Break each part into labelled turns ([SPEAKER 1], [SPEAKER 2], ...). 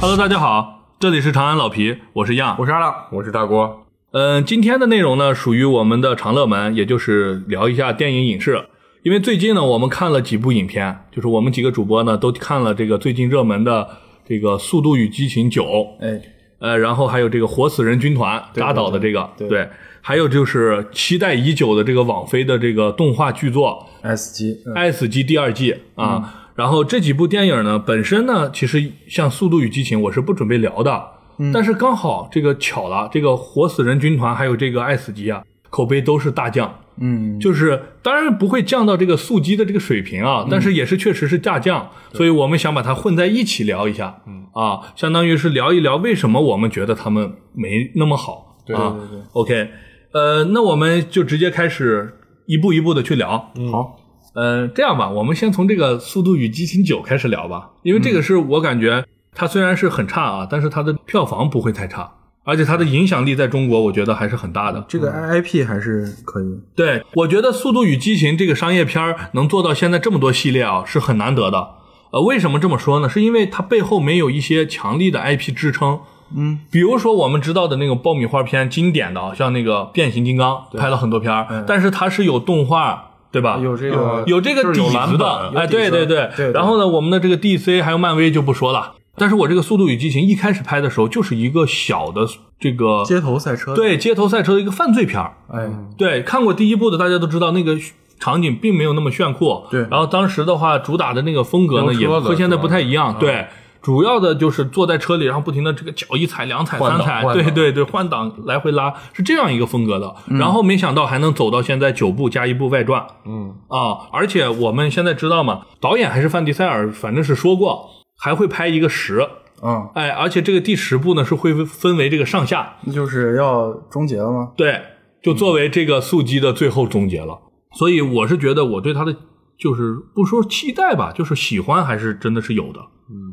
[SPEAKER 1] Hello，大家好，这里是长安老皮，我是亚。
[SPEAKER 2] 我是阿浪，
[SPEAKER 3] 我是大郭，
[SPEAKER 1] 嗯、今天的内容呢，属于我们的长乐门，也就是聊一下电影影视。因为最近呢，我们看了几部影片，就是我们几个主播呢都看了这个最近热门的这个《速度与激情九》，
[SPEAKER 2] 哎，
[SPEAKER 1] 呃，然后还有这个活死人军团扎导的这个，
[SPEAKER 2] 对
[SPEAKER 1] 还有就是期待已久的这个网飞的这个动画巨作
[SPEAKER 2] S 级，
[SPEAKER 1] 《
[SPEAKER 2] 嗯
[SPEAKER 1] 爱死机》第二季啊。然后这几部电影呢，本身呢，其实像《速度与激情》，我是不准备聊的，
[SPEAKER 2] 嗯
[SPEAKER 1] 但是刚好这个巧了，这个活死人军团还有这个爱死机啊，口碑都是大降。
[SPEAKER 2] 嗯，
[SPEAKER 1] 就是当然不会降到这个速激的这个水平
[SPEAKER 2] 嗯
[SPEAKER 1] 啊，但是也是确实是大降，所以我们想把它混在一起聊一下，嗯啊，相当于是聊一聊为什么我们觉得他们没那么好，对啊
[SPEAKER 2] 对对对
[SPEAKER 1] o k 呃，那我们就直接开始一步一步的去聊，
[SPEAKER 2] 好，
[SPEAKER 1] 呃，这样吧，我们先从这个《速度与激情九》开始聊吧，因为这个是我感觉它虽然是很差啊，但是它的票房不会太差，而且它的影响力在中国我觉得还是很大的。
[SPEAKER 2] 这个 IP 还是可以，
[SPEAKER 1] 对，我觉得《速度与激情》这个商业片儿能做到现在这么多系列啊，是很难得的。呃，为什么这么说呢？是因为它背后没有一些强力的 IP 支撑。嗯，比如说我们知道的那个爆米花片，经典的啊，像那个变形金刚拍了很多片儿，但是它是有动画，对吧？
[SPEAKER 2] 嗯有这个
[SPEAKER 1] 有这个
[SPEAKER 2] 就是
[SPEAKER 1] 底
[SPEAKER 2] 有蓝
[SPEAKER 1] 子
[SPEAKER 2] 本
[SPEAKER 1] 的，
[SPEAKER 2] 有
[SPEAKER 1] 哎，
[SPEAKER 2] 底
[SPEAKER 1] 对
[SPEAKER 2] 子
[SPEAKER 1] 对对。
[SPEAKER 2] 对对
[SPEAKER 1] 然后呢，我们的这个 DC 还有漫威就不说了。但是我这个《速度与激情》一开始拍的时候，就是一个小的这个
[SPEAKER 2] 街头赛车，，
[SPEAKER 1] 对嗯街头赛车的一个犯罪片儿。
[SPEAKER 2] 哎，
[SPEAKER 1] 对，看过第一部的大家都知道那个场景并没有那么炫酷。
[SPEAKER 2] 对
[SPEAKER 1] 然后当时的话，主打的那个风格呢，
[SPEAKER 3] 飙
[SPEAKER 1] 也
[SPEAKER 3] 车的
[SPEAKER 1] 和现在
[SPEAKER 3] 主要
[SPEAKER 1] 不太一样。对。主要的就是坐在车里，然后不停的这个脚一踩、两踩、
[SPEAKER 3] 换
[SPEAKER 1] 三
[SPEAKER 3] 挡
[SPEAKER 1] 踩，
[SPEAKER 3] 换
[SPEAKER 1] 对
[SPEAKER 3] 挡
[SPEAKER 1] 对对，换挡来回拉是这样一个风格的。然后没想到还能走到现在九部加一部外传，
[SPEAKER 3] 嗯，
[SPEAKER 1] 啊，而且我们现在知道嘛，导演还是范迪塞尔，反正是说过还会拍一个十，
[SPEAKER 2] 嗯，
[SPEAKER 1] 哎，而且这个第十部呢是会分为这个上下，
[SPEAKER 2] 那就是要终结了吗？
[SPEAKER 1] 对，就作为这个速激的最后终结了。所以我是觉得我对他的就是不说期待吧，就是喜欢还是真的是有的、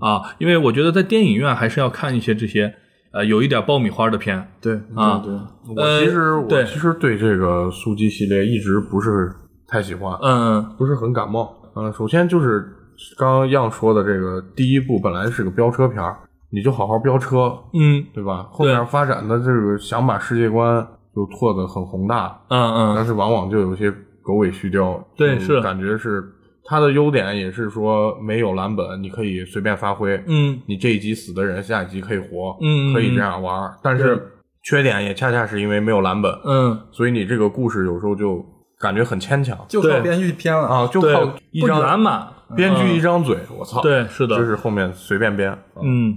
[SPEAKER 1] 啊，因为我觉得在电影院还是要看一些这些呃有一点爆米花的片
[SPEAKER 2] 对，
[SPEAKER 1] 啊。
[SPEAKER 2] 对，对
[SPEAKER 1] 呃
[SPEAKER 3] 我其实
[SPEAKER 1] 对
[SPEAKER 3] 我其实对这个速激系列一直不是太喜欢，
[SPEAKER 1] 嗯
[SPEAKER 3] 不是很感冒。嗯，首先就是刚刚样说的这个第一部本来是个飙车片儿，你就好好飙车，
[SPEAKER 1] 嗯
[SPEAKER 3] 对吧？后面发展的这个想把世界观就拓得很宏大，
[SPEAKER 1] 嗯嗯，
[SPEAKER 3] 但是往往就有些狗尾续貂。
[SPEAKER 1] 对
[SPEAKER 3] 嗯
[SPEAKER 1] 是
[SPEAKER 3] 感觉是它的优点也是说没有蓝本，你可以随便发挥。
[SPEAKER 1] 嗯
[SPEAKER 3] 你这一集死的人，下一集可以活，
[SPEAKER 1] 嗯嗯
[SPEAKER 3] 可以这样玩儿。但
[SPEAKER 1] 对
[SPEAKER 3] 是缺点也恰恰是因为没有蓝本，
[SPEAKER 1] 嗯，
[SPEAKER 3] 所以你这个故事有时候就感觉很牵强
[SPEAKER 2] 就
[SPEAKER 1] 对
[SPEAKER 2] 靠编剧编了
[SPEAKER 3] 啊，就
[SPEAKER 1] 对
[SPEAKER 3] 靠，一
[SPEAKER 1] 不圆
[SPEAKER 3] 张
[SPEAKER 1] 满，
[SPEAKER 3] 编剧一张嘴，我
[SPEAKER 1] 嗯
[SPEAKER 3] 操，，
[SPEAKER 1] 对，是的，
[SPEAKER 3] 就是后面随便编。
[SPEAKER 1] 嗯。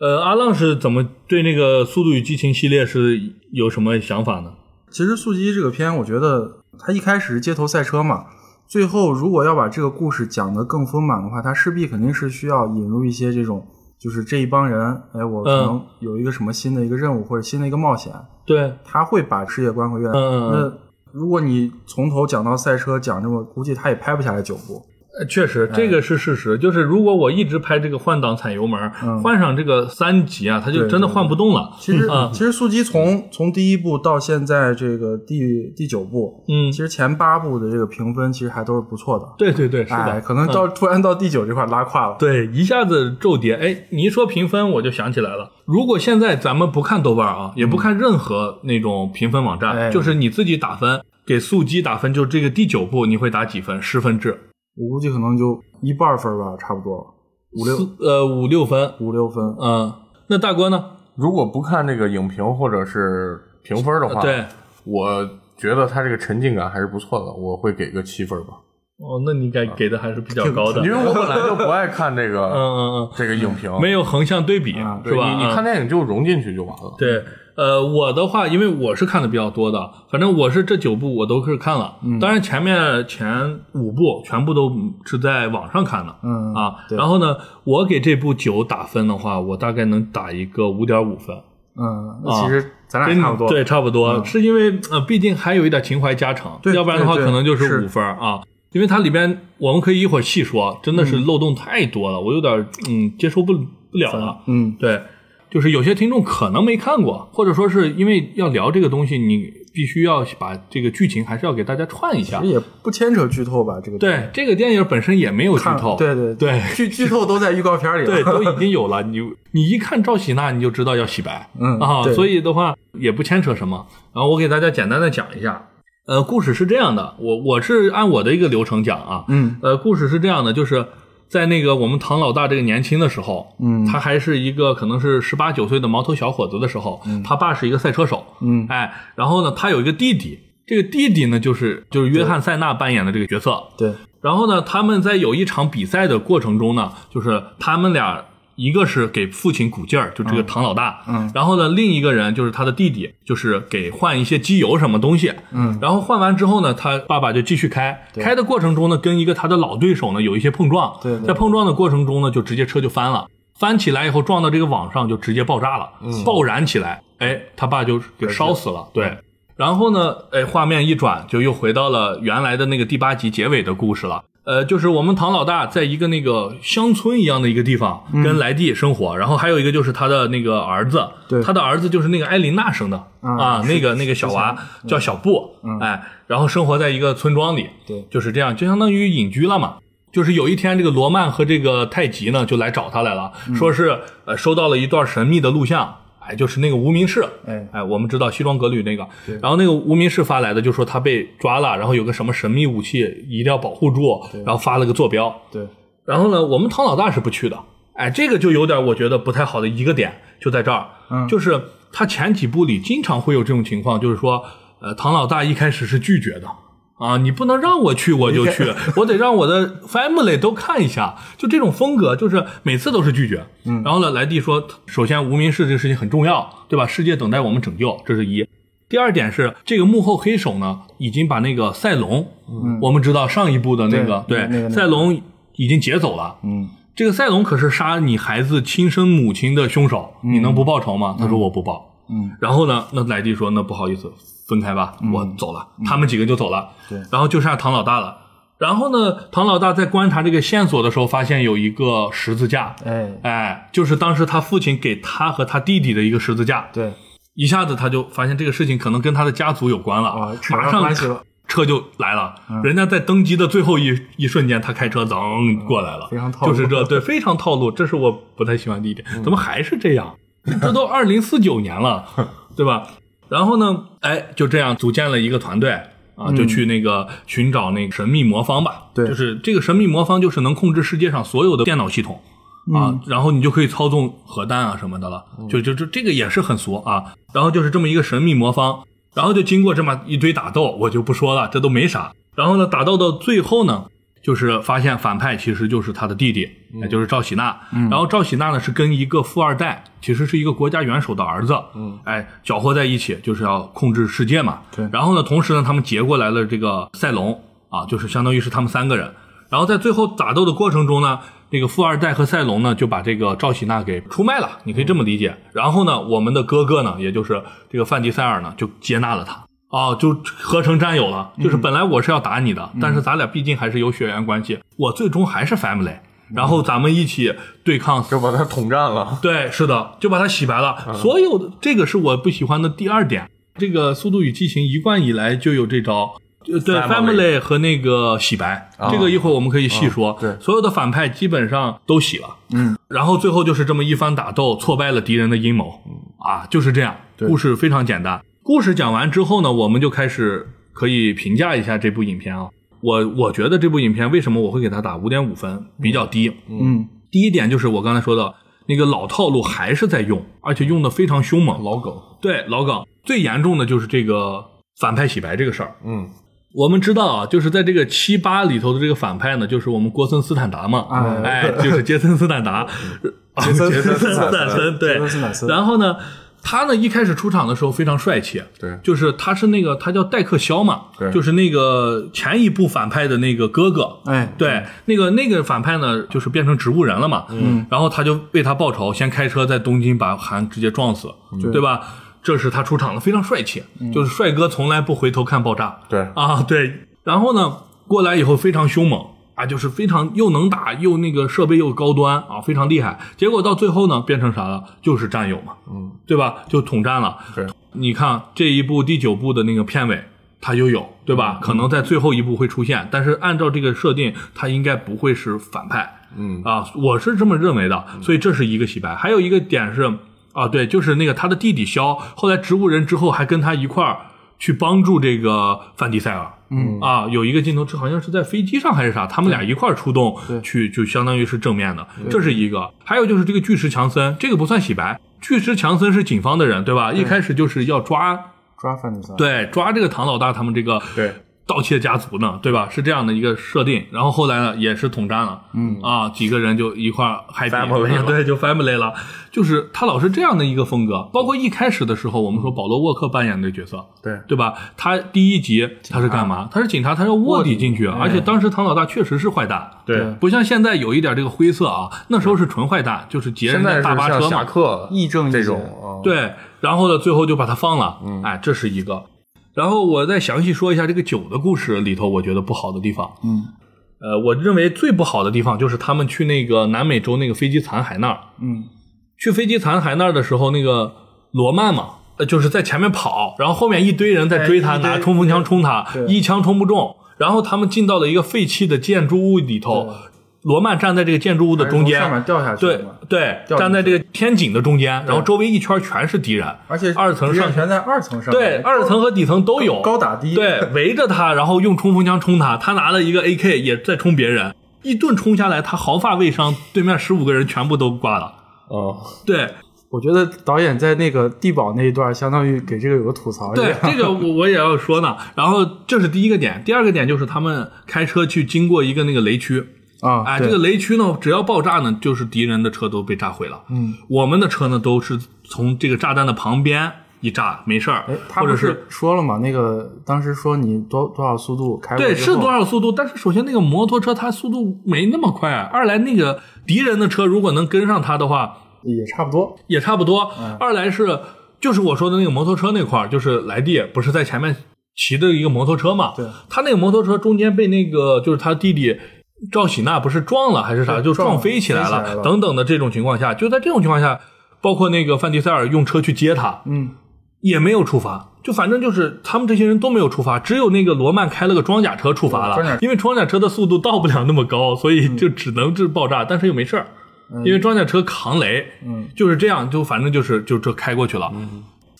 [SPEAKER 1] 呃，阿浪是怎么对那个《速度与激情》系列是有什么想法呢？
[SPEAKER 2] 其实《速激》这个片，我觉得它一开始是街头赛车嘛，最后如果要把这个故事讲得更丰满的话，它势必肯定是需要引入一些这种，就是这一帮人，哎，我可能有一个什么新的一个任务或者新的一个冒险，
[SPEAKER 1] 对，
[SPEAKER 2] 他会把世界观会越来。
[SPEAKER 1] 嗯
[SPEAKER 2] 那如果你从头讲到赛车，讲这么，估计他也拍不下来九部。
[SPEAKER 1] 呃确实，这个是事实。就是如果我一直拍这个换挡踩油门，
[SPEAKER 2] 嗯
[SPEAKER 1] 换上这个三级啊，它就
[SPEAKER 2] 对
[SPEAKER 1] 真的换不动了。
[SPEAKER 2] 其实，
[SPEAKER 1] 嗯
[SPEAKER 2] 其实《速激》从从第一部到现在这个第第九部，
[SPEAKER 1] 嗯
[SPEAKER 2] 其，实前八部的这个评分其实还都是不错的。
[SPEAKER 1] 对对对，是嗯的。
[SPEAKER 2] 哎，可能到、突然到第九这块拉胯了。
[SPEAKER 1] 对，一下子骤跌。哎，你一说评分，我就想起来了。如果现在咱们不看豆瓣啊，也不看任何那种评分网站，
[SPEAKER 2] 嗯哎
[SPEAKER 1] 就是你自己打分，给速激打分，就这个第九部你会打几分？十分制，
[SPEAKER 2] 我估计可能就一半分吧，差不多五六
[SPEAKER 1] 四呃五六分。
[SPEAKER 2] 五六分。
[SPEAKER 1] 嗯、那大哥呢？
[SPEAKER 3] 如果不看这个影评或者是评分的话，
[SPEAKER 1] 对，
[SPEAKER 3] 我觉得它这个沉浸感还是不错的，我会给个七分吧，
[SPEAKER 1] 哦，那你该给的还是比较高的。
[SPEAKER 3] 因
[SPEAKER 1] 嗯
[SPEAKER 3] 为我本来就不爱看这个
[SPEAKER 1] 嗯
[SPEAKER 3] 这个影评，
[SPEAKER 1] 嗯，没有横向对比，
[SPEAKER 2] 啊
[SPEAKER 1] 是
[SPEAKER 3] 对
[SPEAKER 1] 吧？
[SPEAKER 3] 你你
[SPEAKER 1] 嗯
[SPEAKER 3] 看电影就融进去就完了。
[SPEAKER 1] 对，呃，我的话，因为我是看的比较多的，反正我是这九部我都是看了，
[SPEAKER 2] 嗯
[SPEAKER 1] 当然前面前五部全部都是在网上看的。
[SPEAKER 2] 嗯
[SPEAKER 1] 啊，
[SPEAKER 2] 对
[SPEAKER 1] 然后呢，我给这部九打分的话，我大概能打一个五点五分，
[SPEAKER 2] 嗯，
[SPEAKER 1] 啊
[SPEAKER 2] 那其实咱俩
[SPEAKER 1] 跟
[SPEAKER 2] 差不多。嗯
[SPEAKER 1] 对，差不多，是因为呃，毕竟还有一点情怀加成，
[SPEAKER 2] 对
[SPEAKER 1] 要不然的话
[SPEAKER 2] 对对
[SPEAKER 1] 可能就是
[SPEAKER 2] 是
[SPEAKER 1] 五分啊，因为它里边我们可以一会儿嗯细说，真的是漏洞太多了，我有点嗯接受不不了了，
[SPEAKER 2] 嗯，
[SPEAKER 1] 对，就是有些听众可能没看过，或者说是因为要聊这个东西，你必须要把这个剧情还是要给大家串一下
[SPEAKER 2] 这。也不牵扯剧透吧？这个
[SPEAKER 1] 对，这个电影本身也没有剧
[SPEAKER 2] 看
[SPEAKER 1] 透，
[SPEAKER 2] 对对
[SPEAKER 1] 对
[SPEAKER 2] 剧剧透都在预告片里了。
[SPEAKER 1] 对，都已经有了。你你一看赵喜娜，你就知道要洗白，
[SPEAKER 2] 嗯
[SPEAKER 1] 啊，
[SPEAKER 2] 对
[SPEAKER 1] 所以的话也不牵扯什么。然后我给大家简单的讲一下，呃，故事是这样的，我我是按我的一个流程讲啊，
[SPEAKER 2] 嗯
[SPEAKER 1] 呃，故事是这样的，就是在那个我们唐老大这个年轻的时候，
[SPEAKER 2] 嗯
[SPEAKER 1] 他还是一个可能是十八九岁的毛头小伙子的时候，他爸是一个赛车手，
[SPEAKER 2] 嗯
[SPEAKER 1] 哎，然后呢，他有一个弟弟，这个弟弟呢就是就是约翰塞纳扮演的这个角色，
[SPEAKER 2] 对，
[SPEAKER 1] 然后呢，他们在有一场比赛的过程中呢，就是他们俩一个是给父亲鼓劲儿，就这个唐老大，
[SPEAKER 2] 嗯
[SPEAKER 1] 然后呢，另一个人就是他的弟弟，就是给换一些机油什么东西，嗯，然后换完之后呢，他爸爸就继续开，开的过程中呢，跟一个他的老对手呢有一些碰撞，
[SPEAKER 2] 对对
[SPEAKER 1] 在碰撞的过程中呢，就直接车就翻了。翻起来以后撞到这个网上就直接爆炸了，
[SPEAKER 2] 嗯
[SPEAKER 1] 爆燃起来，哎，他爸就给烧死了。对，然后呢，哎，画面一转，就又回到了原来的那个第八集结尾的故事了。呃，就是我们唐老大在一个那个乡村一样的一个地方
[SPEAKER 2] 嗯
[SPEAKER 1] 跟莱蒂生活，然后还有一个就是他的那个儿子，
[SPEAKER 2] 对
[SPEAKER 1] 他的儿子就是那个埃琳娜生的
[SPEAKER 2] 嗯
[SPEAKER 1] 啊，那个那个小娃叫小布，哎，然后生活在一个村庄里，
[SPEAKER 2] 对
[SPEAKER 1] 就是这样，就相当于隐居了嘛。就是有一天，这个罗曼和这个太极呢，就来找他来了，
[SPEAKER 2] 嗯
[SPEAKER 1] 说是呃收到了一段神秘的录像，哎，就是那个无名氏，
[SPEAKER 2] 哎
[SPEAKER 1] 哎，我们知道西装革履那个，然后那个无名氏发来的就说他被抓了，然后有个什么神秘武器一定要保护住，然后发了个坐标，
[SPEAKER 2] 对，
[SPEAKER 1] 然后呢，我们唐老大是不去的，哎，这个就有点我觉得不太好的一个点就在这儿，
[SPEAKER 2] 嗯
[SPEAKER 1] 就是他前几部里经常会有这种情况，就是说，呃，唐老大一开始是拒绝的。啊，你不能让我去我就去，我得让我的 family 都看一下，就这种风格，就是每次都是拒绝。嗯，然后呢，莱蒂说，首先无名氏这个事情很重要，对吧？世界等待我们拯救，这是一。第二点是，这个幕后黑手呢，已经把那个赛龙，嗯、我们知道上一部的那个
[SPEAKER 2] 对
[SPEAKER 1] 对
[SPEAKER 2] 那个那个
[SPEAKER 1] 赛龙已经劫走了。
[SPEAKER 2] 嗯，
[SPEAKER 1] 这个赛龙可是杀你孩子亲生母亲的凶手，你能不报仇吗？他说我不报。
[SPEAKER 2] 嗯，
[SPEAKER 1] 然后呢，那莱蒂说那不好意思，分开吧，我走了。
[SPEAKER 2] 嗯
[SPEAKER 1] 他们几个就走了。
[SPEAKER 2] 对
[SPEAKER 1] 然后就剩下唐老大了。然后呢，唐老大在观察这个线索的时候，发现有一个十字架，
[SPEAKER 2] 哎，
[SPEAKER 1] 哎，就是当时他父亲给他和他弟弟的一个十字架。
[SPEAKER 2] 对，
[SPEAKER 1] 一下子他就发现这个事情可能跟他的家族有关了，
[SPEAKER 2] 啊扯上
[SPEAKER 1] 马上
[SPEAKER 2] 关系了嗯
[SPEAKER 1] 车就来了。人家在登机的最后一一瞬间，他开车噔过来了，
[SPEAKER 2] 嗯非常套路嗯
[SPEAKER 1] 就是这对非常套路，这是我不太喜欢的一点。怎么还是这 样？这都二零四九年了，对吧？然后呢，哎，就这样组建了一个团队。啊，就去那个寻找那个神秘魔方吧。
[SPEAKER 2] 嗯对
[SPEAKER 1] 就是这个神秘魔方，就是能控制世界上所有的电脑系统。啊，
[SPEAKER 2] 嗯
[SPEAKER 1] 然后你就可以操纵核弹啊什么的了，就就就这个也是很俗啊。然后就是这么一个神秘魔方，然后就经过这么一堆打斗，我就不说了，这都没啥。然后呢，打斗到最后呢，就是发现反派其实就是他的弟弟，也就是赵喜娜。然后赵喜娜呢是跟一个富二代，其实是一个国家元首的儿子，嗯，哎，搅和在一起，就是要控制世界嘛。
[SPEAKER 2] 对
[SPEAKER 1] 然后呢，同时呢，他们劫过来了这个赛龙啊，就是相当于是他们三个人。然后在最后打斗的过程中呢，那个富二代和赛龙呢就把这个赵喜娜给出卖了，你可以这么理解。然后呢，我们的哥哥呢，也就是这个范迪塞尔呢，就接纳了他。哦，就合成战友了，就是本来我是要打你的，但是咱俩毕竟还是有血缘关系，我最终还是 family，然后咱们一起对抗
[SPEAKER 3] 就把他统战了。
[SPEAKER 1] 对，是的，就把它洗白了。
[SPEAKER 3] 嗯
[SPEAKER 1] 所有的这个是我不喜欢的第二点。这个《速度与激情》一贯以来就有这招，呃对
[SPEAKER 3] Family 啊
[SPEAKER 1] family 和那个洗白，这个一会儿我们可以细说。
[SPEAKER 3] 对
[SPEAKER 1] 所有的反派基本上都洗了。嗯，然后最后就是这么一番打斗，挫败了敌人的阴谋。
[SPEAKER 3] 嗯
[SPEAKER 1] 啊，就是这样。故事非常简单。故事讲完之后呢，我们就开始可以评价一下这部影片啊。我我觉得这部影片为什么我会给它打五点五分，比较低。
[SPEAKER 2] 嗯，
[SPEAKER 1] 第一点就是我刚才说的那个老套路还是在用，而且用的非常凶猛。老梗，对老梗，最严重的就是这个反派洗白这个事儿。
[SPEAKER 3] 嗯，
[SPEAKER 1] 我们知道啊，就是在这个七八里头的这个反派呢，就是我们郭森斯坦达嘛，哎，就是杰森斯坦达，啊
[SPEAKER 2] 杰森
[SPEAKER 1] 杰森斯坦森，对
[SPEAKER 2] 杰森斯坦，森
[SPEAKER 1] 然后呢。他呢一开始出场的时候非常帅气，
[SPEAKER 3] 对
[SPEAKER 1] 就是他是那个他叫戴克肖嘛，
[SPEAKER 3] 对
[SPEAKER 1] 就是那个前一部反派的那个哥哥，
[SPEAKER 2] 哎，
[SPEAKER 1] 对，那个那个反派呢，就是变成植物人了嘛，嗯，然后他就为他报仇，先开车在东京把韩直接撞死，对嗯吧？这是他出场了，非常帅气，就是帅哥从来不回头看爆炸，
[SPEAKER 3] 对
[SPEAKER 1] 啊，对，然后呢，过来以后非常凶猛。啊，就是非常又能打又那个设备又高端啊，非常厉害。结果到最后呢，变成啥了？就是战友嘛，
[SPEAKER 3] 嗯，
[SPEAKER 1] 对吧？就统战了。
[SPEAKER 3] 是
[SPEAKER 1] 你看这一部第九部的那个片尾，它就有，对
[SPEAKER 3] 嗯
[SPEAKER 1] 吧？可能在最后一部会出现，但是按照这个设定，它应该不会是反派。
[SPEAKER 3] 嗯
[SPEAKER 1] 啊，我是这么认为的，所以这是一个洗白。还有一个点是啊，对，就是那个他的弟弟肖，后来植物人之后还跟他一块儿去帮助这个范迪塞尔。嗯啊，有一个镜头，这好像是在飞机上还是啥，他们俩一块儿出动去，就相当于是正面的，这是一个。还有就是这个巨石强森，这个不算洗白，巨石强森是警方的人，对吧？一开始就是要抓，
[SPEAKER 2] 抓范迪塞尔。
[SPEAKER 1] 对，抓这个唐老大他们这个
[SPEAKER 3] 对，
[SPEAKER 1] 盗窃家族呢，对吧？是这样的一个设定，然后后来呢也是统战了，嗯啊，几个人就一块儿 happy，
[SPEAKER 3] Family 了
[SPEAKER 1] 对，就 family 了，就是他老是这样的一个风格，包括一开始的时候，我们说保罗沃克扮演的角色，
[SPEAKER 3] 对
[SPEAKER 1] 对吧？他第一集他是干嘛？他是警察，他要卧底进去，啊而且当时唐老大确实是坏蛋，
[SPEAKER 3] 哎对，
[SPEAKER 1] 不像现在有一点这个灰色啊，那时候是纯坏蛋，就是劫人
[SPEAKER 3] 现在
[SPEAKER 1] 家
[SPEAKER 3] 是
[SPEAKER 1] 大巴
[SPEAKER 3] 像
[SPEAKER 1] 车嘛
[SPEAKER 3] 侠，客
[SPEAKER 2] 亦正亦
[SPEAKER 3] 这
[SPEAKER 2] 邪
[SPEAKER 3] 种啊，
[SPEAKER 1] 对，然后呢，最后就把它放了。
[SPEAKER 2] 嗯
[SPEAKER 1] 哎，这是一个。然后我再详细说一下这个酒的故事里头，我觉得不好的地方。
[SPEAKER 2] 嗯，
[SPEAKER 1] 呃，我认为最不好的地方就是他们去那个南美洲那个飞机残骸那儿，
[SPEAKER 2] 嗯，
[SPEAKER 1] 去飞机残骸那儿的时候，那个罗曼嘛，呃，就是在前面跑，然后后面一堆人在追他，
[SPEAKER 2] 哎一堆
[SPEAKER 1] 拿冲锋枪冲他，
[SPEAKER 2] 对
[SPEAKER 1] 一枪冲不中。然后他们进到了一个废弃的建筑物里头，罗曼站在这个建筑物的中间，
[SPEAKER 2] 还是从上面掉下去的
[SPEAKER 1] 对
[SPEAKER 2] 嘛
[SPEAKER 1] 对，
[SPEAKER 2] 掉进去
[SPEAKER 1] 站在这个天井的中间，然后周围一圈全是敌人，
[SPEAKER 2] 而且
[SPEAKER 1] 二层
[SPEAKER 2] 敌人
[SPEAKER 1] 上
[SPEAKER 2] 全在二层上面，
[SPEAKER 1] 对，二层和底层都有
[SPEAKER 2] 高打低，
[SPEAKER 1] 对，围着他，然后用冲锋枪冲他，他拿了一个 AK 也在冲别人，一顿冲下来，他毫发未伤，对面十五个人全部都挂了。
[SPEAKER 3] 哦，
[SPEAKER 1] 对
[SPEAKER 2] 我觉得导演在那个地堡那一段，相当于给这个有个吐槽一
[SPEAKER 1] 对
[SPEAKER 2] 样，，
[SPEAKER 1] 这个我我也要说呢。然后这是第一个点，第二个点就是他们开车去经过一个那个雷区，
[SPEAKER 2] 啊，
[SPEAKER 1] 哎，
[SPEAKER 2] 对
[SPEAKER 1] 这个雷区呢，只要爆炸呢，就是敌人的车都被炸毁了。嗯，我们的车呢都是从这个炸弹的旁边一炸没事儿
[SPEAKER 2] 哎，，他
[SPEAKER 1] 或
[SPEAKER 2] 不
[SPEAKER 1] 者
[SPEAKER 2] 是说了嘛？那个当时说你多多少速度开过
[SPEAKER 1] 对，
[SPEAKER 2] 之
[SPEAKER 1] 是
[SPEAKER 2] 后
[SPEAKER 1] 多少速度？但是首先那个摩托车它速度没那么快，啊二来那个敌人的车如果能跟上它的话，
[SPEAKER 2] 也差不多。
[SPEAKER 1] 也差不多。
[SPEAKER 2] 嗯
[SPEAKER 1] 二来是就是我说的那个摩托车那块儿，就是莱蒂不是在前面骑的一个摩托车嘛？
[SPEAKER 2] 对，
[SPEAKER 1] 他那个摩托车中间被那个就是他弟弟。赵喜娜不是撞了还是啥，
[SPEAKER 2] 对
[SPEAKER 1] 就
[SPEAKER 2] 撞
[SPEAKER 1] 撞飞起来
[SPEAKER 2] 飞起来了
[SPEAKER 1] 等等的这种情况下，就在这种情况下，包括那个范迪塞尔用车去接他，
[SPEAKER 2] 嗯，
[SPEAKER 1] 也没有处罚，就反正就是他们这些人都没有处罚，只有那个罗曼开了个装甲车处罚了，
[SPEAKER 2] 装甲嗯
[SPEAKER 1] 因为装甲车的速度到不了那么高，所以就只能是爆炸，但是又没事儿，因为装甲车扛雷，
[SPEAKER 2] 嗯，
[SPEAKER 1] 就是这样，就反正就是就这开过去了，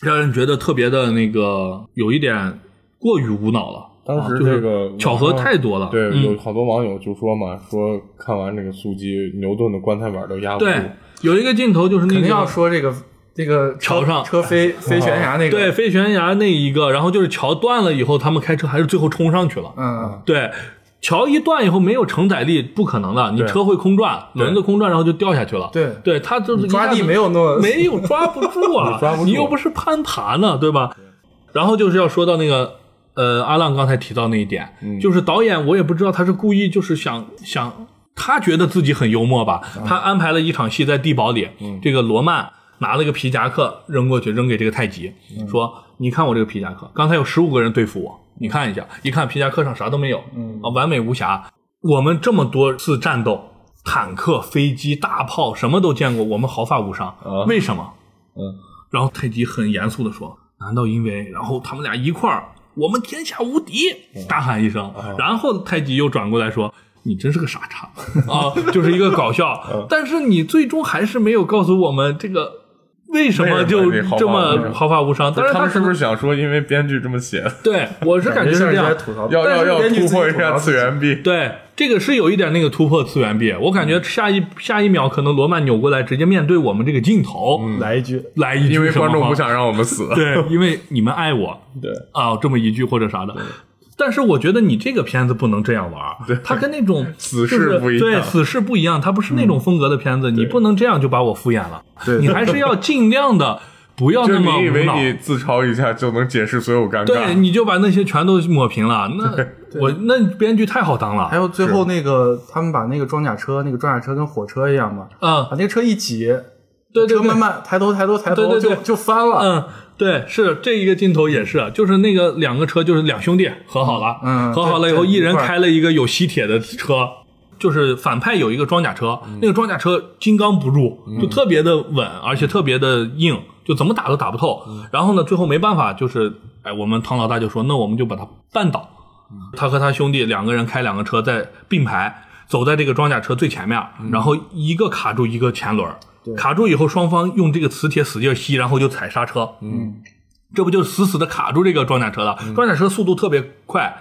[SPEAKER 1] 让人觉得特别的那个有一点过于无脑了。
[SPEAKER 3] 当时
[SPEAKER 1] 啊就是
[SPEAKER 3] 这个
[SPEAKER 1] 巧合太多了，
[SPEAKER 3] 对，
[SPEAKER 1] 嗯
[SPEAKER 3] 有好多网友就说嘛，说看完这个速激，牛顿的棺材板都压不住。
[SPEAKER 1] 对，有一个镜头就是那
[SPEAKER 2] 肯定
[SPEAKER 1] 个
[SPEAKER 2] 要说这个这个车
[SPEAKER 1] 桥上啊
[SPEAKER 2] 车飞飞悬崖那个，
[SPEAKER 1] 对，飞悬崖那一个，然后就是桥断了以后，他们开车还是最后冲上去了，
[SPEAKER 2] 嗯，
[SPEAKER 1] 对，桥一断以后没有承载力，不可能的，你
[SPEAKER 3] 对
[SPEAKER 1] 车会空转，轮子空转，然后就掉下去了。
[SPEAKER 2] 对
[SPEAKER 1] 对，它就是一
[SPEAKER 2] 抓
[SPEAKER 1] 下
[SPEAKER 2] 地
[SPEAKER 1] 子
[SPEAKER 2] 没有那么
[SPEAKER 1] 没有抓不住啊，
[SPEAKER 3] 你 抓不住
[SPEAKER 1] 你又不是攀爬呢，对吧？然后就是要说到那个。呃，阿浪刚才提到那一点，
[SPEAKER 3] 嗯
[SPEAKER 1] 就是导演，我也不知道他是故意，就是想想他觉得自己很幽默吧，
[SPEAKER 3] 嗯
[SPEAKER 1] 他安排了一场戏在地堡里，这个罗曼拿了个皮夹克扔过去，扔给这个太极，
[SPEAKER 3] 嗯
[SPEAKER 1] 说：“你看我这个皮夹克，刚才有十五个人对付我，你看一下，一看皮夹克上啥都没有，
[SPEAKER 3] 嗯
[SPEAKER 1] 啊，完美无瑕。我们这么多次战斗，坦克、飞机、大炮什么都见过，我们毫发无伤，
[SPEAKER 3] 啊
[SPEAKER 1] 为什么？”
[SPEAKER 3] 嗯，
[SPEAKER 1] 然后太极很严肃地说：“难道因为……”然后他们俩一块儿，我们天下无敌，大喊一声。然后太极又转过来说：“你真是个傻叉啊！”就是一个搞笑，但是你最终还是没有告诉我们这个为什么就
[SPEAKER 3] 为什么
[SPEAKER 1] 这
[SPEAKER 3] 毫发无
[SPEAKER 1] 么
[SPEAKER 3] 伤
[SPEAKER 1] 毫发无伤。当然，
[SPEAKER 3] 他们是不
[SPEAKER 1] 是
[SPEAKER 3] 是想说，因为编剧这么写的，
[SPEAKER 1] 对我是感觉是
[SPEAKER 2] 像
[SPEAKER 1] 这样
[SPEAKER 2] 在？吐槽，
[SPEAKER 3] 要
[SPEAKER 2] 但
[SPEAKER 3] 要
[SPEAKER 2] 是
[SPEAKER 3] 要
[SPEAKER 2] 编剧
[SPEAKER 3] 突
[SPEAKER 2] 自己
[SPEAKER 3] 破一
[SPEAKER 2] 吐槽
[SPEAKER 3] 下
[SPEAKER 2] 自己
[SPEAKER 3] 次 元壁？
[SPEAKER 1] 对，这个是有一点那个突破次元壁。我感觉下一下一秒可能罗曼扭过来直接面对我们这个镜头，
[SPEAKER 2] 来一句，
[SPEAKER 1] 来一句
[SPEAKER 3] 嗯因为
[SPEAKER 1] 什么
[SPEAKER 3] 观众
[SPEAKER 1] 话
[SPEAKER 3] 不 想让我们死。
[SPEAKER 1] 对，因为你们爱我，
[SPEAKER 3] 对
[SPEAKER 1] 啊，这么一句或者啥的。但是我觉得你这个片子不能这样玩儿，它跟那种
[SPEAKER 3] 死
[SPEAKER 1] 就是
[SPEAKER 3] 士不一样嗯
[SPEAKER 1] 对死侍不一样，它不是那种风格的片子，你不能这样就把我敷衍了，
[SPEAKER 2] 对
[SPEAKER 1] 你还是要尽量 的不要
[SPEAKER 3] 就
[SPEAKER 1] 那么
[SPEAKER 3] 你以
[SPEAKER 1] 无
[SPEAKER 3] 为
[SPEAKER 1] 脑，
[SPEAKER 3] 你自嘲一下就能解释所有尴
[SPEAKER 1] 对，
[SPEAKER 3] 尬？
[SPEAKER 1] 你就把那些全都抹平了，那我那编剧太好当
[SPEAKER 2] 还
[SPEAKER 3] 哎
[SPEAKER 1] 了，
[SPEAKER 2] 有最后那个他们把那个装甲车，那个装甲车跟火车一样嘛，
[SPEAKER 1] 嗯
[SPEAKER 2] 把，那个车一挤，
[SPEAKER 1] 对对
[SPEAKER 2] 车慢
[SPEAKER 1] 对，
[SPEAKER 2] 慢抬头抬头抬
[SPEAKER 1] 对
[SPEAKER 2] 头
[SPEAKER 1] 对
[SPEAKER 2] 就
[SPEAKER 1] 对
[SPEAKER 2] 就翻了，
[SPEAKER 1] 嗯。对，是这一个镜头也是，啊就是那个两个车，就是两兄弟和好了，
[SPEAKER 2] 嗯
[SPEAKER 1] 和好了以后，
[SPEAKER 2] 在在
[SPEAKER 1] 一人
[SPEAKER 2] 一块儿
[SPEAKER 1] 开了一个有吸铁的车，就是反派有一个装甲车，
[SPEAKER 2] 嗯
[SPEAKER 1] 那个装甲车金刚不入，就特别的稳，而且特别的硬，就怎么打都打不透。
[SPEAKER 2] 嗯
[SPEAKER 1] 然后呢，最后没办法，就是哎，我们唐老大就说，那我们就把他绊倒。他和他兄弟两个人开两个车在并排走在这个装甲车最前面，然后一个卡住一个前轮，卡住以后双方用这个磁铁使劲吸，然后就踩刹车，嗯，这不就死死的卡住这个装甲车了？装甲车速度特别快，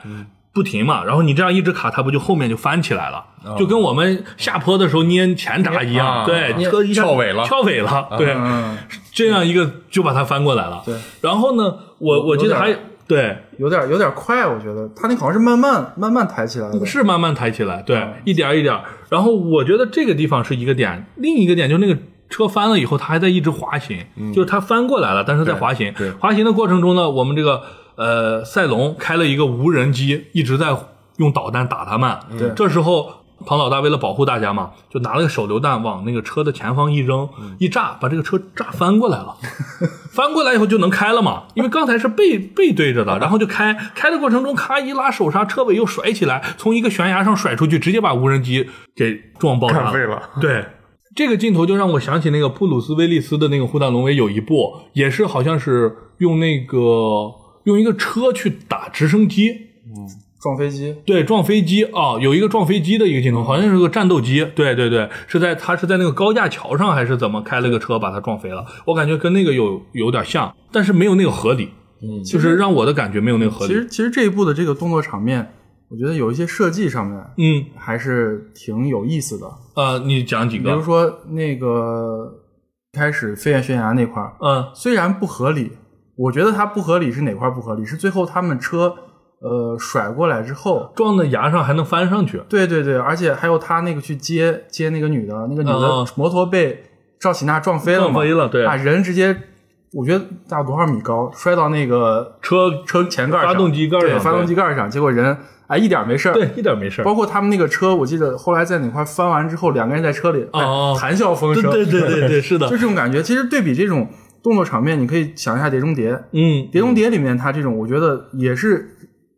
[SPEAKER 1] 不停嘛，然后你这样一直卡，它不就后面就翻起来了，就跟我们下坡的时候捏前闸一样，
[SPEAKER 3] 啊
[SPEAKER 1] 对，
[SPEAKER 3] 捏
[SPEAKER 1] 车一下
[SPEAKER 3] 翘尾了
[SPEAKER 1] 翘尾了，对，
[SPEAKER 2] 嗯，
[SPEAKER 1] 这样一个就把它翻过来了。
[SPEAKER 2] 对，
[SPEAKER 1] 然后呢，我我记得还
[SPEAKER 2] 有点
[SPEAKER 1] 对。
[SPEAKER 2] 有点有点快，我觉得他那好像是慢慢慢慢抬起来的，
[SPEAKER 1] 是慢慢抬起来，
[SPEAKER 3] 啊
[SPEAKER 1] 对，一点儿一点儿。然后我觉得这个地方是一个点，另一个点就是那个车翻了以后，它还在一直滑行，就是它翻过来了，但是在滑行
[SPEAKER 3] 嗯对。
[SPEAKER 1] 滑行的过程中呢，我们这个呃赛龙开了一个无人机，一直在用导弹打他们。
[SPEAKER 2] 对
[SPEAKER 1] 这时候。庞老大为了保护大家嘛，就拿了个手榴弹往那个车的前方一扔，
[SPEAKER 3] 嗯
[SPEAKER 1] 一炸，把这个车炸翻过来了。翻过来以后就能开了嘛，因为刚才是背背对着的，然后就开，开的过程中咔一拉手刹，车尾又甩起来，从一个悬崖上甩出去，直接把无人机给撞爆炸
[SPEAKER 3] 看废了。
[SPEAKER 1] 对，这个镜头就让我想起那个布鲁斯威利斯的那个《虎胆龙威》，有一部也是好像是用那个用一个车去打直升机，
[SPEAKER 2] 撞飞机，
[SPEAKER 1] 对，撞飞机啊、有一个撞飞机的一个镜头，好像是个战斗机。对对对，是在他是在那个高架桥上还是怎么开了个车把它撞飞了？我感觉跟那个有有点像，但是没有那个合理，嗯，就是让我的感觉没有那个合
[SPEAKER 2] 其
[SPEAKER 1] 理。
[SPEAKER 2] 实其实这一部的这个动作场面，我觉得有一些设计上面
[SPEAKER 1] 嗯
[SPEAKER 2] 还是挺有意思的，
[SPEAKER 1] 啊、你讲几
[SPEAKER 2] 比如
[SPEAKER 1] 个？
[SPEAKER 2] 说那个开始飞越悬崖那块儿，
[SPEAKER 1] 嗯
[SPEAKER 2] 虽然不合理，我觉得它不合理是哪块儿不合理？是最后他们车呃甩过来之后，
[SPEAKER 1] 撞在崖上还能翻上去，
[SPEAKER 2] 对对对，而且还有他那个去接接那个女的，那个女
[SPEAKER 1] 嗯
[SPEAKER 2] 的
[SPEAKER 1] 嗯
[SPEAKER 2] 摩托被赵喜娜撞飞了
[SPEAKER 1] 撞
[SPEAKER 2] 嘛，
[SPEAKER 1] 飞了，对，
[SPEAKER 2] 啊，人直接我觉得大概多少米高，摔到那个
[SPEAKER 1] 车
[SPEAKER 2] 车前盖上，
[SPEAKER 1] 发动机盖上
[SPEAKER 2] 对，发动机盖上，结果人哎一点没事儿，
[SPEAKER 1] 对一点没事儿。
[SPEAKER 2] 包括他们那个车，我记得后来在哪块翻完之后，两个人在车里，哎
[SPEAKER 1] 哦
[SPEAKER 2] 谈笑风
[SPEAKER 1] 对
[SPEAKER 2] 生，
[SPEAKER 1] 对对对对，是的
[SPEAKER 2] 就，这种感觉。其实对比这种动作场面，你可以想一下《碟中谍》，《
[SPEAKER 1] 嗯，
[SPEAKER 2] 碟中谍》里面它这种，我觉得也是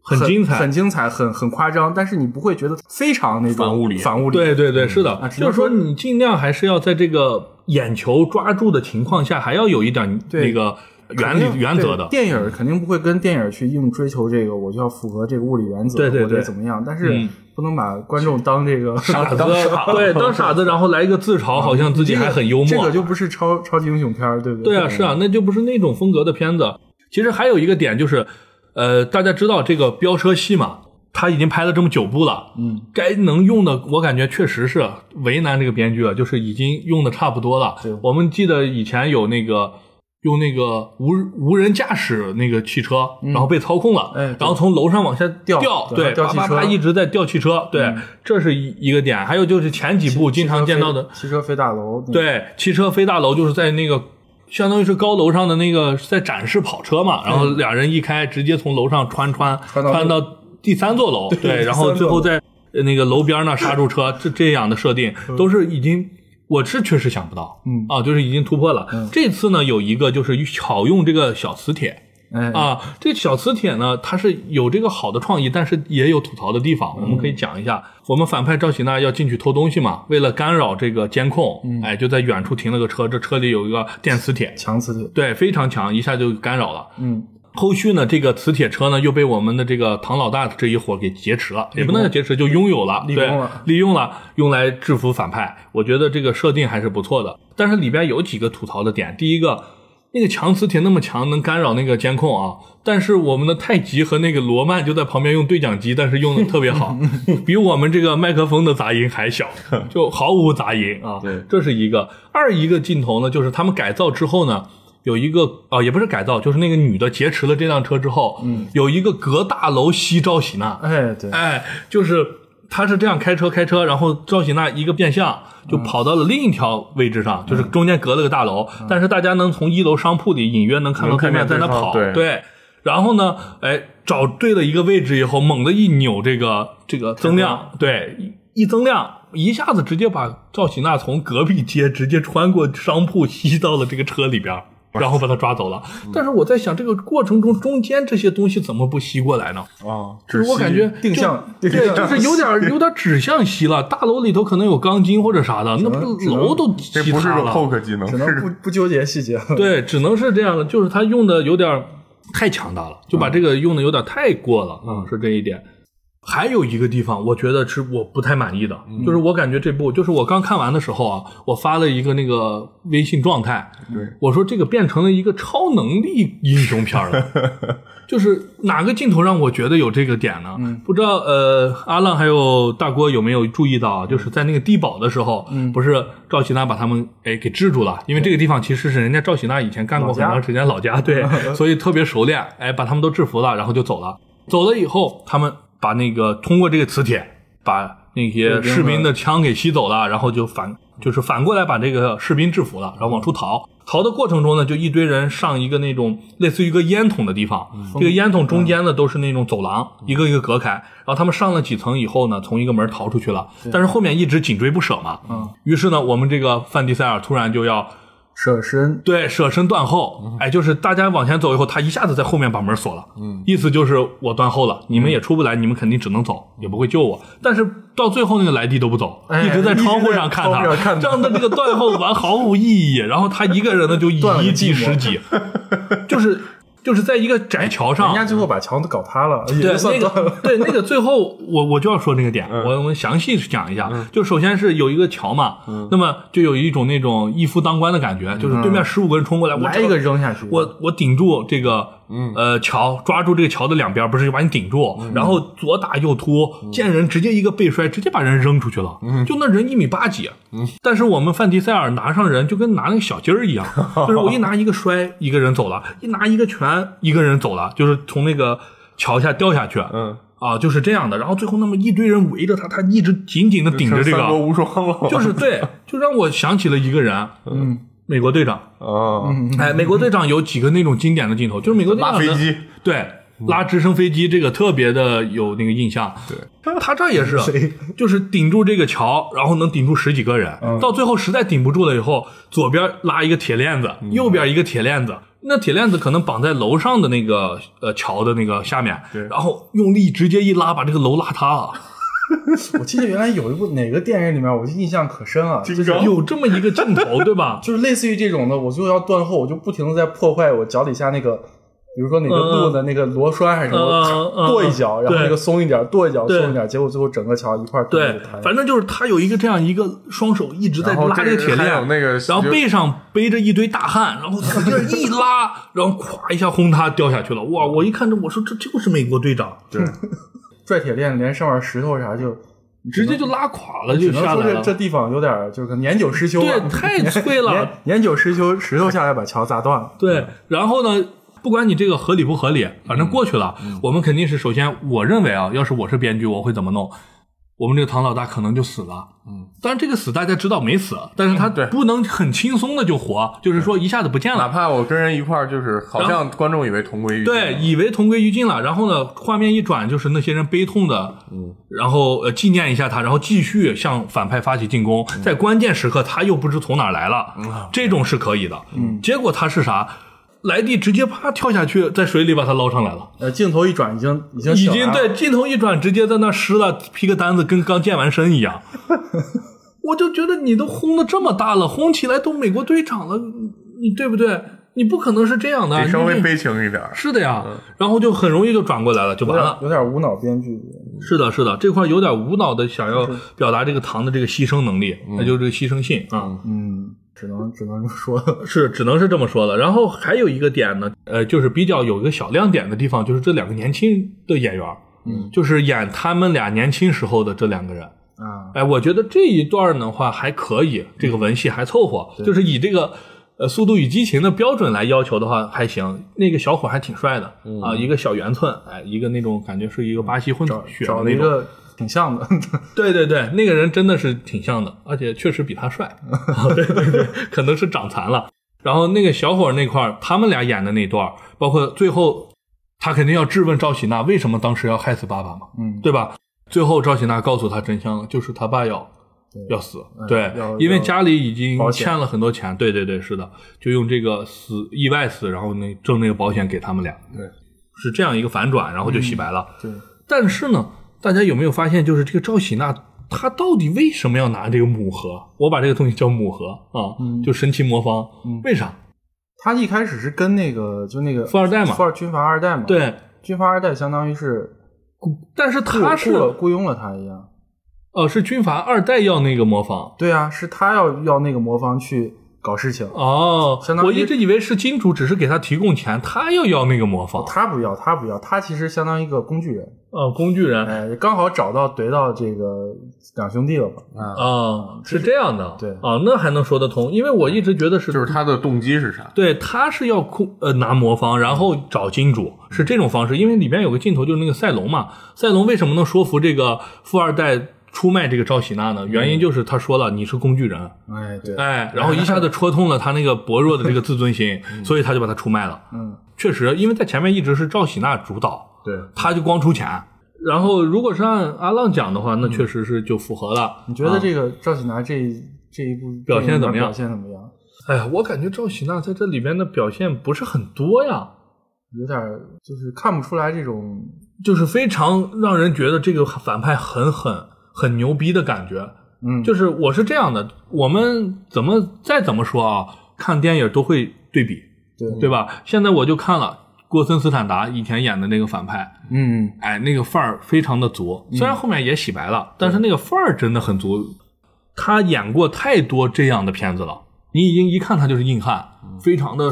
[SPEAKER 1] 很精彩
[SPEAKER 2] 很精彩，很很夸张，但是你不会觉得非常那种
[SPEAKER 3] 反物理
[SPEAKER 2] 反物理。
[SPEAKER 1] 对对对，是的，
[SPEAKER 2] 啊
[SPEAKER 1] 就
[SPEAKER 2] 只
[SPEAKER 1] 是
[SPEAKER 2] 能
[SPEAKER 1] 说
[SPEAKER 2] 说
[SPEAKER 1] 你尽量还是要在这个眼球抓住的情况下，还要有一点
[SPEAKER 2] 对
[SPEAKER 1] 那个原
[SPEAKER 2] 肯定，
[SPEAKER 1] 理原则的嗯
[SPEAKER 2] 对。电影儿肯定不会跟电影儿去硬追求这个，我就要符合这个物理原则，
[SPEAKER 1] 对对
[SPEAKER 2] 我得
[SPEAKER 1] 对
[SPEAKER 2] 怎么样？但是
[SPEAKER 1] 嗯
[SPEAKER 2] 不能把观众当这个
[SPEAKER 1] 傻子，对，当傻子，然后来一个自嘲，好像自己还很幽默。
[SPEAKER 2] 这个就不是超超级英雄片儿，对不嗯对？
[SPEAKER 1] 对啊，是啊，那就不是那种风格的片子。其实还有一个点就是，呃，大家知道这个飙车戏嘛，他已经拍了这么九部了，嗯，该能用的，我感觉确实是为难这个编剧了，就是已经用的差不多了
[SPEAKER 2] 对。
[SPEAKER 1] 我们记得以前有那个。用那个无无人驾驶那个汽车，然后被操控了，
[SPEAKER 2] 嗯哎对
[SPEAKER 1] 然后从楼上往下
[SPEAKER 2] 掉
[SPEAKER 1] 掉，
[SPEAKER 2] 对
[SPEAKER 1] 对，
[SPEAKER 2] 掉
[SPEAKER 1] 叭
[SPEAKER 2] 汽
[SPEAKER 1] 叭
[SPEAKER 2] 车嗯
[SPEAKER 1] 叭一直在掉汽车，对，这是一一个点。还有就是前几部经常见到的，
[SPEAKER 2] 汽车飞大楼，那个
[SPEAKER 1] 对，汽车飞大楼就是在那个相当于是高楼上的那个在展示跑车嘛，然后俩人一开，直接从楼上穿穿
[SPEAKER 2] 嗯穿到
[SPEAKER 1] 到第三座 楼，对，
[SPEAKER 2] 第
[SPEAKER 1] 然后
[SPEAKER 2] 三
[SPEAKER 1] 最
[SPEAKER 2] 座
[SPEAKER 1] 后在呃那个楼边儿那刹住 车，这这样的设定都是已经。我是确实想不到，
[SPEAKER 2] 嗯
[SPEAKER 1] 啊，就是已经突破了。这次呢，有一个就是巧用这个小磁铁，
[SPEAKER 2] 哎，
[SPEAKER 1] 啊，这小磁铁呢，它是有这个好的创意，但是也有吐槽的地方，我们可以讲一下。我们反派赵喜娜要进去偷东西嘛，为了干扰这个监控，哎，就在远处停了个车，这车里有一个电磁铁，
[SPEAKER 2] 强磁铁，
[SPEAKER 1] 对，非常强，一下就干扰了。
[SPEAKER 2] 嗯，
[SPEAKER 1] 后续呢，这个磁铁车呢又被我们的这个唐老大这一伙给劫持了，也不能叫劫持，就拥有了，
[SPEAKER 2] 利
[SPEAKER 1] 对
[SPEAKER 2] 用了
[SPEAKER 1] 利用了，用来制服反派。我觉得这个设定还是不错的，但是里边有几个吐槽的点。第一个，那个强磁铁那么强，能干扰那个监控啊，但是我们的太极和那个罗曼就在旁边用对讲机，但是用的特别好，比我们这个麦克风的杂音还小，就毫无杂音啊。
[SPEAKER 3] 对
[SPEAKER 1] 这是一个。二一个镜头呢，就是他们改造之后呢。有一个啊、也不是改造，就是那个女的劫持了这辆车之后，嗯，有一个隔大楼西赵喜娜，
[SPEAKER 2] 哎，对，
[SPEAKER 1] 哎，就是他是这样开车开车，然后赵喜娜一个变向就跑到了另一条位置上，就是中间隔了个大楼，但是大家能从一楼商铺里隐约能嗯看到
[SPEAKER 3] 能
[SPEAKER 1] 对
[SPEAKER 3] 看
[SPEAKER 1] 面
[SPEAKER 3] 见
[SPEAKER 1] 在那
[SPEAKER 3] 对方
[SPEAKER 1] 跑，
[SPEAKER 3] 对
[SPEAKER 1] 然后呢，哎，找对了一个位置以后，猛地一扭这个这个增量，对，一一增量。一下子直接把赵喜娜从隔壁街直接穿过商铺吸到了这个车里边儿，然后把他抓走了。但是我在想，这个过程中中间这些东西怎么不吸过来呢？
[SPEAKER 2] 哦
[SPEAKER 3] 啊，
[SPEAKER 1] 就
[SPEAKER 3] 只
[SPEAKER 1] 是我感
[SPEAKER 3] 吸
[SPEAKER 1] 觉
[SPEAKER 2] 定
[SPEAKER 1] 就
[SPEAKER 2] 向
[SPEAKER 1] 对，
[SPEAKER 2] 定向
[SPEAKER 1] 就是有点有点指向吸了。大楼里头可能有钢筋或者啥的，那不
[SPEAKER 2] 只能
[SPEAKER 1] 楼都
[SPEAKER 3] 这
[SPEAKER 1] 吸
[SPEAKER 3] 不是
[SPEAKER 1] 塌
[SPEAKER 3] 个
[SPEAKER 1] 了。
[SPEAKER 3] poke 技能，
[SPEAKER 2] 只能不
[SPEAKER 3] 是
[SPEAKER 2] 不纠结细节了。
[SPEAKER 1] 对，只能是这样的，就是他用的有点太强大了，就
[SPEAKER 2] 嗯
[SPEAKER 1] 把这个用的有点太过了啊、是这一点。还有一个地方，我觉得是我不太满意的，
[SPEAKER 2] 嗯
[SPEAKER 1] 就是我感觉这部，就是我刚看完的时候啊，我发了一个那个微信状态，
[SPEAKER 3] 对
[SPEAKER 1] 我说这个变成了一个超能力英雄片儿了，就是哪个镜头让我觉得有这个点呢？
[SPEAKER 2] 嗯
[SPEAKER 1] 不知道呃，阿浪还有大郭有没有注意到
[SPEAKER 2] 嗯
[SPEAKER 1] 啊？就是在那个地堡的时候，不是赵喜娜把他们哎给制住了，因为这个地方其实是人家赵喜娜以前干过
[SPEAKER 2] 老
[SPEAKER 1] 很
[SPEAKER 2] 家
[SPEAKER 1] 长时间老家， 对，所以特别熟练，哎，把他们都制服了，然后就走了。走了以后，他们把那个通过这个磁铁把那些士兵的枪给吸走了，然后就反就是反过来把这个士兵制服了，然后往出逃。逃的过程中呢，就一堆人上一个那种类似于一个烟筒的地方，这个烟筒中间呢都是那种走廊，一个一个隔开。然后他们上了几层以后呢，从一个门逃出去了，但是后面一直紧追不舍嘛。嗯，于是呢，我们这个范迪塞尔突然就要
[SPEAKER 2] 舍身
[SPEAKER 1] 对，舍身断
[SPEAKER 2] 嗯
[SPEAKER 1] 后，哎，就是大家往前走以后，他一下子在后面把门锁了，嗯，意思就是我断后了，你们也出不来，你们肯定只能走，也不会救我。但是到最后那个莱蒂都不走，
[SPEAKER 2] 哎
[SPEAKER 1] 一直在窗户上看
[SPEAKER 2] 一直在窗户上看
[SPEAKER 1] 他，
[SPEAKER 2] 他
[SPEAKER 1] 这样的这个断后完毫无意义。然后他一个人呢就以
[SPEAKER 2] 断了个
[SPEAKER 1] 一
[SPEAKER 2] 寂
[SPEAKER 1] 计
[SPEAKER 2] 寞哎
[SPEAKER 1] 十 几，就是就是在一个窄桥上
[SPEAKER 2] 人，家最后把墙都搞塌了，也
[SPEAKER 1] 啊对
[SPEAKER 2] 就算
[SPEAKER 1] 那
[SPEAKER 2] 断
[SPEAKER 1] 个
[SPEAKER 2] 了。嗯
[SPEAKER 1] 对那个最后我我就要说那个点，我我们详细讲一下。就首先是有一个桥嘛，
[SPEAKER 2] 嗯
[SPEAKER 1] 那么就有一种那种一夫当关的感觉，就是对面十五个人冲过来，我
[SPEAKER 2] 来一个扔下去，
[SPEAKER 1] 我我顶住这个，
[SPEAKER 3] 嗯
[SPEAKER 1] 呃，桥抓住这个桥的两边，不是就把你顶住，然后左打右突，
[SPEAKER 3] 嗯
[SPEAKER 1] 见人直接一个背摔，直接把人扔出去了。就那人一米八几，啊
[SPEAKER 3] 嗯
[SPEAKER 1] 但是我们范迪塞尔拿上人就跟拿那个小鸡儿一 样，就是我一拿一个摔，一个人走了；一拿一个拳，一个人走了，就是从那个桥下掉下去。
[SPEAKER 3] 嗯，
[SPEAKER 1] 啊，就是这样的。然后最后那么一堆人围着他，他一直紧紧的顶着这
[SPEAKER 3] 三国
[SPEAKER 1] 个，
[SPEAKER 3] 无双了，
[SPEAKER 1] 就是对，就让我想起了一个人，嗯，美国队长。
[SPEAKER 3] 啊，
[SPEAKER 1] 哎，美国队长有几个那种经典的镜头，就是美国队长
[SPEAKER 3] 拉
[SPEAKER 1] 呢
[SPEAKER 3] 飞机，
[SPEAKER 1] 对，拉直升飞机这个特别的有那个印象。对，他这也是，就是顶住这个桥，然后能顶住十几个人，
[SPEAKER 3] 嗯
[SPEAKER 1] 到最后实在顶不住了以后，左边拉一个铁链子，
[SPEAKER 3] 嗯
[SPEAKER 1] 右边一个铁链子。那铁链子可能绑在楼上的那个呃桥的那个下面，然后用力直接一拉，把这个楼拉塌 了。
[SPEAKER 2] 我记得原来有一部哪个电影里面，我印象可深了，就是
[SPEAKER 3] 刚
[SPEAKER 1] 有这么一个镜头，对 吧？
[SPEAKER 2] 就是类似于这种的，我最后要断后，我就不停的在破坏我脚底下那个，比如说哪个路的那个螺栓还是什么，
[SPEAKER 1] 嗯嗯嗯嗯
[SPEAKER 2] 咔跺一脚，
[SPEAKER 1] 对
[SPEAKER 2] 然后那个松一点，跺一脚，
[SPEAKER 1] 对
[SPEAKER 2] 松一点，结果最后整个桥一块儿
[SPEAKER 1] 对，反正就是他有一个这样一个双手一直在
[SPEAKER 3] 然后
[SPEAKER 1] 拉
[SPEAKER 3] 这
[SPEAKER 1] 这个铁
[SPEAKER 3] 还有
[SPEAKER 1] 链，
[SPEAKER 3] 那个
[SPEAKER 1] 然后背上背着一堆大汉，然后使劲一拉， 然后咵一下轰他掉下去了。哇！我一看这，我说这就是美国队长，
[SPEAKER 3] 对，
[SPEAKER 2] 拽铁链，连上面石头啥就，
[SPEAKER 1] 直接就拉垮了，就
[SPEAKER 2] 只能
[SPEAKER 1] 下
[SPEAKER 2] 说
[SPEAKER 1] 来
[SPEAKER 2] 这
[SPEAKER 1] 了。
[SPEAKER 2] 这地方有点儿就是可能年久失修
[SPEAKER 1] 对
[SPEAKER 2] 了，，
[SPEAKER 1] 太脆
[SPEAKER 2] 年
[SPEAKER 1] 了。
[SPEAKER 2] 年久失修，石头下来把桥砸断了。
[SPEAKER 1] 对，然后呢？不管你这个合理不合理，反正过去了，我们肯定是首先，我认为啊，要是我是编剧，我会怎么弄？我们这个唐老大可能就死了。嗯，当然这个死大家知道没死，但是他
[SPEAKER 2] 嗯
[SPEAKER 3] 对
[SPEAKER 1] 不能很轻松的就活，就是说一下子不见了
[SPEAKER 3] 哪。怕我跟人一块儿，就是好像观众以为同归于尽
[SPEAKER 1] 对，以为同归于尽了。然后呢，画面一转，就是那些人悲痛的，嗯，然后呃纪念一下他，然后继续向反派发起进攻。在关键时刻，他又不知从哪儿来了，这种是可以的。嗯，结果他是啥？莱蒂直接啪跳下去，在水里把他捞上来了，
[SPEAKER 2] 呃，镜头一转，已经已经
[SPEAKER 1] 已
[SPEAKER 2] 醒
[SPEAKER 1] 经
[SPEAKER 2] 来了
[SPEAKER 1] 对镜头一转，直接在那湿了，披个单子，跟刚健完身一 样。我就觉得你都轰的这么大了，轰起来都美国队长了，你你对不对？你不可能是这样的，
[SPEAKER 3] 得稍
[SPEAKER 1] 你
[SPEAKER 3] 微
[SPEAKER 1] 这
[SPEAKER 3] 悲情一点儿。
[SPEAKER 1] 是的呀，然后就很容易就转过来了，就
[SPEAKER 2] 有
[SPEAKER 1] 完
[SPEAKER 2] 点
[SPEAKER 1] 了。
[SPEAKER 2] 有点无脑编剧，
[SPEAKER 1] 是的，是的，这块有点无脑的想要表达这个糖的这个牺牲能力，那、就是这个牺牲性啊，
[SPEAKER 2] 嗯，只能只能这么说。
[SPEAKER 1] 是只能是这么说的。然后还有一个点呢，呃，就是比较有一个小亮点的地方，就是这两个年轻的演员，嗯，就是演他们俩年轻时候的这两个人。
[SPEAKER 2] 啊，
[SPEAKER 1] 哎，我觉得这一段的话还可以，这个文戏还凑合，
[SPEAKER 2] 嗯
[SPEAKER 1] 就是以这个呃《速度与激情》的标准来要求的话还行。那个小伙还挺帅的、
[SPEAKER 2] 嗯
[SPEAKER 1] 啊，一个小圆寸，哎，一个那种感觉是一个巴西混血
[SPEAKER 2] 找
[SPEAKER 1] 的
[SPEAKER 2] 了
[SPEAKER 1] 那
[SPEAKER 2] 一
[SPEAKER 1] 种。
[SPEAKER 2] 个挺 像的，
[SPEAKER 1] 对对对，那个人真的是挺像的，而且确实比他 帅。啊对对对，可能是长残了。然后那个小伙那块儿，他们俩演的那段儿，包括最后他肯定要质问赵喜娜为什么当时要害死爸爸嘛，
[SPEAKER 2] 嗯
[SPEAKER 1] 对吧？最后赵喜娜告诉他真相了，就是他爸要要死，
[SPEAKER 2] 嗯
[SPEAKER 1] 对
[SPEAKER 2] 要，
[SPEAKER 1] 因为家里已经
[SPEAKER 2] 保险
[SPEAKER 1] 欠了很多钱，对对对，是的，就用这个死意外死，然后那挣那个保险给他们俩，
[SPEAKER 3] 对，
[SPEAKER 1] 是这样一个反转，然后就
[SPEAKER 2] 嗯
[SPEAKER 1] 洗白了。
[SPEAKER 2] 对，
[SPEAKER 1] 但是呢，大家有没有发现，就是这个赵喜娜，她到底为什么要拿这个母盒？我把这个东西叫母盒啊，
[SPEAKER 2] 嗯
[SPEAKER 1] 就神奇魔方，为啥？
[SPEAKER 2] 他一开始是跟那个就那个
[SPEAKER 1] 富二代嘛
[SPEAKER 2] 富二军阀二代嘛，，
[SPEAKER 1] 对，
[SPEAKER 2] 军阀二代相当于是
[SPEAKER 1] 但是
[SPEAKER 2] 雇
[SPEAKER 1] 她
[SPEAKER 2] 雇了
[SPEAKER 1] 是
[SPEAKER 2] 雇佣了他一样，
[SPEAKER 1] 呃是军阀二代要那个魔方
[SPEAKER 2] 对啊，是他要要那个魔方去搞事情，
[SPEAKER 1] 哦
[SPEAKER 2] 相，当于
[SPEAKER 1] 我一直以为是金主只是给他提供钱，他要要那个魔方，
[SPEAKER 2] 他不要，他不要，他其实相当于一个工具人，
[SPEAKER 1] 呃，工具人。
[SPEAKER 2] 哎，刚好找到怼到这个两兄弟了吧？
[SPEAKER 3] 啊，
[SPEAKER 1] 啊，是这样的，
[SPEAKER 2] 对
[SPEAKER 1] 啊，那还能说得通，因为我一直觉得是，
[SPEAKER 3] 就是他的动机是啥？
[SPEAKER 1] 对，他是要控呃拿魔方，然后找金主，是这种方式，因为里边有个镜头就是那个赛龙嘛，赛龙为什么能说服这个富二代出卖这个赵喜娜呢？原因就是他说了你是工具人，
[SPEAKER 2] 哎，对，
[SPEAKER 1] 哎，然后一下子戳痛了他那个薄弱的这个自尊 心，所以他就把他出卖了。
[SPEAKER 2] 嗯，
[SPEAKER 1] 确实，因为在前面一直是赵喜娜主导，
[SPEAKER 3] 对，
[SPEAKER 1] 他就光出钱。然后，如果是按阿浪讲的话，那确实是就符合了。
[SPEAKER 2] 你觉得这个赵喜拿这一这一部
[SPEAKER 1] 啊表现
[SPEAKER 2] 电影
[SPEAKER 1] 怎么样
[SPEAKER 2] 表现怎么样？
[SPEAKER 1] 哎呀，我感觉赵喜娜在这里边的表现不是很多呀，
[SPEAKER 2] 有点儿就是看不出来这种
[SPEAKER 1] 就是非常让人觉得这个反派很狠、很牛逼的感觉。
[SPEAKER 2] 嗯
[SPEAKER 1] 就是我是这样的，我们怎么再怎么说啊，看电影都会对比，
[SPEAKER 2] 对
[SPEAKER 1] 对吧？现在我就看了郭森斯坦达以前演的那个反派，
[SPEAKER 2] 嗯
[SPEAKER 1] 哎，那个范儿非常的足，虽然后面也洗白了，但是那个范儿真的很足。他演过太多这样的片子了，你已经一看他就是硬汉，
[SPEAKER 2] 嗯
[SPEAKER 1] 非常的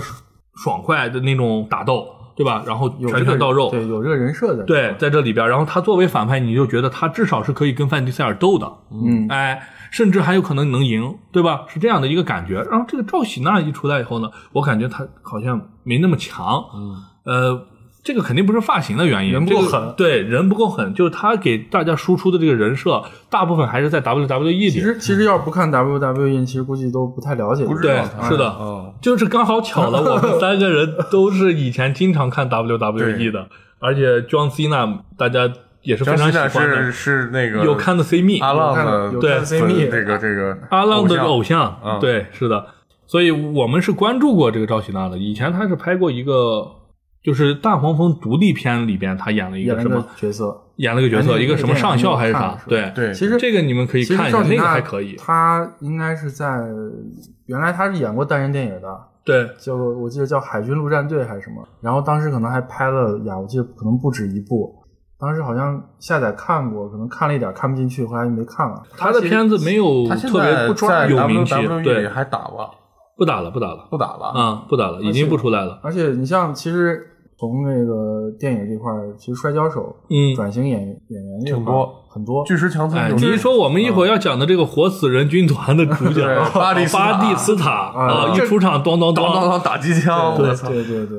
[SPEAKER 1] 爽快的那种打斗，对吧？然后
[SPEAKER 2] 有
[SPEAKER 1] 拳
[SPEAKER 2] 这个
[SPEAKER 1] 拳到肉，
[SPEAKER 2] 对，有这个人设在。，
[SPEAKER 1] 对，在这里边，然后他作为反派，你就觉得他至少是可以跟范迪塞尔斗的，
[SPEAKER 2] 嗯，
[SPEAKER 1] 哎，甚至还有可能能赢，对吧？是这样的一个感觉。然后这个赵喜娜一出来以后呢，我感觉她好像没那么强，嗯，呃，这个肯定不是发型的原因，
[SPEAKER 2] 人不够
[SPEAKER 1] 这个
[SPEAKER 2] 狠
[SPEAKER 1] 对，人不够狠，就是她给大家输出的这个人设，大部分还是在 WWE 里，
[SPEAKER 2] 其实其实要是不看 WWE，其实估计都不太了解。
[SPEAKER 3] 不知
[SPEAKER 1] 对
[SPEAKER 3] 道，他
[SPEAKER 1] 是的，
[SPEAKER 3] 嗯，
[SPEAKER 1] 就是刚好巧了，我们三个人都是以前经常看 WWE 的，而且 John Cena 大家也是非常
[SPEAKER 3] 张希
[SPEAKER 1] 喜
[SPEAKER 3] 娜
[SPEAKER 1] 欢的
[SPEAKER 3] 是。啊是那个
[SPEAKER 1] 有看的 See Me，
[SPEAKER 3] 阿浪的
[SPEAKER 2] 有看
[SPEAKER 1] 对
[SPEAKER 2] 有看 CME
[SPEAKER 3] 这个这个
[SPEAKER 1] 阿浪的
[SPEAKER 3] 偶
[SPEAKER 1] 偶像，
[SPEAKER 3] 嗯
[SPEAKER 1] 对，是的，所以我们是关注过这个赵喜娜的。以前她是拍过一个，就是《大黄蜂》独立片里边，她演了一
[SPEAKER 2] 演
[SPEAKER 1] 个
[SPEAKER 2] 了
[SPEAKER 1] 什
[SPEAKER 2] 个
[SPEAKER 1] 么，
[SPEAKER 2] 角色，
[SPEAKER 1] 演了个角
[SPEAKER 2] 哎那
[SPEAKER 1] 色，
[SPEAKER 2] 个
[SPEAKER 1] 一个什么上校还是
[SPEAKER 2] 那个
[SPEAKER 1] 啥
[SPEAKER 2] 电影？
[SPEAKER 1] 对
[SPEAKER 3] 对
[SPEAKER 2] 其实
[SPEAKER 1] 这个你们可以
[SPEAKER 2] 其实
[SPEAKER 1] 看一下，
[SPEAKER 2] 赵
[SPEAKER 1] 那
[SPEAKER 2] 喜
[SPEAKER 1] 个
[SPEAKER 2] 娜
[SPEAKER 1] 还可以。
[SPEAKER 2] 她应该是在原来她是演过单人电影的，
[SPEAKER 1] 对，
[SPEAKER 2] 叫我记得叫海军陆战队还是什么，然后当时可能还拍了呀，我记得可能不止一部。当时好像下载看过，可能看了一点看不进去，后来就没看了。
[SPEAKER 1] 她的片子没有
[SPEAKER 3] 他现
[SPEAKER 1] 特别
[SPEAKER 3] 在
[SPEAKER 1] 不
[SPEAKER 3] 在
[SPEAKER 1] 有名气，
[SPEAKER 3] WWE 里
[SPEAKER 1] 对，
[SPEAKER 3] 还打吧？
[SPEAKER 1] 不打了，不打了，
[SPEAKER 3] 不打了。
[SPEAKER 1] 啊，不打了，已经不出来了。
[SPEAKER 2] 而且你像，其实从那个电影这块儿，其实摔跤手
[SPEAKER 1] 嗯，
[SPEAKER 2] 转型演演员这
[SPEAKER 3] 挺
[SPEAKER 2] 块儿
[SPEAKER 3] 多
[SPEAKER 2] 很多，
[SPEAKER 3] 巨石强森
[SPEAKER 1] 哎，
[SPEAKER 3] 就
[SPEAKER 1] 你
[SPEAKER 3] 是
[SPEAKER 1] 一说我们一会儿要讲的这个活死人军团的主角啊
[SPEAKER 3] 对巴蒂斯塔
[SPEAKER 1] 巴蒂斯塔啊，一
[SPEAKER 3] 这
[SPEAKER 1] 出场咚咚
[SPEAKER 3] 当当
[SPEAKER 1] 咚，
[SPEAKER 3] 当打机枪，我
[SPEAKER 2] 对
[SPEAKER 3] 操！
[SPEAKER 2] 对对
[SPEAKER 3] 嗯
[SPEAKER 2] 对，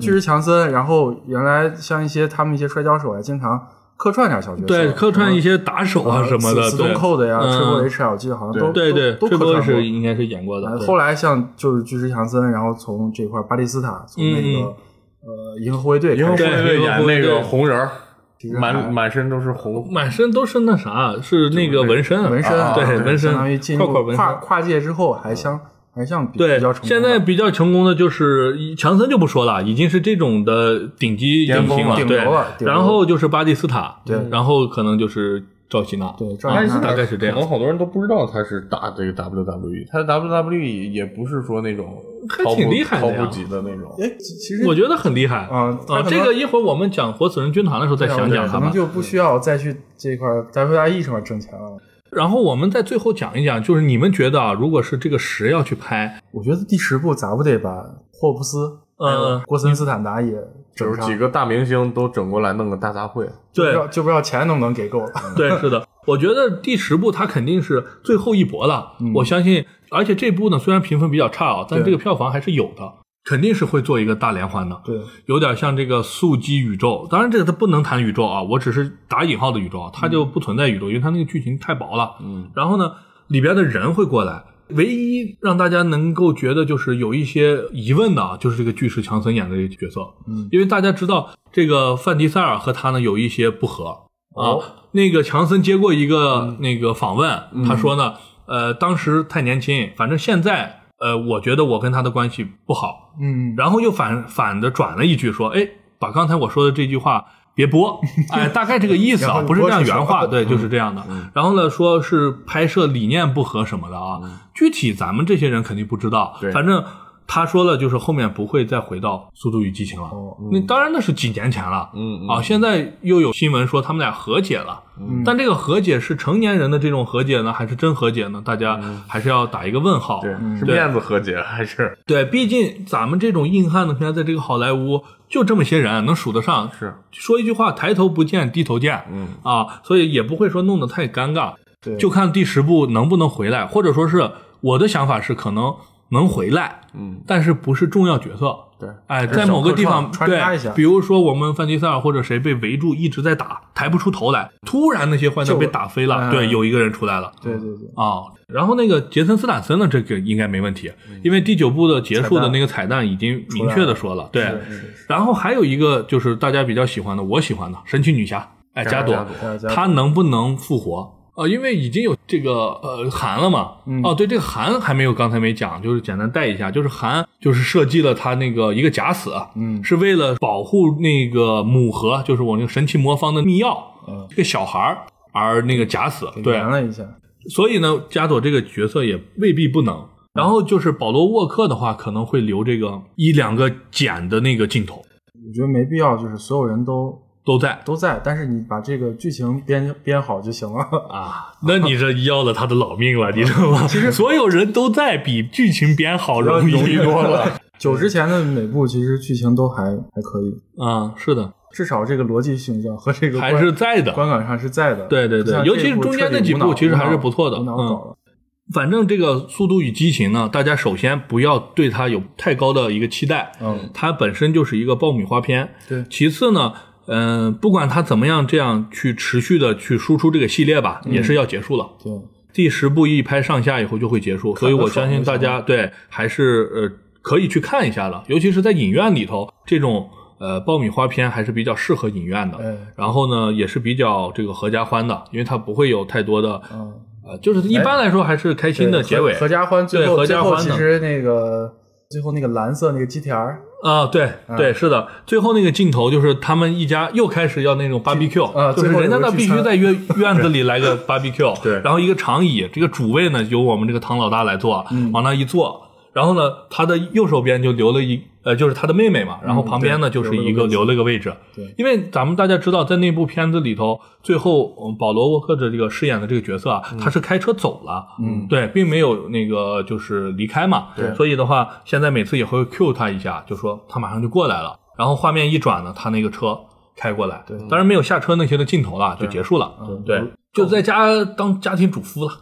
[SPEAKER 2] 巨石强森，然后原来像一些他们一些摔跤手啊，经常客串点小角色，
[SPEAKER 1] 对，客串一
[SPEAKER 2] 些
[SPEAKER 1] 些打手
[SPEAKER 2] 嗯
[SPEAKER 1] 啊什么的，
[SPEAKER 2] 斯通
[SPEAKER 1] 对。
[SPEAKER 2] 扣的呀
[SPEAKER 1] 嗯
[SPEAKER 2] Triple H 啊，我记得好像都
[SPEAKER 1] 对对，
[SPEAKER 2] 都
[SPEAKER 1] 这
[SPEAKER 2] 都
[SPEAKER 1] 波
[SPEAKER 2] 客串
[SPEAKER 1] 是
[SPEAKER 2] 过。
[SPEAKER 1] 应该是演过的
[SPEAKER 2] 呃。
[SPEAKER 1] 对
[SPEAKER 2] 后来像就是巨石强森，然后从这块巴蒂斯塔，从那
[SPEAKER 1] 嗯
[SPEAKER 2] 个呃银河护卫队
[SPEAKER 3] 银
[SPEAKER 2] 开
[SPEAKER 3] 河护
[SPEAKER 2] 始，
[SPEAKER 3] 卫队演那个红人儿，
[SPEAKER 2] 其实还
[SPEAKER 3] 满满身都是红，
[SPEAKER 1] 满身都是那啥，是那个纹身，
[SPEAKER 2] 纹身
[SPEAKER 3] 啊
[SPEAKER 1] 对
[SPEAKER 2] 对
[SPEAKER 1] 纹身
[SPEAKER 2] 相当于进
[SPEAKER 1] 块块
[SPEAKER 2] 入
[SPEAKER 1] 纹身
[SPEAKER 2] 跨跨界之后，还相还像比
[SPEAKER 1] 对
[SPEAKER 2] 比较，成功的。
[SPEAKER 1] 现在比较成功的就是以强森就不说了，已经是这种的顶级
[SPEAKER 3] 巅
[SPEAKER 1] 影
[SPEAKER 3] 峰
[SPEAKER 1] 星
[SPEAKER 3] 了
[SPEAKER 2] 顶
[SPEAKER 1] 对
[SPEAKER 2] 流了。顶流
[SPEAKER 1] 然后就是巴蒂斯塔，
[SPEAKER 2] 对
[SPEAKER 1] 然后可能就是赵希娜，
[SPEAKER 2] 对赵
[SPEAKER 1] 啊
[SPEAKER 2] 希娜
[SPEAKER 1] 大概是这样
[SPEAKER 3] 可。能好多人都不知道他是打这个 WWE，他 WWE 也不是说那种
[SPEAKER 1] 还
[SPEAKER 3] 超
[SPEAKER 1] 挺
[SPEAKER 3] 不
[SPEAKER 1] 厉害的
[SPEAKER 3] 超
[SPEAKER 1] 呀
[SPEAKER 3] 不及的那种。
[SPEAKER 2] 哎，其其实
[SPEAKER 1] 我觉得很厉害
[SPEAKER 2] 啊他可能
[SPEAKER 1] 这个一会儿我们讲活死人军团的时候再
[SPEAKER 2] 对
[SPEAKER 1] 详
[SPEAKER 2] 对
[SPEAKER 1] 讲他
[SPEAKER 2] 可能
[SPEAKER 1] 吧。
[SPEAKER 2] 就不需要再去这块 WWE E 上面挣钱了。
[SPEAKER 1] 然后我们在最后讲一讲，就是你们觉得啊，如果是这个十要去拍，
[SPEAKER 2] 我觉得第十部咋不得把霍布斯、
[SPEAKER 1] 嗯，
[SPEAKER 2] 郭森斯坦达也
[SPEAKER 3] 就
[SPEAKER 2] 整
[SPEAKER 3] 是
[SPEAKER 2] 上
[SPEAKER 3] 几，个大明星都整过来弄个大杂
[SPEAKER 2] 就
[SPEAKER 3] 烩，
[SPEAKER 2] 不
[SPEAKER 1] 对
[SPEAKER 2] 知，道就不知道钱能不能给够了。
[SPEAKER 1] 对，是的，我觉得第十部它肯定是最后一搏了。我相信，而且这部呢虽然评分比较差啊，但
[SPEAKER 2] 对
[SPEAKER 1] 这个票房还是有的，肯定是会做一个大连环的，
[SPEAKER 2] 对，
[SPEAKER 1] 有点像这个速激宇宙。当然，这个它不能谈宇宙啊，我只是打引号的宇宙啊，它就不存在宇宙，因为它那个剧情太薄了。
[SPEAKER 3] 嗯，
[SPEAKER 1] 然后呢，里边的人会过来。唯一让大家能够觉得就是有一些疑问的啊，就是这个巨石强森演的这个角色，
[SPEAKER 2] 嗯
[SPEAKER 1] 因为大家知道这个范迪塞尔和他呢有一些不和，啊，那个强森接过一个那个访问，他说呢，呃，当时太年轻，反正现在，呃，我觉得我跟他的关系不好，
[SPEAKER 2] 嗯，
[SPEAKER 1] 然后又反反的转了一句说，哎，把刚才我说的这句话别播，哎，大概这个意思
[SPEAKER 2] 然后
[SPEAKER 1] 啊，
[SPEAKER 2] 你
[SPEAKER 1] 不是这样
[SPEAKER 2] 播出去
[SPEAKER 1] 原话，
[SPEAKER 2] 了
[SPEAKER 1] 对，就是这样的。然后呢，说是拍摄理念不合什么的啊，具体咱们这些人肯定不知道
[SPEAKER 3] 对，
[SPEAKER 1] 反正。他说了，就是后面不会再回到《速度与激情》了。那当然那是几年前了，
[SPEAKER 3] 嗯嗯
[SPEAKER 1] 啊，现在又有新闻说他们俩和解了，但这个和解是成年人的这种和解呢，还是真和解呢？大家还是要打一个问号。
[SPEAKER 3] 嗯对，是面子和解还是
[SPEAKER 1] 对，毕竟咱们这种硬汉的片，在这个好莱坞就这么些人能数得上。
[SPEAKER 3] 是
[SPEAKER 1] 说一句话，抬头不见低头见，
[SPEAKER 3] 嗯
[SPEAKER 1] 啊，所以也不会说弄得太尴尬。
[SPEAKER 2] 对
[SPEAKER 1] 就看第十部能不能回来，或者说是我的想法是可能能回来，
[SPEAKER 3] 嗯，
[SPEAKER 1] 但是不是重要角色。
[SPEAKER 3] 对
[SPEAKER 1] 哎，在某个地方
[SPEAKER 2] 小客串穿插一下
[SPEAKER 1] 对，比如说我们范迪塞尔或者谁被围住一直在打，抬不出头来，突然那些坏蛋
[SPEAKER 2] 就
[SPEAKER 1] 被打飞了，
[SPEAKER 2] 嗯
[SPEAKER 1] 对，有一个人出来了。
[SPEAKER 2] 对对对，
[SPEAKER 1] 啊、然后那个杰森斯坦森呢，这个应该没问题，因为第九部的结束的那个嗯彩蛋已经明确的说了，对。然后还有一个就是大家比较喜欢的，我喜欢的神奇女侠，哎，加朵
[SPEAKER 3] 加，
[SPEAKER 2] 朵加朵
[SPEAKER 1] 她能不能复活？呃，因为已经有这个呃韩了嘛，哦，对，这个韩还没有，刚才没讲，就是简单带一下，就是韩就是设计了他那个一个假死，啊
[SPEAKER 2] 嗯
[SPEAKER 1] 是为了保护那个母盒，就是我那个神奇魔方的密钥，
[SPEAKER 2] 嗯
[SPEAKER 1] 这个小孩儿而那个假死，对，
[SPEAKER 2] 圆了一下，
[SPEAKER 1] 所以呢，加朵这个角色也未必不能。然后就是保罗沃克的话，可能会留这个一两个剪的那个镜头
[SPEAKER 2] 我觉得没必要，就是所有人都
[SPEAKER 1] 都在
[SPEAKER 2] 都在，但是你把这个剧情编编好就行了。
[SPEAKER 1] 啊。那你这要了他的老命了，你知道吗？ 其实所有人都在，比剧情编好容易多了。
[SPEAKER 2] 九之前的每部其实剧情都还还可以，
[SPEAKER 1] 啊，是的，
[SPEAKER 2] 至少这个逻辑性上和这个观
[SPEAKER 1] 还是在的。
[SPEAKER 2] 观感上是在的。
[SPEAKER 1] 对对对
[SPEAKER 2] 不像
[SPEAKER 1] 尤其是
[SPEAKER 2] 这部
[SPEAKER 1] 中间那几部
[SPEAKER 2] 彻底无脑
[SPEAKER 1] 其实还是不错的
[SPEAKER 2] 无脑
[SPEAKER 1] 嗯
[SPEAKER 2] 搞了
[SPEAKER 1] 反正这个《速度与激情》呢，大家首先不要对它有太高的一个期待，
[SPEAKER 2] 嗯，
[SPEAKER 1] 它本身就是一个爆米花片。
[SPEAKER 2] 对
[SPEAKER 1] 其次呢，嗯、不管它怎么样这样去持续的去输出这个系列吧，也是要结束了。
[SPEAKER 2] 对，
[SPEAKER 1] 第十部一拍上下以后就会结束，所以我相信大家对还是呃可以去看一下的，尤其是在影院里头这种。呃，爆米花片还是比较适合影院的，
[SPEAKER 2] 哎
[SPEAKER 1] 然后呢，也是比较这个合家欢的，因为它不会有太多的，
[SPEAKER 2] 嗯，
[SPEAKER 1] 呃，就是一般来说还是开心的
[SPEAKER 2] 对
[SPEAKER 1] 结尾
[SPEAKER 2] 合合家欢最
[SPEAKER 1] 对
[SPEAKER 2] 后
[SPEAKER 1] 合
[SPEAKER 2] 最
[SPEAKER 1] 家
[SPEAKER 2] 后
[SPEAKER 1] 欢
[SPEAKER 2] 其
[SPEAKER 1] 的
[SPEAKER 2] 实那个最后那个蓝色那个鸡条儿，
[SPEAKER 1] 啊，对
[SPEAKER 2] 嗯
[SPEAKER 1] 对，是的，最后那个镜头就是他们一家又开始要那种 barbecue，
[SPEAKER 2] 啊
[SPEAKER 1] 就是
[SPEAKER 2] 最后有
[SPEAKER 1] 人家
[SPEAKER 2] 个
[SPEAKER 1] 那
[SPEAKER 2] 聚
[SPEAKER 1] 必须
[SPEAKER 2] 餐
[SPEAKER 1] 在院 院子里来个 barbecue，
[SPEAKER 3] 对
[SPEAKER 1] 然后一个长椅，这个主位呢由我们这个唐老大来做，
[SPEAKER 2] 嗯
[SPEAKER 1] 往那一坐，然后呢他的右手边就留了一呃就是他的妹妹嘛，然
[SPEAKER 2] 嗯
[SPEAKER 1] 后旁边呢就是一个留了个位置，
[SPEAKER 2] 对
[SPEAKER 1] 因为咱们大家知道在那部片子里头，最后嗯保罗沃克的这个饰演的这个角色啊，他是开车走了，
[SPEAKER 2] 嗯，
[SPEAKER 1] 对，并没有那个就是离开嘛，
[SPEAKER 2] 对
[SPEAKER 1] 所以的话，现在每次也会 cue 他一下，就说他马上就过来了。然后画面一转呢，他那个车开过来，
[SPEAKER 2] 对嗯
[SPEAKER 1] 当然没有下车那些的镜头了，就结束了，对，
[SPEAKER 3] 呃
[SPEAKER 2] 哦
[SPEAKER 1] 就在家当家庭主夫了，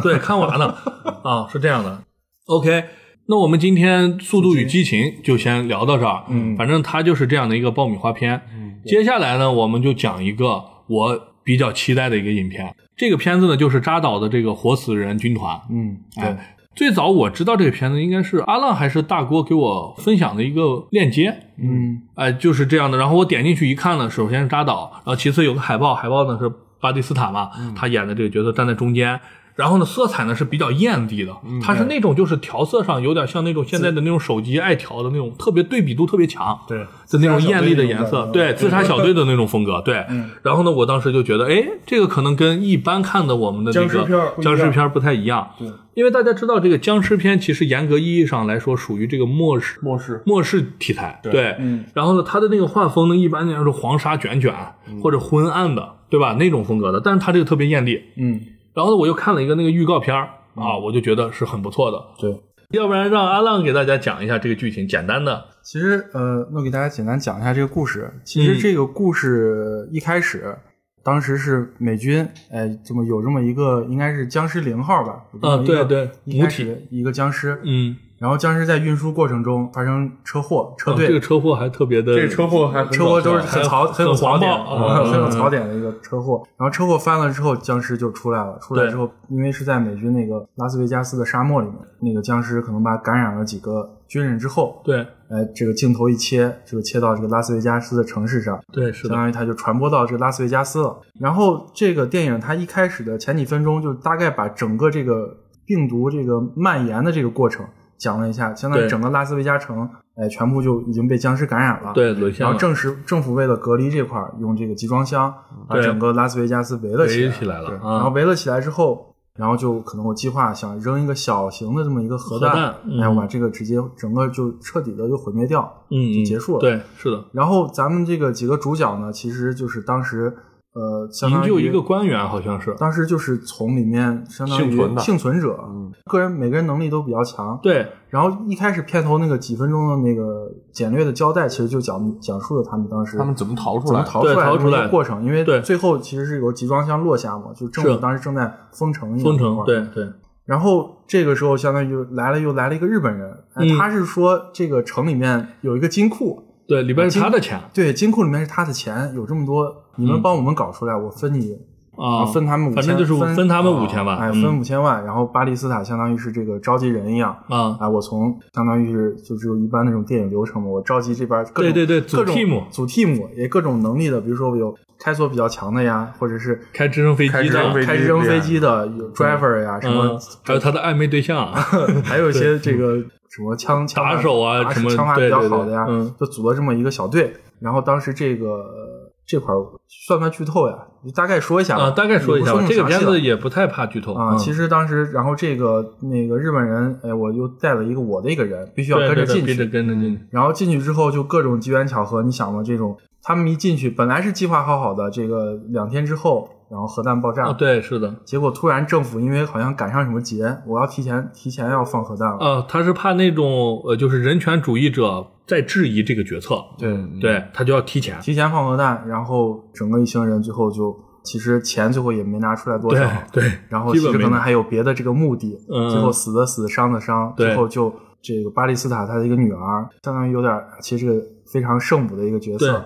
[SPEAKER 1] 对，看完了啊，是这样的。OK，那我们今天《速度与激情》就先聊到这儿，
[SPEAKER 2] 嗯
[SPEAKER 1] 反正它就是这样的一个爆米花片。
[SPEAKER 3] 嗯
[SPEAKER 1] 接下来呢，我们就讲一个我比较期待的一个影片，这个片子呢就是扎导的这个《活死人军团》，
[SPEAKER 2] 嗯，对，
[SPEAKER 1] 哎，最早我知道这个片子应该是阿浪还是大郭给我分享的一个链接，
[SPEAKER 2] 嗯，
[SPEAKER 1] 哎，就是这样的。然后我点进去一看呢，首先是扎导，然后其次有个海报，海报呢是巴蒂斯塔嘛，
[SPEAKER 2] 嗯
[SPEAKER 1] 他演的这个角色站在中间。然后呢，色彩呢是比较艳丽的，
[SPEAKER 2] 嗯
[SPEAKER 1] 它是那种就是调色上有点像那种现在的那种手机爱调的那种，特别对比度特别强，
[SPEAKER 2] 对，
[SPEAKER 1] 就那种艳丽的颜色，
[SPEAKER 2] 自杀小队
[SPEAKER 1] 对，自杀小队
[SPEAKER 2] 那种感觉嗯
[SPEAKER 1] 的那种风格，对。然后呢，我当时就觉得，哎，这个可能跟一般看的我们的那
[SPEAKER 2] 僵尸片儿
[SPEAKER 1] 个
[SPEAKER 2] 不一
[SPEAKER 1] 僵
[SPEAKER 2] 样
[SPEAKER 1] 尸片儿不太一样，
[SPEAKER 2] 对，
[SPEAKER 1] 因为大家知道，这个僵尸片其实严格意义上来说属于这个末世
[SPEAKER 3] 末世
[SPEAKER 1] 末世题材，对。
[SPEAKER 2] 嗯
[SPEAKER 1] 然后呢，它的那个画风呢，一般讲是黄沙卷卷
[SPEAKER 2] 嗯
[SPEAKER 1] 或者昏暗的，对吧？那种风格的，但是它这个特别艳丽。
[SPEAKER 2] 嗯，
[SPEAKER 1] 然后呢，我又看了一个那个预告片儿啊，我就觉得是很不错的。
[SPEAKER 2] 对。
[SPEAKER 1] 要不然让阿浪给大家讲一下这个剧情，简单的。
[SPEAKER 2] 其实呃，那我给大家简单讲一下这个故事。其实
[SPEAKER 1] 嗯
[SPEAKER 2] 这个故事一开始，当时是美军，哎，这么有这么一个应该是僵尸零号吧？有这么
[SPEAKER 1] 啊
[SPEAKER 2] 一
[SPEAKER 1] 对
[SPEAKER 2] 个
[SPEAKER 1] 对
[SPEAKER 2] 一开
[SPEAKER 1] 母
[SPEAKER 2] 始一个僵尸，
[SPEAKER 1] 嗯
[SPEAKER 2] 然后僵尸在运输过程中发生车祸，车
[SPEAKER 1] 啊
[SPEAKER 2] 队、
[SPEAKER 1] 这个车祸还特别的，
[SPEAKER 3] 这车祸还很搞笑
[SPEAKER 2] 车祸都是很槽
[SPEAKER 1] 很
[SPEAKER 2] 有槽点，
[SPEAKER 1] 很黄暴啊
[SPEAKER 2] 嗯很有槽点的一个车祸。然后车祸翻了之后，僵尸就出来了。出来之后，因为是在美军那个拉斯维加斯的沙漠里面，那个僵尸可能把感染了几个军人之后，
[SPEAKER 1] 对
[SPEAKER 2] 哎，这个镜头一切，这个切到这个拉斯维加斯的城市上，
[SPEAKER 1] 对是
[SPEAKER 2] 相
[SPEAKER 1] 的，
[SPEAKER 2] 当于它就传播到这个拉斯维加斯了。然后这个电影它一开始的前几分钟就大概把整个这个病毒这个蔓延的这个过程讲了一下，相当于
[SPEAKER 1] 对
[SPEAKER 2] 整个拉斯维加城，哎，全部就已经被僵尸感染了。。
[SPEAKER 1] 对沦
[SPEAKER 2] 然
[SPEAKER 1] 陷
[SPEAKER 2] 后
[SPEAKER 1] 了，
[SPEAKER 2] 政时政府为了隔离这块儿，用这个集装箱把
[SPEAKER 1] 对
[SPEAKER 2] 整个拉斯维加斯围了
[SPEAKER 1] 嗯
[SPEAKER 2] 起
[SPEAKER 1] 围
[SPEAKER 2] 来。
[SPEAKER 1] 起来了
[SPEAKER 2] 对然
[SPEAKER 1] 啊，
[SPEAKER 2] 后围了起来之后，然后就可能我计划想扔一个小型的这么一个核弹，
[SPEAKER 1] 核弹嗯
[SPEAKER 2] 哎，我把这个直接整个就彻底的就毁灭掉。
[SPEAKER 1] 嗯，嗯
[SPEAKER 2] 结束了
[SPEAKER 1] 对是的，
[SPEAKER 2] 然后咱们这个几个主角呢，其实就是当时呃，相
[SPEAKER 1] 营
[SPEAKER 2] 当
[SPEAKER 1] 救一
[SPEAKER 2] 于嗯
[SPEAKER 1] 个官员好像是，
[SPEAKER 2] 当时就是从里面相当于
[SPEAKER 3] 幸存的
[SPEAKER 2] 幸存者，
[SPEAKER 3] 嗯
[SPEAKER 2] 个人每个人能力都比较强。
[SPEAKER 1] 对
[SPEAKER 2] 然后一开始片头那个几分钟的那个简略的交代，其实就讲讲述了他们当时
[SPEAKER 3] 他们怎么逃出
[SPEAKER 2] 怎么
[SPEAKER 3] 来？
[SPEAKER 2] 逃出来
[SPEAKER 1] 对逃
[SPEAKER 2] 的这么
[SPEAKER 1] 出
[SPEAKER 2] 一
[SPEAKER 1] 来
[SPEAKER 2] 个过程，因为
[SPEAKER 1] 对
[SPEAKER 2] 最后其实是有集装箱落下嘛，就政
[SPEAKER 1] 是
[SPEAKER 2] 府当时正在封城一样
[SPEAKER 1] 封
[SPEAKER 2] 的地
[SPEAKER 1] 城，
[SPEAKER 2] 方
[SPEAKER 1] 对。对
[SPEAKER 2] 然后这个时候相当于就来了又来了一个日本人，哎
[SPEAKER 1] 嗯
[SPEAKER 2] 他是说这个城里面有一个金库，
[SPEAKER 1] 对，里边是他的钱
[SPEAKER 2] 对，啊金库里面是他的钱，有这么多，你们帮我们搞出来，我分你，
[SPEAKER 1] 嗯啊，
[SPEAKER 2] 分他们五
[SPEAKER 1] 反
[SPEAKER 2] 千，
[SPEAKER 1] 正就是
[SPEAKER 2] 分
[SPEAKER 1] 分他们五千万，
[SPEAKER 2] 哎，
[SPEAKER 1] 嗯
[SPEAKER 2] 分五千万。然后巴利斯塔相当于是这个召集人一样。
[SPEAKER 1] 啊，
[SPEAKER 2] 哎，我从相当于是就只有一般那种电影流程嘛，我召集这边各
[SPEAKER 1] 对
[SPEAKER 2] 种
[SPEAKER 1] 对对组
[SPEAKER 2] 各种
[SPEAKER 1] team
[SPEAKER 2] 组 team 也各种能力的，比如说我有开锁比较强的呀，或者是
[SPEAKER 1] 开直升飞
[SPEAKER 3] 开
[SPEAKER 1] 机
[SPEAKER 3] 直升
[SPEAKER 1] 的
[SPEAKER 3] 飞，机啊
[SPEAKER 2] 开直升飞机的，有 driver 呀，什
[SPEAKER 1] 嗯
[SPEAKER 2] 么，
[SPEAKER 1] 还有他的暧昧对象啊，
[SPEAKER 2] 还有一些这个什么枪枪
[SPEAKER 1] 打手啊
[SPEAKER 2] 打
[SPEAKER 1] 什么
[SPEAKER 2] 枪法比
[SPEAKER 1] 对
[SPEAKER 2] 较
[SPEAKER 1] 对对
[SPEAKER 2] 好的呀
[SPEAKER 1] 嗯，
[SPEAKER 2] 就组了这么一个小队。然后当时这个呃这块儿算不算剧透呀？你大概说一下吧
[SPEAKER 1] 啊，大概说一下
[SPEAKER 2] 也不
[SPEAKER 1] 吧
[SPEAKER 2] 是，
[SPEAKER 1] 这个
[SPEAKER 2] 很详
[SPEAKER 1] 片
[SPEAKER 2] 细了
[SPEAKER 1] 子嗯也不太怕剧透
[SPEAKER 2] 啊，其
[SPEAKER 1] 实
[SPEAKER 2] 实当时，然后这个那个日本人，哎，我又带了一个我的一个人，必须要跟着进去。
[SPEAKER 1] 逼着跟着进去，
[SPEAKER 2] 然后进去之后就各种机缘巧合，你想嘛，这种他们一进去本来是计划好好的，这个两天之后，然后核弹爆炸，
[SPEAKER 1] 啊，对，是的，
[SPEAKER 2] 结果突然政府因为好像赶上什么节，我要提前提前要放核弹了，
[SPEAKER 1] 啊，他是怕那种呃，就是人权主义者在质疑这个决策，
[SPEAKER 2] 嗯
[SPEAKER 3] 对，嗯
[SPEAKER 1] 对他就要提前，
[SPEAKER 2] 提前放核弹，然后整个一行人最后就其实钱最后也没拿出来多少，
[SPEAKER 1] 对，
[SPEAKER 2] 然后
[SPEAKER 1] 基
[SPEAKER 2] 其
[SPEAKER 1] 本
[SPEAKER 2] 实可
[SPEAKER 1] 没
[SPEAKER 2] 能还有别的这个目的，
[SPEAKER 1] 嗯
[SPEAKER 2] 最后啊死的死，伤的伤，
[SPEAKER 1] 对
[SPEAKER 2] 最后就这个巴利斯塔他的一个女儿，相当于有点其实这个非常圣母的一个角
[SPEAKER 1] 对
[SPEAKER 2] 色，，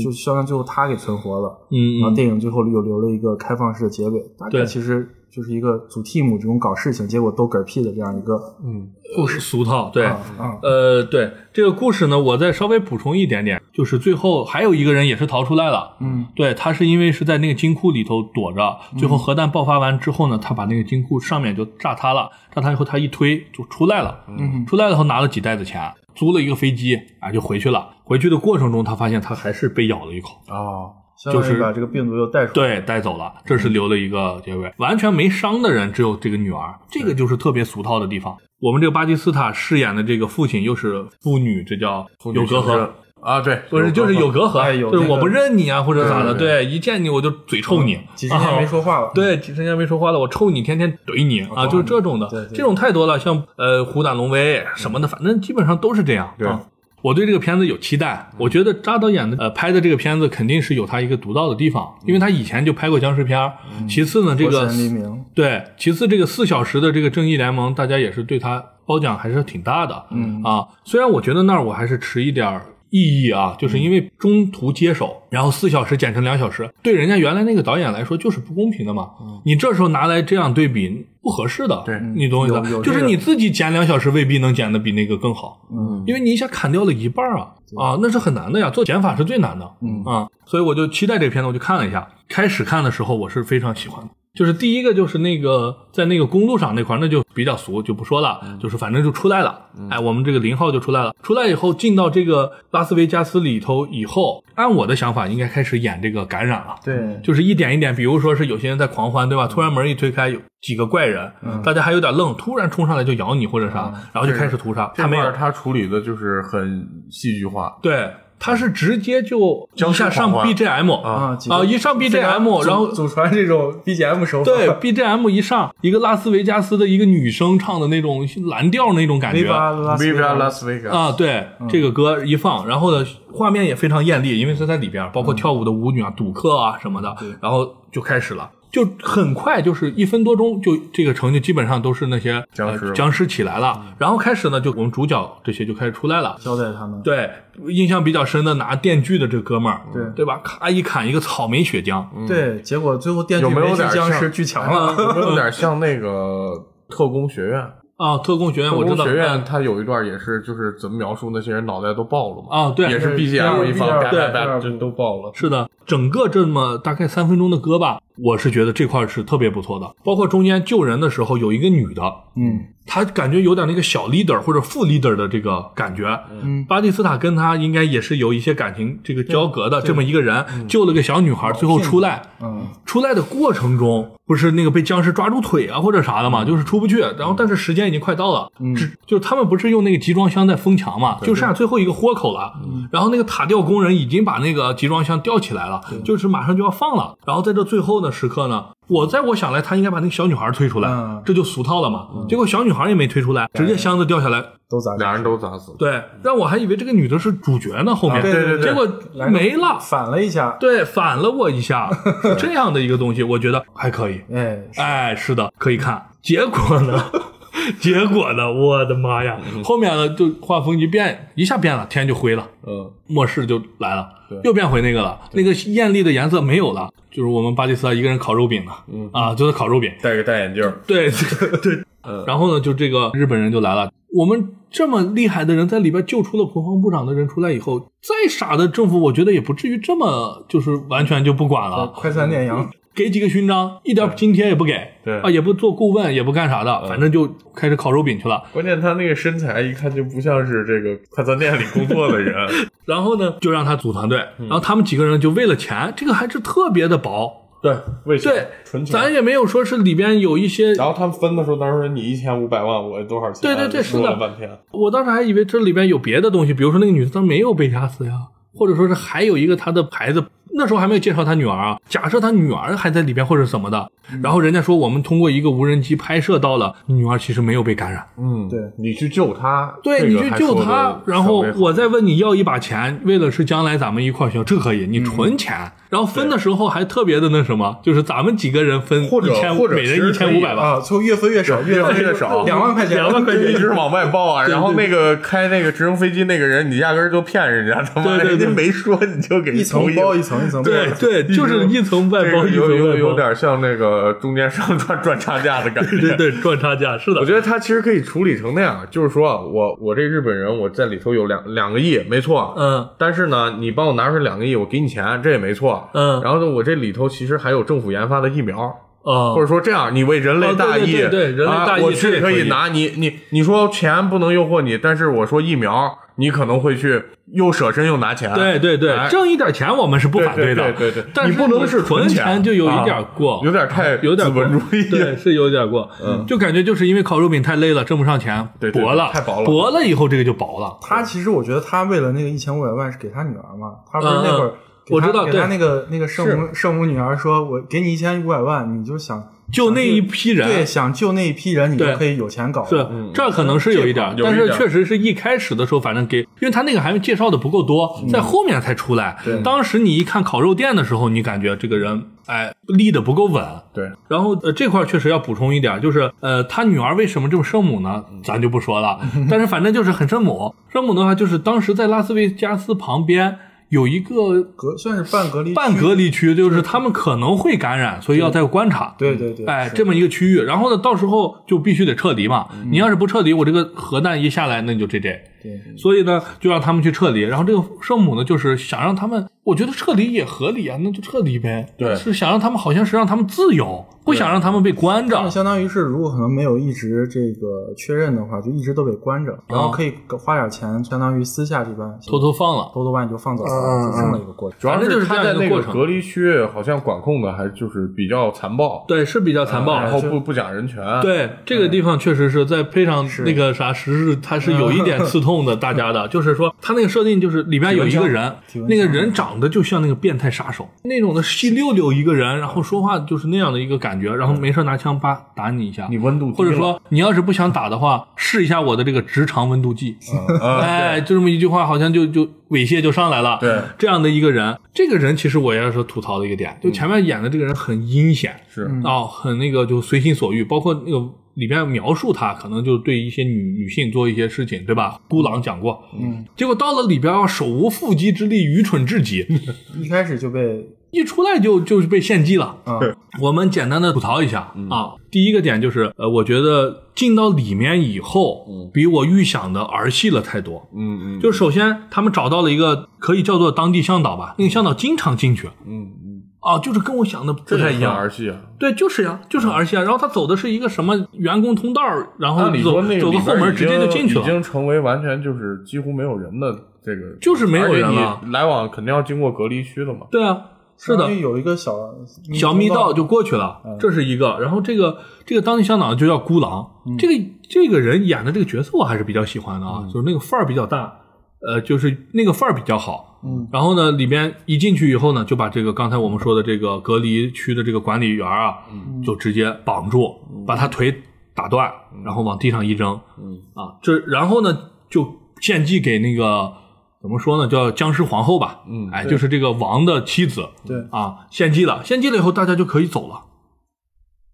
[SPEAKER 2] 就相当于最后他给存活了。
[SPEAKER 1] 嗯
[SPEAKER 2] 然
[SPEAKER 1] 嗯，
[SPEAKER 2] 后电影最后又留了一个开放式的结尾，大概
[SPEAKER 1] 对
[SPEAKER 2] 其实就是一个组 team 这种搞事情，结果都嗝屁的这样一个
[SPEAKER 3] 嗯，
[SPEAKER 1] 故事俗套，对，
[SPEAKER 2] 啊啊
[SPEAKER 1] 呃，对这个故事呢，我再稍微补充一点点，就是最后还有一个人也是逃出来了，
[SPEAKER 2] 嗯，
[SPEAKER 1] 对他是因为是在那个金库里头躲着，最后核弹爆发完之后呢，他把那个金库上面就炸塌了，炸塌以后他一推就出来了，
[SPEAKER 2] 嗯
[SPEAKER 1] 出来了后拿了几袋子钱，租了一个飞机啊就回去了，回去的过程中他发现他还是被咬了一口。
[SPEAKER 3] 哦，
[SPEAKER 2] 相当
[SPEAKER 1] 就
[SPEAKER 2] 于
[SPEAKER 1] 是
[SPEAKER 2] 把这个病毒又带出来。
[SPEAKER 1] 对，带走了，这是留了一个结尾。完全没伤的人只有这个女儿，这个就是特别俗套的地方。我们这个巴基斯坦饰演的这个父亲又是父女，这叫有隔阂，
[SPEAKER 3] 啊，对，
[SPEAKER 1] 不是就是有隔阂，
[SPEAKER 2] 哎有
[SPEAKER 1] 就是
[SPEAKER 2] 那个
[SPEAKER 1] 我不认你啊或者咋的，
[SPEAKER 3] 对
[SPEAKER 1] 对，一见你我就嘴臭你，
[SPEAKER 2] 几十年没说话了哦
[SPEAKER 1] 啊。对，几十年没说话了，我臭你，天天怼你啊，就是这种的
[SPEAKER 2] 对，对
[SPEAKER 1] 这种太多了，像呃虎胆龙威什么的，反正基本上都是这样。
[SPEAKER 3] 对
[SPEAKER 1] 啊我对这个片子有期待，我觉得扎导演的呃拍的这个片子肯定是有他一个独到的地方，因为他以前就拍过僵尸片儿。
[SPEAKER 2] 嗯
[SPEAKER 1] 其次呢，这
[SPEAKER 2] 国
[SPEAKER 1] 个
[SPEAKER 2] 神黎明，
[SPEAKER 1] 对，其次这个四小时的这个正义联盟，大家也是对他褒奖还是挺大的。嗯啊，虽然我觉得那儿我还是持一点儿异议啊，就是因为中途接手，然后四小时减成两小时，对人家原来那个导演来说就是不公平的嘛。
[SPEAKER 2] 嗯
[SPEAKER 1] 你这时候拿来这样对比不合适的，
[SPEAKER 3] 对
[SPEAKER 1] 你懂我意思
[SPEAKER 2] 有有
[SPEAKER 1] 吧？
[SPEAKER 2] 这
[SPEAKER 1] 就
[SPEAKER 2] 个
[SPEAKER 1] 是你自己减两小时未必能减的比那个更好。
[SPEAKER 3] 嗯
[SPEAKER 1] 因为你一下砍掉了一半啊啊，那是很难的呀，做减法是最难的，
[SPEAKER 2] 嗯
[SPEAKER 1] 啊，所以我就期待这个片子，我就看了一下。开始看的时候，我是非常喜欢的，就是第一个就是那个在那个公路上那块儿，那就比较俗，就不说了，
[SPEAKER 3] 嗯
[SPEAKER 1] 就是反正就出来了，哎，我们这个零号就出来了，出来以后进到这个拉斯维加斯里头以后，按我的想法，应该开始演这个感染了。
[SPEAKER 2] 对，
[SPEAKER 1] 就是一点一点，比如说是有些人在狂欢，对吧？突然门一推开，有几个怪人，
[SPEAKER 3] 嗯
[SPEAKER 1] 大家还有点愣，突然冲上来就咬你或者啥，然后就开始屠杀。
[SPEAKER 3] 这
[SPEAKER 1] 他没
[SPEAKER 3] 块
[SPEAKER 1] 有
[SPEAKER 3] 儿，他处理的就是很戏剧化，
[SPEAKER 1] 对，他是直接就一下上
[SPEAKER 3] 僵尸狂欢
[SPEAKER 1] BGM
[SPEAKER 2] 啊几个
[SPEAKER 1] 啊，一上 BGM，然后
[SPEAKER 2] 祖祖传这种 BGM 手法，
[SPEAKER 1] 对 BGM 一上，一个拉斯维加斯的一个女生唱的那种蓝调那种感
[SPEAKER 2] 维
[SPEAKER 1] 觉
[SPEAKER 2] 巴拉斯
[SPEAKER 3] Viva
[SPEAKER 2] 拉
[SPEAKER 3] Las Vegas
[SPEAKER 1] 啊，对，
[SPEAKER 2] 嗯
[SPEAKER 1] 这个歌一放，然后呢，画面也非常艳丽，因为是在里边，包括跳舞的舞女啊、赌客啊什么的，然后就开始了。就很快，就是一分多钟，就这个城就基本上都是那些
[SPEAKER 3] 僵尸
[SPEAKER 1] 呃僵尸起来了。然后开始呢，就我们主角这些就开始出来了。
[SPEAKER 2] 交代他们。
[SPEAKER 1] 对，印象比较深的拿电锯的这哥们儿，
[SPEAKER 2] 对
[SPEAKER 1] 对吧？咔一砍一个草莓血浆，
[SPEAKER 3] 嗯
[SPEAKER 2] 对，结果最后电锯
[SPEAKER 3] 有没有
[SPEAKER 2] 没是
[SPEAKER 3] 点
[SPEAKER 2] 僵尸
[SPEAKER 3] 像
[SPEAKER 2] 巨强了。
[SPEAKER 3] 有没有点像那个特工学院？
[SPEAKER 1] 啊，特工学院
[SPEAKER 3] 特
[SPEAKER 1] 我知
[SPEAKER 3] 工
[SPEAKER 1] 道，
[SPEAKER 3] 学院
[SPEAKER 1] 嗯
[SPEAKER 3] 它有一段也是，就是怎么描述那些人脑袋都爆了嘛？
[SPEAKER 1] 啊对
[SPEAKER 3] 也是
[SPEAKER 2] 对
[SPEAKER 3] BGM 一放，叭
[SPEAKER 2] 对
[SPEAKER 3] 叭叭，
[SPEAKER 2] 对
[SPEAKER 3] 就都爆了。
[SPEAKER 1] 是的，整个这么大概三分钟的歌吧，我是觉得这块儿是特别不错的。包括中间救人的时候，有一个女的，
[SPEAKER 2] 嗯，
[SPEAKER 1] 她感觉有点那个小 leader 或者副 leader 的这个感觉。
[SPEAKER 2] 嗯
[SPEAKER 1] 巴蒂斯塔跟她应该也是有一些感情这个交隔的这么一个人，
[SPEAKER 3] 嗯
[SPEAKER 1] 救了个小女孩，最后出来。
[SPEAKER 2] 嗯，
[SPEAKER 1] 出来的过程中，不是那个被僵尸抓住腿啊或者啥的
[SPEAKER 2] 嗯
[SPEAKER 1] 嘛，就是出不去。然后，但是时间已经快到了，只就是他们不是用那个集装箱在封墙嘛，就剩下最后一个豁口了。
[SPEAKER 2] 嗯
[SPEAKER 1] 然后那个塔吊工人已经把那个集装箱吊起来了，就是马上就要放了。然后在这最后的时刻呢，我在我想来，他应该把那个小女孩推出来，
[SPEAKER 2] 嗯
[SPEAKER 1] 这就俗套了嘛。结果小女孩也没推出来，直接箱子掉下来。
[SPEAKER 2] 都咋
[SPEAKER 3] 俩人都砸死了。
[SPEAKER 1] 对，但我还以为这个女的是主角呢，后面、
[SPEAKER 2] 啊对对对
[SPEAKER 1] 结果
[SPEAKER 2] 来
[SPEAKER 1] 没了。
[SPEAKER 2] 反了一下，
[SPEAKER 1] 对，反了我一 下，是这样的一个东西，我觉得还可以。
[SPEAKER 2] 哎，
[SPEAKER 1] 哎，是的，可以看。结果呢？ 结果呢？我的妈呀！后面呢，就画风一变，一下变了，天就灰了，
[SPEAKER 3] 嗯，
[SPEAKER 1] 末世就来了
[SPEAKER 3] 对，
[SPEAKER 1] 又变回那个了，那个艳丽的颜色没有了，就是我们巴蒂斯塔一个人烤肉饼呢，啊，就是烤肉饼，
[SPEAKER 3] 戴个大眼镜儿，
[SPEAKER 1] 对对对
[SPEAKER 3] 嗯。
[SPEAKER 1] 然后呢，就这个日本人就来了。我们这么厉害的人在里边救出了国防部长的人出来以后，再傻的政府，我觉得也不至于这么就是完全就不管了。
[SPEAKER 2] 快餐店羊，
[SPEAKER 1] 给几个勋章，一点津贴也不给，
[SPEAKER 3] 对嗯
[SPEAKER 1] 啊，也不做顾问，也不干啥的，反正就开始烤肉饼去了。
[SPEAKER 3] 关键他那个身材一看就不像是这个快餐店里工作的人。
[SPEAKER 1] 然后呢，就让他组团队，
[SPEAKER 3] 嗯
[SPEAKER 1] 然后他们几个人就为了钱，这个还是特别的薄，
[SPEAKER 3] 对，为钱
[SPEAKER 1] 对，
[SPEAKER 3] 纯钱。
[SPEAKER 1] 咱也没有说是里边有一些。
[SPEAKER 3] 然后他们分的时候，当时说你一千五百万，我多少钱？
[SPEAKER 1] 对对对是的
[SPEAKER 3] 说了半天。
[SPEAKER 1] 我当时还以为这里边有别的东西，比如说那个女的她没有被压死呀，或者说是还有一个她的孩子，那时候还没有介绍她女儿啊。假设她女儿还在里边或者怎么的，
[SPEAKER 3] 嗯
[SPEAKER 1] 然后人家说我们通过一个无人机拍摄到了你女儿其实没有被感染，
[SPEAKER 3] 嗯，
[SPEAKER 2] 对
[SPEAKER 3] 你去救他，
[SPEAKER 1] 对
[SPEAKER 3] 这
[SPEAKER 1] 你
[SPEAKER 3] 个
[SPEAKER 1] 去
[SPEAKER 3] 还
[SPEAKER 1] 救
[SPEAKER 3] 说
[SPEAKER 1] 他
[SPEAKER 3] 得，
[SPEAKER 1] 然后
[SPEAKER 3] 稍微好
[SPEAKER 1] 我再问你要一把钱，为了是将来咱们一块儿学，这可以，
[SPEAKER 3] 嗯
[SPEAKER 1] 你存钱，然后分的时候还特别的那什么，就是咱们几个人分
[SPEAKER 3] 或者
[SPEAKER 1] 一千
[SPEAKER 3] 或者
[SPEAKER 1] 每
[SPEAKER 3] 其
[SPEAKER 1] 人
[SPEAKER 3] 实
[SPEAKER 1] 一千
[SPEAKER 3] 可
[SPEAKER 1] 五
[SPEAKER 3] 以
[SPEAKER 1] 百吧，
[SPEAKER 2] 啊，就越分越少，分
[SPEAKER 3] 对越分越少
[SPEAKER 2] 两万块钱，
[SPEAKER 3] 两万块钱一直往外报啊，
[SPEAKER 1] 对
[SPEAKER 3] 然后那个开那个直升飞机那个人，你压根儿就骗人家，他妈
[SPEAKER 1] 对对
[SPEAKER 3] 人
[SPEAKER 1] 对
[SPEAKER 3] 家没说你就给
[SPEAKER 2] 一层包一层一层包，
[SPEAKER 1] 对对，就是一层外
[SPEAKER 3] 这
[SPEAKER 1] 包
[SPEAKER 3] 个
[SPEAKER 1] 一
[SPEAKER 3] 有
[SPEAKER 1] 层
[SPEAKER 3] 有
[SPEAKER 1] 外
[SPEAKER 3] 有
[SPEAKER 1] 包，
[SPEAKER 3] 点像那个中间商赚赚差价的感觉。
[SPEAKER 1] 对对赚差价是的
[SPEAKER 3] 我，觉得他其实可以处理成那样，就是说啊我我这日本人我在里头有两两个亿，没错，啊
[SPEAKER 1] 嗯
[SPEAKER 3] 但是呢，你帮我拿出来两个亿，我给你钱，这也没错，
[SPEAKER 1] 嗯
[SPEAKER 3] 然后呢，我这里头其实还有政府研发的疫苗，
[SPEAKER 1] 啊
[SPEAKER 3] 或者说这样，你为人类大义，
[SPEAKER 1] 哦对对对对人类大义
[SPEAKER 3] 啊我
[SPEAKER 1] 这也
[SPEAKER 3] 是
[SPEAKER 1] 可以
[SPEAKER 3] 以拿你你你说钱不能诱惑你，但是我说疫苗，你可能会去又舍身又拿钱，
[SPEAKER 1] 对对对，
[SPEAKER 3] 哎
[SPEAKER 1] 挣一点钱我们是不
[SPEAKER 3] 对
[SPEAKER 1] 反
[SPEAKER 3] 对
[SPEAKER 1] 的，
[SPEAKER 3] 对对对
[SPEAKER 1] 但
[SPEAKER 3] 你不能
[SPEAKER 1] 是
[SPEAKER 3] 是
[SPEAKER 1] 存
[SPEAKER 3] 存钱
[SPEAKER 1] 钱就有一点
[SPEAKER 3] 啊
[SPEAKER 1] 过，
[SPEAKER 3] 有点太
[SPEAKER 1] 有点
[SPEAKER 3] 资本
[SPEAKER 1] 过
[SPEAKER 3] 主 义，
[SPEAKER 1] 对，是有点过，就感觉就是因为烤肉饼太累了，挣不上钱，
[SPEAKER 3] 嗯对对对
[SPEAKER 1] 薄了，
[SPEAKER 3] 太薄了
[SPEAKER 1] 薄了以后这个就薄了。
[SPEAKER 2] 他其实我觉得他为了那个一千五百万是给他女儿嘛，他不是
[SPEAKER 1] 嗯嗯
[SPEAKER 2] 那会儿给他。
[SPEAKER 1] 我知道
[SPEAKER 2] 给
[SPEAKER 1] 对
[SPEAKER 2] 他那个那个圣母圣母女儿说：“我给你一千五百万，你就想
[SPEAKER 1] 就那一批人，
[SPEAKER 2] 对想救那一批人，你就
[SPEAKER 1] 对
[SPEAKER 2] 可以有钱搞。”
[SPEAKER 1] 是，这可能是有一点儿，
[SPEAKER 3] 嗯这有
[SPEAKER 1] 但
[SPEAKER 3] 一
[SPEAKER 1] 是
[SPEAKER 3] 点儿
[SPEAKER 1] 确实是一开始的时候，反正给，因为他那个还没介绍的不够多，
[SPEAKER 3] 嗯
[SPEAKER 1] 在后面才出来。当时你一看烤肉店的时候，你感觉这个人哎立的不够稳。
[SPEAKER 3] 对，
[SPEAKER 1] 然后呃这块儿确实要补充一点儿，就是呃他女儿为什么这么圣母呢？咱就不说 了，但是反正就是很圣母。圣母的话就是当时在拉斯维加斯旁边有一个
[SPEAKER 2] 隔算是半隔离区
[SPEAKER 1] 半隔离区，就是他们可能会感染，所以要再观察。
[SPEAKER 2] 对对对，
[SPEAKER 1] 哎，这么一个区域，然后呢，到时候就必须得撤离嘛。你要是不撤离，我这个核弹一下来，那你就 GG。
[SPEAKER 2] 对
[SPEAKER 1] 所以呢，就让他们去撤离。然后这个圣母呢，就是想让他们，我觉得撤离也合理啊，那就撤离呗。
[SPEAKER 3] 对
[SPEAKER 1] 是想让他们好像是让他们自由，不想让他们被关
[SPEAKER 2] 那
[SPEAKER 1] 着。
[SPEAKER 2] 相当于是，如果可能没有一直这个确认的话，就一直都被关着，然后可以花点钱，相当于私下这边
[SPEAKER 1] 嗯偷偷放了，
[SPEAKER 2] 偷偷把你就放走了，
[SPEAKER 3] 嗯嗯嗯
[SPEAKER 2] 就这么一个过程。
[SPEAKER 3] 主要
[SPEAKER 1] 反正就是这
[SPEAKER 3] 他
[SPEAKER 1] 样
[SPEAKER 3] 在
[SPEAKER 1] 一个
[SPEAKER 3] 那
[SPEAKER 1] 过
[SPEAKER 3] 个
[SPEAKER 1] 程
[SPEAKER 3] 隔离区好像管控的还就是比较残暴，
[SPEAKER 1] 对，是比较残暴。
[SPEAKER 3] 然后
[SPEAKER 2] 就啊
[SPEAKER 3] 不不讲人权，
[SPEAKER 2] 嗯
[SPEAKER 1] 对这个地方确实是再配上那个啥时事，它是有一点刺痛 的大家的，就是说他那个设定就是里边有一个人
[SPEAKER 2] 体温，
[SPEAKER 1] 那
[SPEAKER 2] 枪
[SPEAKER 1] 个人长得就像那个变态杀手那种的吸溜溜一个人，然后说话就是那样的一个感觉，然后没事拿枪叭打你一下，
[SPEAKER 3] 你温度低
[SPEAKER 1] 或者
[SPEAKER 3] 了
[SPEAKER 1] 说你要是不想打的话，试一下我的这个直肠温度 计，
[SPEAKER 3] 啊
[SPEAKER 1] 哎，就这么一句话，好像就就猥亵就上来了。
[SPEAKER 3] 对，
[SPEAKER 1] 这样的一个人，这个人其实我也是吐槽的一个点，就前面演的这个人很阴险，
[SPEAKER 3] 是
[SPEAKER 2] 嗯
[SPEAKER 1] 啊、很那个就随心所欲，包括那个里边描述他可能就对一些女女性做一些事情，对吧？孤狼讲过，嗯，结果到了里边啊手无缚鸡之力，愚蠢至极，
[SPEAKER 2] 一开始就被
[SPEAKER 1] 一出来就就是被献祭了。
[SPEAKER 2] 啊
[SPEAKER 3] 对
[SPEAKER 1] 我们简单的吐槽一下、
[SPEAKER 3] 嗯
[SPEAKER 1] 啊，第一个点就是，呃，我觉得进到里面以后，比我预想的儿戏了太多。
[SPEAKER 3] 嗯嗯嗯
[SPEAKER 1] 就首先他们找到了一个可以叫做当地向导吧，那个向导经常进去
[SPEAKER 3] 嗯嗯，
[SPEAKER 1] 啊，就是跟我想的不
[SPEAKER 3] 这
[SPEAKER 1] 太
[SPEAKER 3] 才
[SPEAKER 1] 一
[SPEAKER 3] 一样
[SPEAKER 1] 样。
[SPEAKER 3] 儿戏啊，
[SPEAKER 1] 对，就是呀、就是儿戏啊。然后他走的是一个什么员工通道，然后
[SPEAKER 3] 按理
[SPEAKER 1] 哦走
[SPEAKER 3] 说那
[SPEAKER 1] 走
[SPEAKER 3] 里
[SPEAKER 1] 个
[SPEAKER 3] 边
[SPEAKER 1] 后门，
[SPEAKER 3] 已
[SPEAKER 1] 直接
[SPEAKER 3] 经
[SPEAKER 1] 就进去
[SPEAKER 3] 已
[SPEAKER 1] 了。
[SPEAKER 3] 经成为完全就是几乎没有人的这个，
[SPEAKER 1] 就是没有人了
[SPEAKER 3] 而且你来往肯定要经过隔离区的嘛，
[SPEAKER 1] 对啊，是的
[SPEAKER 2] 相当，于有一个小
[SPEAKER 1] 小密道就过去了，
[SPEAKER 3] 嗯
[SPEAKER 1] 这是一个。然后这个这个当地向导就叫孤狼，
[SPEAKER 3] 嗯
[SPEAKER 1] 这个这个人演的这个角色我还是比较喜欢的啊，就是那个范儿比较大，呃，就是那个范儿比较好。
[SPEAKER 2] 嗯，
[SPEAKER 1] 然后呢，里边一进去以后呢，就把这个刚才我们说的这个隔离区的这个管理员啊，
[SPEAKER 3] 嗯
[SPEAKER 1] 就直接绑住，把他腿打断，然后往地上一扔，
[SPEAKER 3] 嗯
[SPEAKER 1] 啊，这然后呢就献祭给那个怎么说呢，叫僵尸皇后吧，
[SPEAKER 3] 嗯
[SPEAKER 1] 哎，就是这个王的妻子，
[SPEAKER 2] 对，
[SPEAKER 1] 啊，献祭了，献祭了以后大家就可以走了，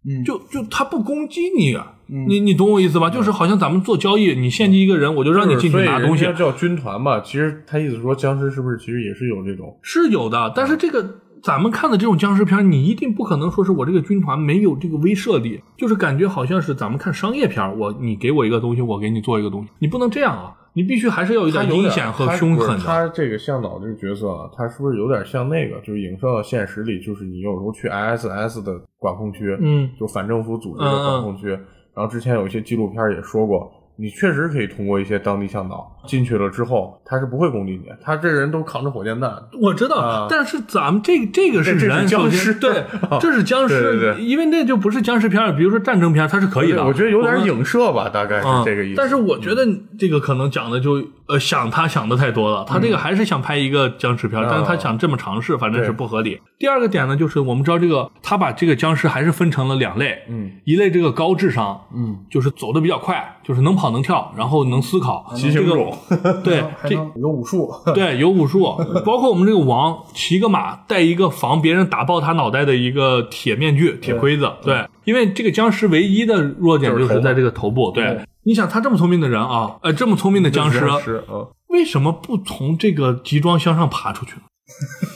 [SPEAKER 2] 嗯
[SPEAKER 1] 就就他不攻击你，啊
[SPEAKER 2] 嗯
[SPEAKER 1] 你你懂我意思吧？就是好像咱们做交易，你献祭一个人，我就让你进去拿东
[SPEAKER 3] 所以
[SPEAKER 1] 西
[SPEAKER 3] 人家，叫军团嘛。其实他意思说，僵尸是不是其实也是有这种
[SPEAKER 1] 是有的。但
[SPEAKER 3] 嗯
[SPEAKER 1] 是这个咱们看的这种僵尸片，你一定不可能说是我这个军团没有这个威慑力，就是感觉好像是咱们看商业片，我你给我一个东西，我给你做一个东西，你不能这样啊，你必须还是要有
[SPEAKER 3] 他
[SPEAKER 1] 点
[SPEAKER 3] 有
[SPEAKER 1] 阴
[SPEAKER 3] 点
[SPEAKER 1] 险和
[SPEAKER 3] 他
[SPEAKER 1] 凶
[SPEAKER 3] 不是
[SPEAKER 1] 狠的。
[SPEAKER 3] 他这个向导这个角色啊，他是不是有点像那个，就是影射到现实里，就是你有时候去 ISS 的管控区，
[SPEAKER 1] 嗯
[SPEAKER 3] 就反政府组织的管控区。然后之前有一些纪录片也说过，你确实可以通过一些当地向导进去了之后，他是不会攻击你，他这人都扛着火箭弹，
[SPEAKER 1] 我知道，
[SPEAKER 3] 啊
[SPEAKER 1] 但是咱们这这个是
[SPEAKER 3] 这这是
[SPEAKER 1] 人，
[SPEAKER 3] 僵
[SPEAKER 1] 首先
[SPEAKER 3] 尸
[SPEAKER 1] 对
[SPEAKER 3] 啊，
[SPEAKER 1] 这是僵尸，
[SPEAKER 3] 对对对
[SPEAKER 1] 因为那就不是僵尸片儿，比如说战争片儿，它是可以的。啊
[SPEAKER 3] 我觉得有点
[SPEAKER 1] 们
[SPEAKER 3] 影射吧，大概
[SPEAKER 1] 啊
[SPEAKER 3] 是这个意思。嗯
[SPEAKER 1] 但是我觉得这个可能讲的就呃想他想的太多了，他这个还是想拍一个僵尸片儿，
[SPEAKER 3] 啊
[SPEAKER 1] 但是他想这么尝试，反正是
[SPEAKER 3] 嗯对
[SPEAKER 1] 不合理。第二个点呢，就是我们知道这个他把这个僵尸还是分成了两类，
[SPEAKER 3] 嗯，
[SPEAKER 1] 一类这个高智商，嗯，就是走的比较快，就是能跑能跳，然后能思考，
[SPEAKER 3] 骑行种，
[SPEAKER 1] 对
[SPEAKER 2] 嗯还
[SPEAKER 1] 这
[SPEAKER 2] 能有武术，
[SPEAKER 1] 对，有武术，包括我们这个王骑个马，带一个防别人打爆他脑袋的一个铁面具、铁盔子。对，因为这个僵尸唯一的弱点就是在这个头部。对
[SPEAKER 2] 对，
[SPEAKER 1] 你想他这么聪明的人啊，呃，这么聪明的僵尸，
[SPEAKER 3] 僵尸啊，
[SPEAKER 1] 为什么不从这个集装箱上爬出去呢？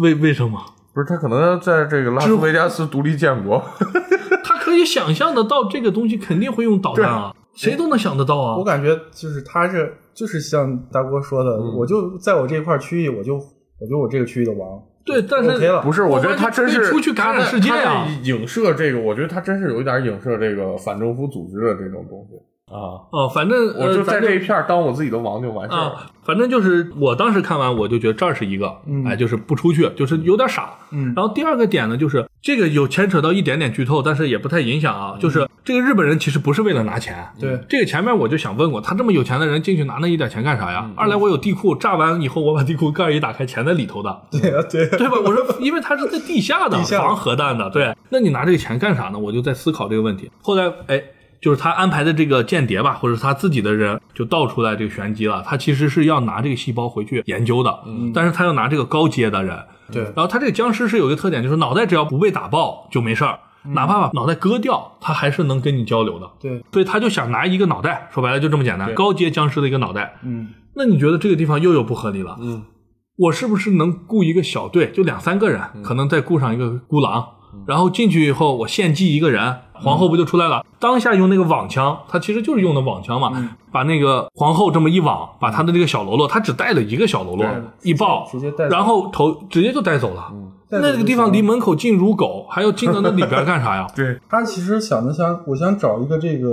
[SPEAKER 1] 为为什么？
[SPEAKER 3] 不是他可能在这个拉斯维加斯独立建国，
[SPEAKER 1] 他可以想象得到这个东西肯定会用导弹啊，谁都能想得到啊
[SPEAKER 2] 我。感觉就是他这就是像大郭说的，
[SPEAKER 1] 嗯
[SPEAKER 2] 我就在我这块区域，我就我就我这个区域的王，
[SPEAKER 1] 对，但是
[SPEAKER 2] OK 了
[SPEAKER 3] 不是，我觉得他真
[SPEAKER 1] 我完
[SPEAKER 3] 是
[SPEAKER 1] 全可以出去感染世界啊
[SPEAKER 3] 他在影射这个，我觉得他真是有一点影射这个反政府组织的这种东西啊。
[SPEAKER 1] 哦，反正
[SPEAKER 3] 我就
[SPEAKER 1] 呃
[SPEAKER 3] 在
[SPEAKER 1] 咱
[SPEAKER 3] 这一片儿当我自己的王就完事儿了。
[SPEAKER 1] 啊，反正就是我当时看完，我就觉得这儿是一个，
[SPEAKER 2] 嗯
[SPEAKER 1] 哎，就是不出去，就是有点傻。
[SPEAKER 2] 嗯
[SPEAKER 1] 然后第二个点呢，就是这个有牵扯到一点点剧透，但是也不太影响啊。就是这个日本人其实不是为了拿钱，
[SPEAKER 2] 对
[SPEAKER 1] 这个前面我就想问过，他这么有钱的人进去拿那一点钱干啥呀？二来我有地库，炸完以后我把地库盖一打开，钱在里头的，
[SPEAKER 2] 对啊对啊，
[SPEAKER 1] 对吧？我说，因为它是在地下的，
[SPEAKER 2] 地下的嗯
[SPEAKER 1] 防核弹的。对，那你拿这个钱干啥呢？我就在思考这个问题。后来，哎，就是他安排的这个间谍吧，或者是他自己的人，就道出来这个玄机了。他其实是要拿这个细胞回去研究的，
[SPEAKER 2] 嗯
[SPEAKER 1] 但是他要拿这个高阶的人。
[SPEAKER 2] 对
[SPEAKER 1] 然后他这个僵尸是有一个特点，就是脑袋只要不被打爆就没事儿。哪怕把脑袋割掉，他还是能跟你交流的，
[SPEAKER 2] 嗯对，
[SPEAKER 1] 所以他就想拿一个脑袋，说白了就这么简单，高阶僵尸的一个脑袋，
[SPEAKER 2] 嗯
[SPEAKER 1] 那你觉得这个地方又有不合理了？嗯，我是不是能雇一个小队，就两三个人，
[SPEAKER 2] 嗯
[SPEAKER 1] 可能再雇上一个孤狼，然后进去以后我献祭一个人，皇后不就出来了？当下用那个网枪，他其实就是用的网枪嘛，
[SPEAKER 2] 嗯
[SPEAKER 1] 把那个皇后这么一网，把她的这个小喽啰，她只带了一个小喽啰
[SPEAKER 3] 对，
[SPEAKER 1] 一爆，
[SPEAKER 2] 嗯直接带走
[SPEAKER 1] 然后头直接就带走了。
[SPEAKER 3] 嗯
[SPEAKER 2] 带走
[SPEAKER 1] 那
[SPEAKER 2] 就
[SPEAKER 1] 个地方离门口近如狗，还要进到那里边干 啥呀？
[SPEAKER 3] 对，
[SPEAKER 2] 他其实想的想，我想找一个这个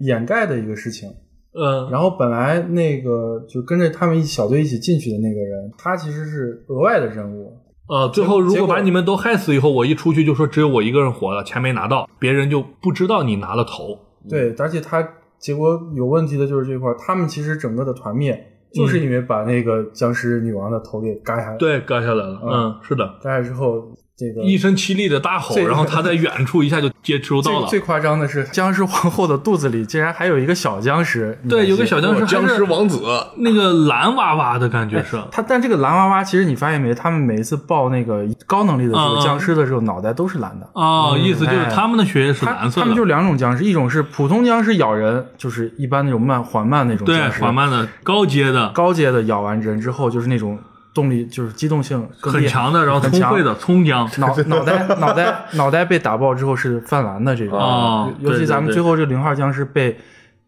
[SPEAKER 2] 掩盖的一个事情，
[SPEAKER 1] 嗯、
[SPEAKER 2] 然后本来那个就跟着他们一小队一起进去的那个人，他其实是额外的任务，
[SPEAKER 1] 呃，最后如
[SPEAKER 2] 结
[SPEAKER 1] 果
[SPEAKER 2] 果
[SPEAKER 1] 把你们都害死以后，我一出去就说只有我一个人活了，钱没拿到，别人就不知道你拿了头。
[SPEAKER 2] 对，而且他结果有问题的就是这块儿，他们其实整个的团灭就是因为把那个僵尸女王的头给割下来，
[SPEAKER 1] 嗯对，割下来了，
[SPEAKER 2] 嗯
[SPEAKER 1] 嗯，是的，
[SPEAKER 2] 割下来之后，这个
[SPEAKER 1] 一声凄厉的大吼，
[SPEAKER 2] 这个
[SPEAKER 1] 然后他在远处一下就接收到
[SPEAKER 2] 最
[SPEAKER 1] 了，
[SPEAKER 2] 最夸张的是，僵尸皇后的肚子里竟然还有一个小僵尸，你
[SPEAKER 1] 对，
[SPEAKER 2] 发
[SPEAKER 1] 有个
[SPEAKER 2] 现
[SPEAKER 1] 小僵尸，
[SPEAKER 3] 僵尸，王子，
[SPEAKER 1] 那个蓝娃娃的感觉是，
[SPEAKER 2] 他，但这个蓝娃娃其实你发现没，他们每一次爆那个高能力的这
[SPEAKER 1] 嗯嗯
[SPEAKER 2] 个僵尸的时候，脑袋都是蓝的。
[SPEAKER 1] 哦，意思就是
[SPEAKER 2] 哎
[SPEAKER 1] 他们的血液是
[SPEAKER 2] 他
[SPEAKER 1] 蓝色的，
[SPEAKER 2] 他们就两种僵尸，一种是普通僵尸咬人，就是一般那种慢缓慢那种
[SPEAKER 1] 对
[SPEAKER 2] 僵尸，
[SPEAKER 1] 缓慢的高阶的
[SPEAKER 2] 高阶的咬完人之后，就是那种动力就是机动性更
[SPEAKER 1] 很
[SPEAKER 2] 厉害
[SPEAKER 1] 强的，然后
[SPEAKER 2] 很
[SPEAKER 1] 聪
[SPEAKER 2] 强
[SPEAKER 1] 慧的葱姜，
[SPEAKER 2] 脑脑袋脑袋脑袋被打爆之后是泛蓝的这种，
[SPEAKER 1] 哦
[SPEAKER 2] 尤尤
[SPEAKER 1] 对
[SPEAKER 2] 其
[SPEAKER 1] 对
[SPEAKER 2] 咱们
[SPEAKER 1] 对
[SPEAKER 2] 最后这零号僵尸被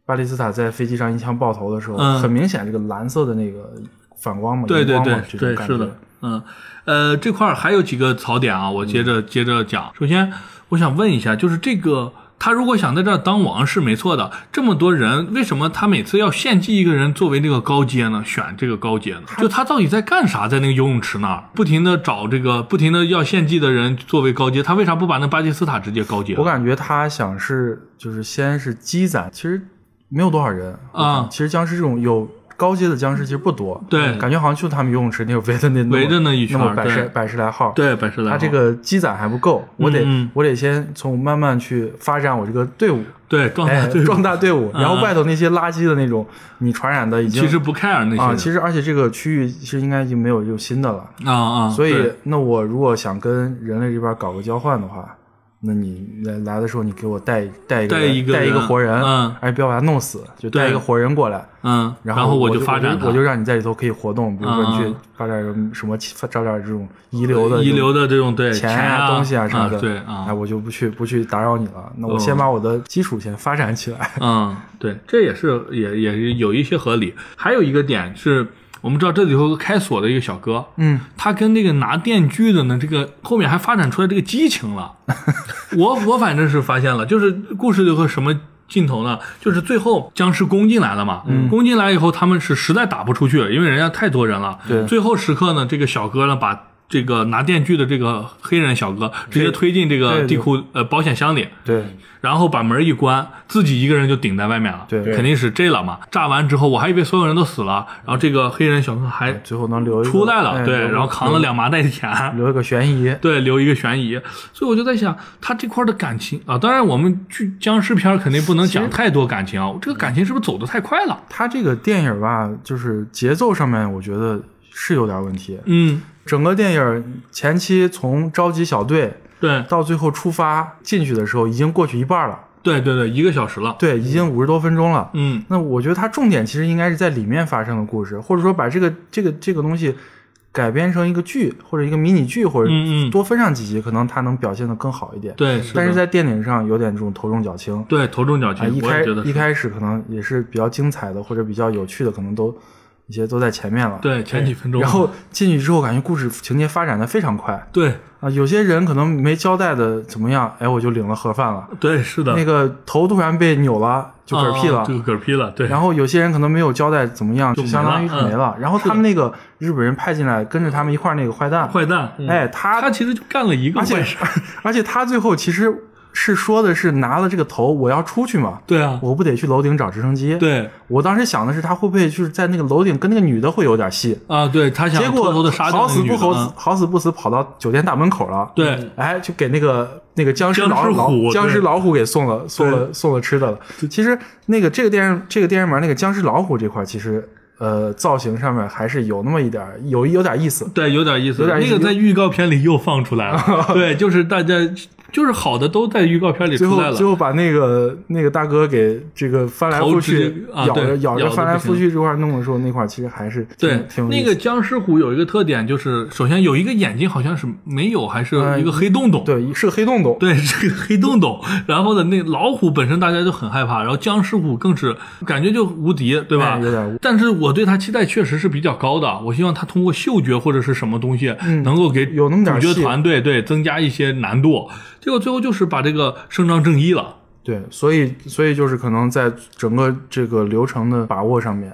[SPEAKER 2] 巴利斯塔在飞机上一枪爆头的时候，
[SPEAKER 1] 嗯
[SPEAKER 2] 很明显这个蓝色的那个反光嘛，
[SPEAKER 1] 对对
[SPEAKER 2] 荧光
[SPEAKER 1] 对
[SPEAKER 2] 嘛这种
[SPEAKER 1] 对，
[SPEAKER 2] 感
[SPEAKER 1] 是
[SPEAKER 2] 觉
[SPEAKER 1] 的，嗯，呃，这块儿还有几个槽点啊，我接着、
[SPEAKER 2] 嗯
[SPEAKER 1] 接着讲。首先，我想问一下，就是这个他如果想在这儿当王是没错的，这么多人，为什么他每次要献祭一个人作为这个高阶呢？选这个高阶呢？就他到底在干啥？在那个游泳池那儿不停的找这个，不停的要献祭的人作为高阶，他为啥不把那巴基斯塔直接高阶？
[SPEAKER 2] 我感觉他想是就是先是积攒，其实没有多少人
[SPEAKER 1] 啊
[SPEAKER 2] 其实僵尸这种有高阶的僵尸其实不多，
[SPEAKER 1] 对
[SPEAKER 2] 感觉好像就他们游泳池那个围的那那么
[SPEAKER 1] 围着那一圈
[SPEAKER 2] 那么百十
[SPEAKER 1] 对
[SPEAKER 2] 百十来号，
[SPEAKER 1] 对，百事来
[SPEAKER 2] 他
[SPEAKER 1] 好
[SPEAKER 2] 这个积攒还不够，我得、
[SPEAKER 1] 哦嗯嗯
[SPEAKER 2] 我得先从慢慢去发展我这个队伍，
[SPEAKER 1] 啊对壮大
[SPEAKER 2] 哎，
[SPEAKER 1] 队伍
[SPEAKER 2] 壮大队伍，
[SPEAKER 1] 嗯
[SPEAKER 2] 然后外头那些垃圾的那种你传染的已经
[SPEAKER 1] 其实不 care 那些人
[SPEAKER 2] 啊，其实而且这个区域是应该已经没有有新的了，
[SPEAKER 1] 啊啊，
[SPEAKER 2] 所以
[SPEAKER 1] 对
[SPEAKER 2] 那我如果想跟人类这边搞个交换的话。那你来来的时候，你给我带带一个
[SPEAKER 1] 带一个
[SPEAKER 2] 带一个
[SPEAKER 1] 人
[SPEAKER 2] 活人，
[SPEAKER 1] 嗯
[SPEAKER 2] 哎，不要把他弄死，就带
[SPEAKER 1] 对
[SPEAKER 2] 一个活人过来，
[SPEAKER 1] 嗯，
[SPEAKER 2] 然
[SPEAKER 1] 后
[SPEAKER 2] 我
[SPEAKER 1] 就发展
[SPEAKER 2] 我
[SPEAKER 1] 它
[SPEAKER 2] 就我就让你在里头可以活动，比如说你
[SPEAKER 1] 嗯
[SPEAKER 2] 去
[SPEAKER 1] 嗯呃
[SPEAKER 2] 发展什么，找点这种遗留的
[SPEAKER 1] 遗
[SPEAKER 2] 这种
[SPEAKER 1] 留的这种对
[SPEAKER 2] 钱
[SPEAKER 1] 啊、
[SPEAKER 2] 东西
[SPEAKER 1] 啊
[SPEAKER 2] 什么的，
[SPEAKER 1] 对
[SPEAKER 2] 哎，
[SPEAKER 1] 啊，
[SPEAKER 2] 我就不去不去打扰你了。那我
[SPEAKER 1] 嗯
[SPEAKER 2] 先把我的基础先发展起 来。
[SPEAKER 1] 嗯，对，这也是也也是有一些合理。还有一个点是，我们知道这里头有个开锁的一个小哥，
[SPEAKER 2] 嗯，
[SPEAKER 1] 他跟那个拿电锯的呢，这个后面还发展出来这个激情 了。我我反正是发现了，就是故事有个什么。尽头呢，就是最后僵尸攻进来了嘛，
[SPEAKER 2] 嗯
[SPEAKER 1] 攻进来以后他们是实在打不出去，因为人家太多人了。
[SPEAKER 2] 对
[SPEAKER 1] 最后时刻呢，这个小哥呢把这个拿电锯的这个黑人小哥直接推进这
[SPEAKER 2] 对
[SPEAKER 1] 个
[SPEAKER 2] 对
[SPEAKER 1] 地库呃保险箱里，
[SPEAKER 2] 对
[SPEAKER 1] 然后把门一关，自己一个人就顶在外面了。
[SPEAKER 2] 对
[SPEAKER 1] 肯定是这了嘛。炸完之后，我还以为所有人都死了，然后这个黑人小哥还
[SPEAKER 2] 最后能留一个
[SPEAKER 1] 出来了，
[SPEAKER 2] 哎嗯
[SPEAKER 1] 对，
[SPEAKER 2] 留
[SPEAKER 1] 然后扛了两麻袋钱，
[SPEAKER 2] 留一个悬疑。
[SPEAKER 1] 对，留一个悬疑。所以我就在想，他这块的感情啊，当然我们剧僵尸片儿肯定不能讲太多感情啊，这个感情是不是走得太快了？
[SPEAKER 2] 他这个电影吧，就是节奏上面我觉得是有点问题。
[SPEAKER 1] 嗯，
[SPEAKER 2] 整个电影前期从召集小队
[SPEAKER 1] 对，
[SPEAKER 2] 到最后出发进去的时候，已经过去一半了，
[SPEAKER 1] 对对对，一个小时了。
[SPEAKER 2] 对，已经五十多分钟了。
[SPEAKER 1] 嗯，
[SPEAKER 2] 那我觉得它重点其实应该是在里面发生的故事，或者说把这个这个这个东西改编成一个剧或者一个迷你剧，或者
[SPEAKER 1] 嗯嗯
[SPEAKER 2] 多分上几集，可能它能表现的更好一点。
[SPEAKER 1] 对，是的
[SPEAKER 2] 但是在电影上有点这种头重脚轻
[SPEAKER 1] 对头重脚
[SPEAKER 2] 啊，
[SPEAKER 1] 轻
[SPEAKER 2] 一，
[SPEAKER 1] 我
[SPEAKER 2] 开
[SPEAKER 1] 也觉得
[SPEAKER 2] 一
[SPEAKER 1] 是。
[SPEAKER 2] 开始可能也是比较精彩的或者比较有趣的，可能都一些都在前面了。，
[SPEAKER 1] 对，前几分钟，
[SPEAKER 2] 然后进去之后感觉故事情节发展的非常快
[SPEAKER 1] 对
[SPEAKER 2] 啊，有些人可能没交代的怎么样，哎，我就领了盒饭了。
[SPEAKER 1] 对是的，
[SPEAKER 2] 那个头突然被扭了，就嗝屁了。
[SPEAKER 1] 啊就嗝屁了，对，
[SPEAKER 2] 然后有些人可能没有交代怎么样，
[SPEAKER 1] 就
[SPEAKER 2] 就相当于
[SPEAKER 1] 没了嗯
[SPEAKER 2] 没了。然后
[SPEAKER 1] 的
[SPEAKER 2] 他们那个日本人派进来，跟着他们一块儿那个坏蛋，
[SPEAKER 1] 坏蛋，
[SPEAKER 2] 哎，他
[SPEAKER 1] 他其实就干了一个
[SPEAKER 2] 而
[SPEAKER 1] 坏
[SPEAKER 2] 且
[SPEAKER 1] 事。
[SPEAKER 2] 而且他最后其实是说的是拿了这个头，我要出去嘛，
[SPEAKER 1] 对啊，
[SPEAKER 2] 我不得去楼顶找直升机。，
[SPEAKER 1] 对
[SPEAKER 2] 我当时想的是他会不会就是在那个楼顶跟那个女的会有点戏，
[SPEAKER 1] 啊，对他想
[SPEAKER 2] 结
[SPEAKER 1] 偷偷
[SPEAKER 2] 果
[SPEAKER 1] 的杀掉
[SPEAKER 2] 好
[SPEAKER 1] 那个
[SPEAKER 2] 死
[SPEAKER 1] 女
[SPEAKER 2] 不
[SPEAKER 1] 的
[SPEAKER 2] 好死
[SPEAKER 1] 啊，
[SPEAKER 2] 好死不死跑到酒店大门口了。。
[SPEAKER 1] 对
[SPEAKER 2] 哎，就给那个那个僵尸
[SPEAKER 1] 僵尸
[SPEAKER 2] 老
[SPEAKER 1] 虎
[SPEAKER 2] 老僵尸
[SPEAKER 1] 对
[SPEAKER 2] 老虎给送了送了送了吃的了。其实那个这个电视这个电视里面那个僵尸老虎这块，其实呃造型上面还是有那么一点儿有有点意思。
[SPEAKER 1] 对，有点意思，
[SPEAKER 2] 有点意
[SPEAKER 1] 那
[SPEAKER 2] 思
[SPEAKER 1] 个在预告片里又放出来了， 对，就是大家就是好的都在预告片里
[SPEAKER 2] 最
[SPEAKER 1] 出来
[SPEAKER 2] 后最
[SPEAKER 1] 了，
[SPEAKER 2] 后把那个那个大哥给这个翻来
[SPEAKER 1] 头
[SPEAKER 2] 覆
[SPEAKER 1] 直接
[SPEAKER 2] 去
[SPEAKER 1] 啊
[SPEAKER 2] 咬着
[SPEAKER 1] 对
[SPEAKER 2] 咬
[SPEAKER 1] 咬
[SPEAKER 2] 着
[SPEAKER 1] 得
[SPEAKER 2] 翻来
[SPEAKER 1] 不行
[SPEAKER 2] 覆去这块弄的时候，那块其实还是挺
[SPEAKER 1] 对
[SPEAKER 2] 挺有，意
[SPEAKER 1] 那
[SPEAKER 2] 思
[SPEAKER 1] 个僵尸虎有一个特点就是，首先有一个眼睛好像是没有，还是
[SPEAKER 2] 呃
[SPEAKER 1] 一个黑洞洞。
[SPEAKER 2] 对是个黑洞洞。
[SPEAKER 1] 对，这个黑洞洞，然后呢，那老虎本身大家就很害怕，然后僵尸虎更是感觉就无敌，对吧？
[SPEAKER 2] 哎有点无
[SPEAKER 1] 但是我对它期待确实是比较高的，我希望它通过嗅觉或者是什么东西，能够给
[SPEAKER 2] 嗯有那么点
[SPEAKER 1] 主角
[SPEAKER 2] 戏
[SPEAKER 1] 团队对增加一些难度。结果最后就是把这个伸张正义了。
[SPEAKER 2] 对，所以所以就是可能在整个这个流程的把握上面，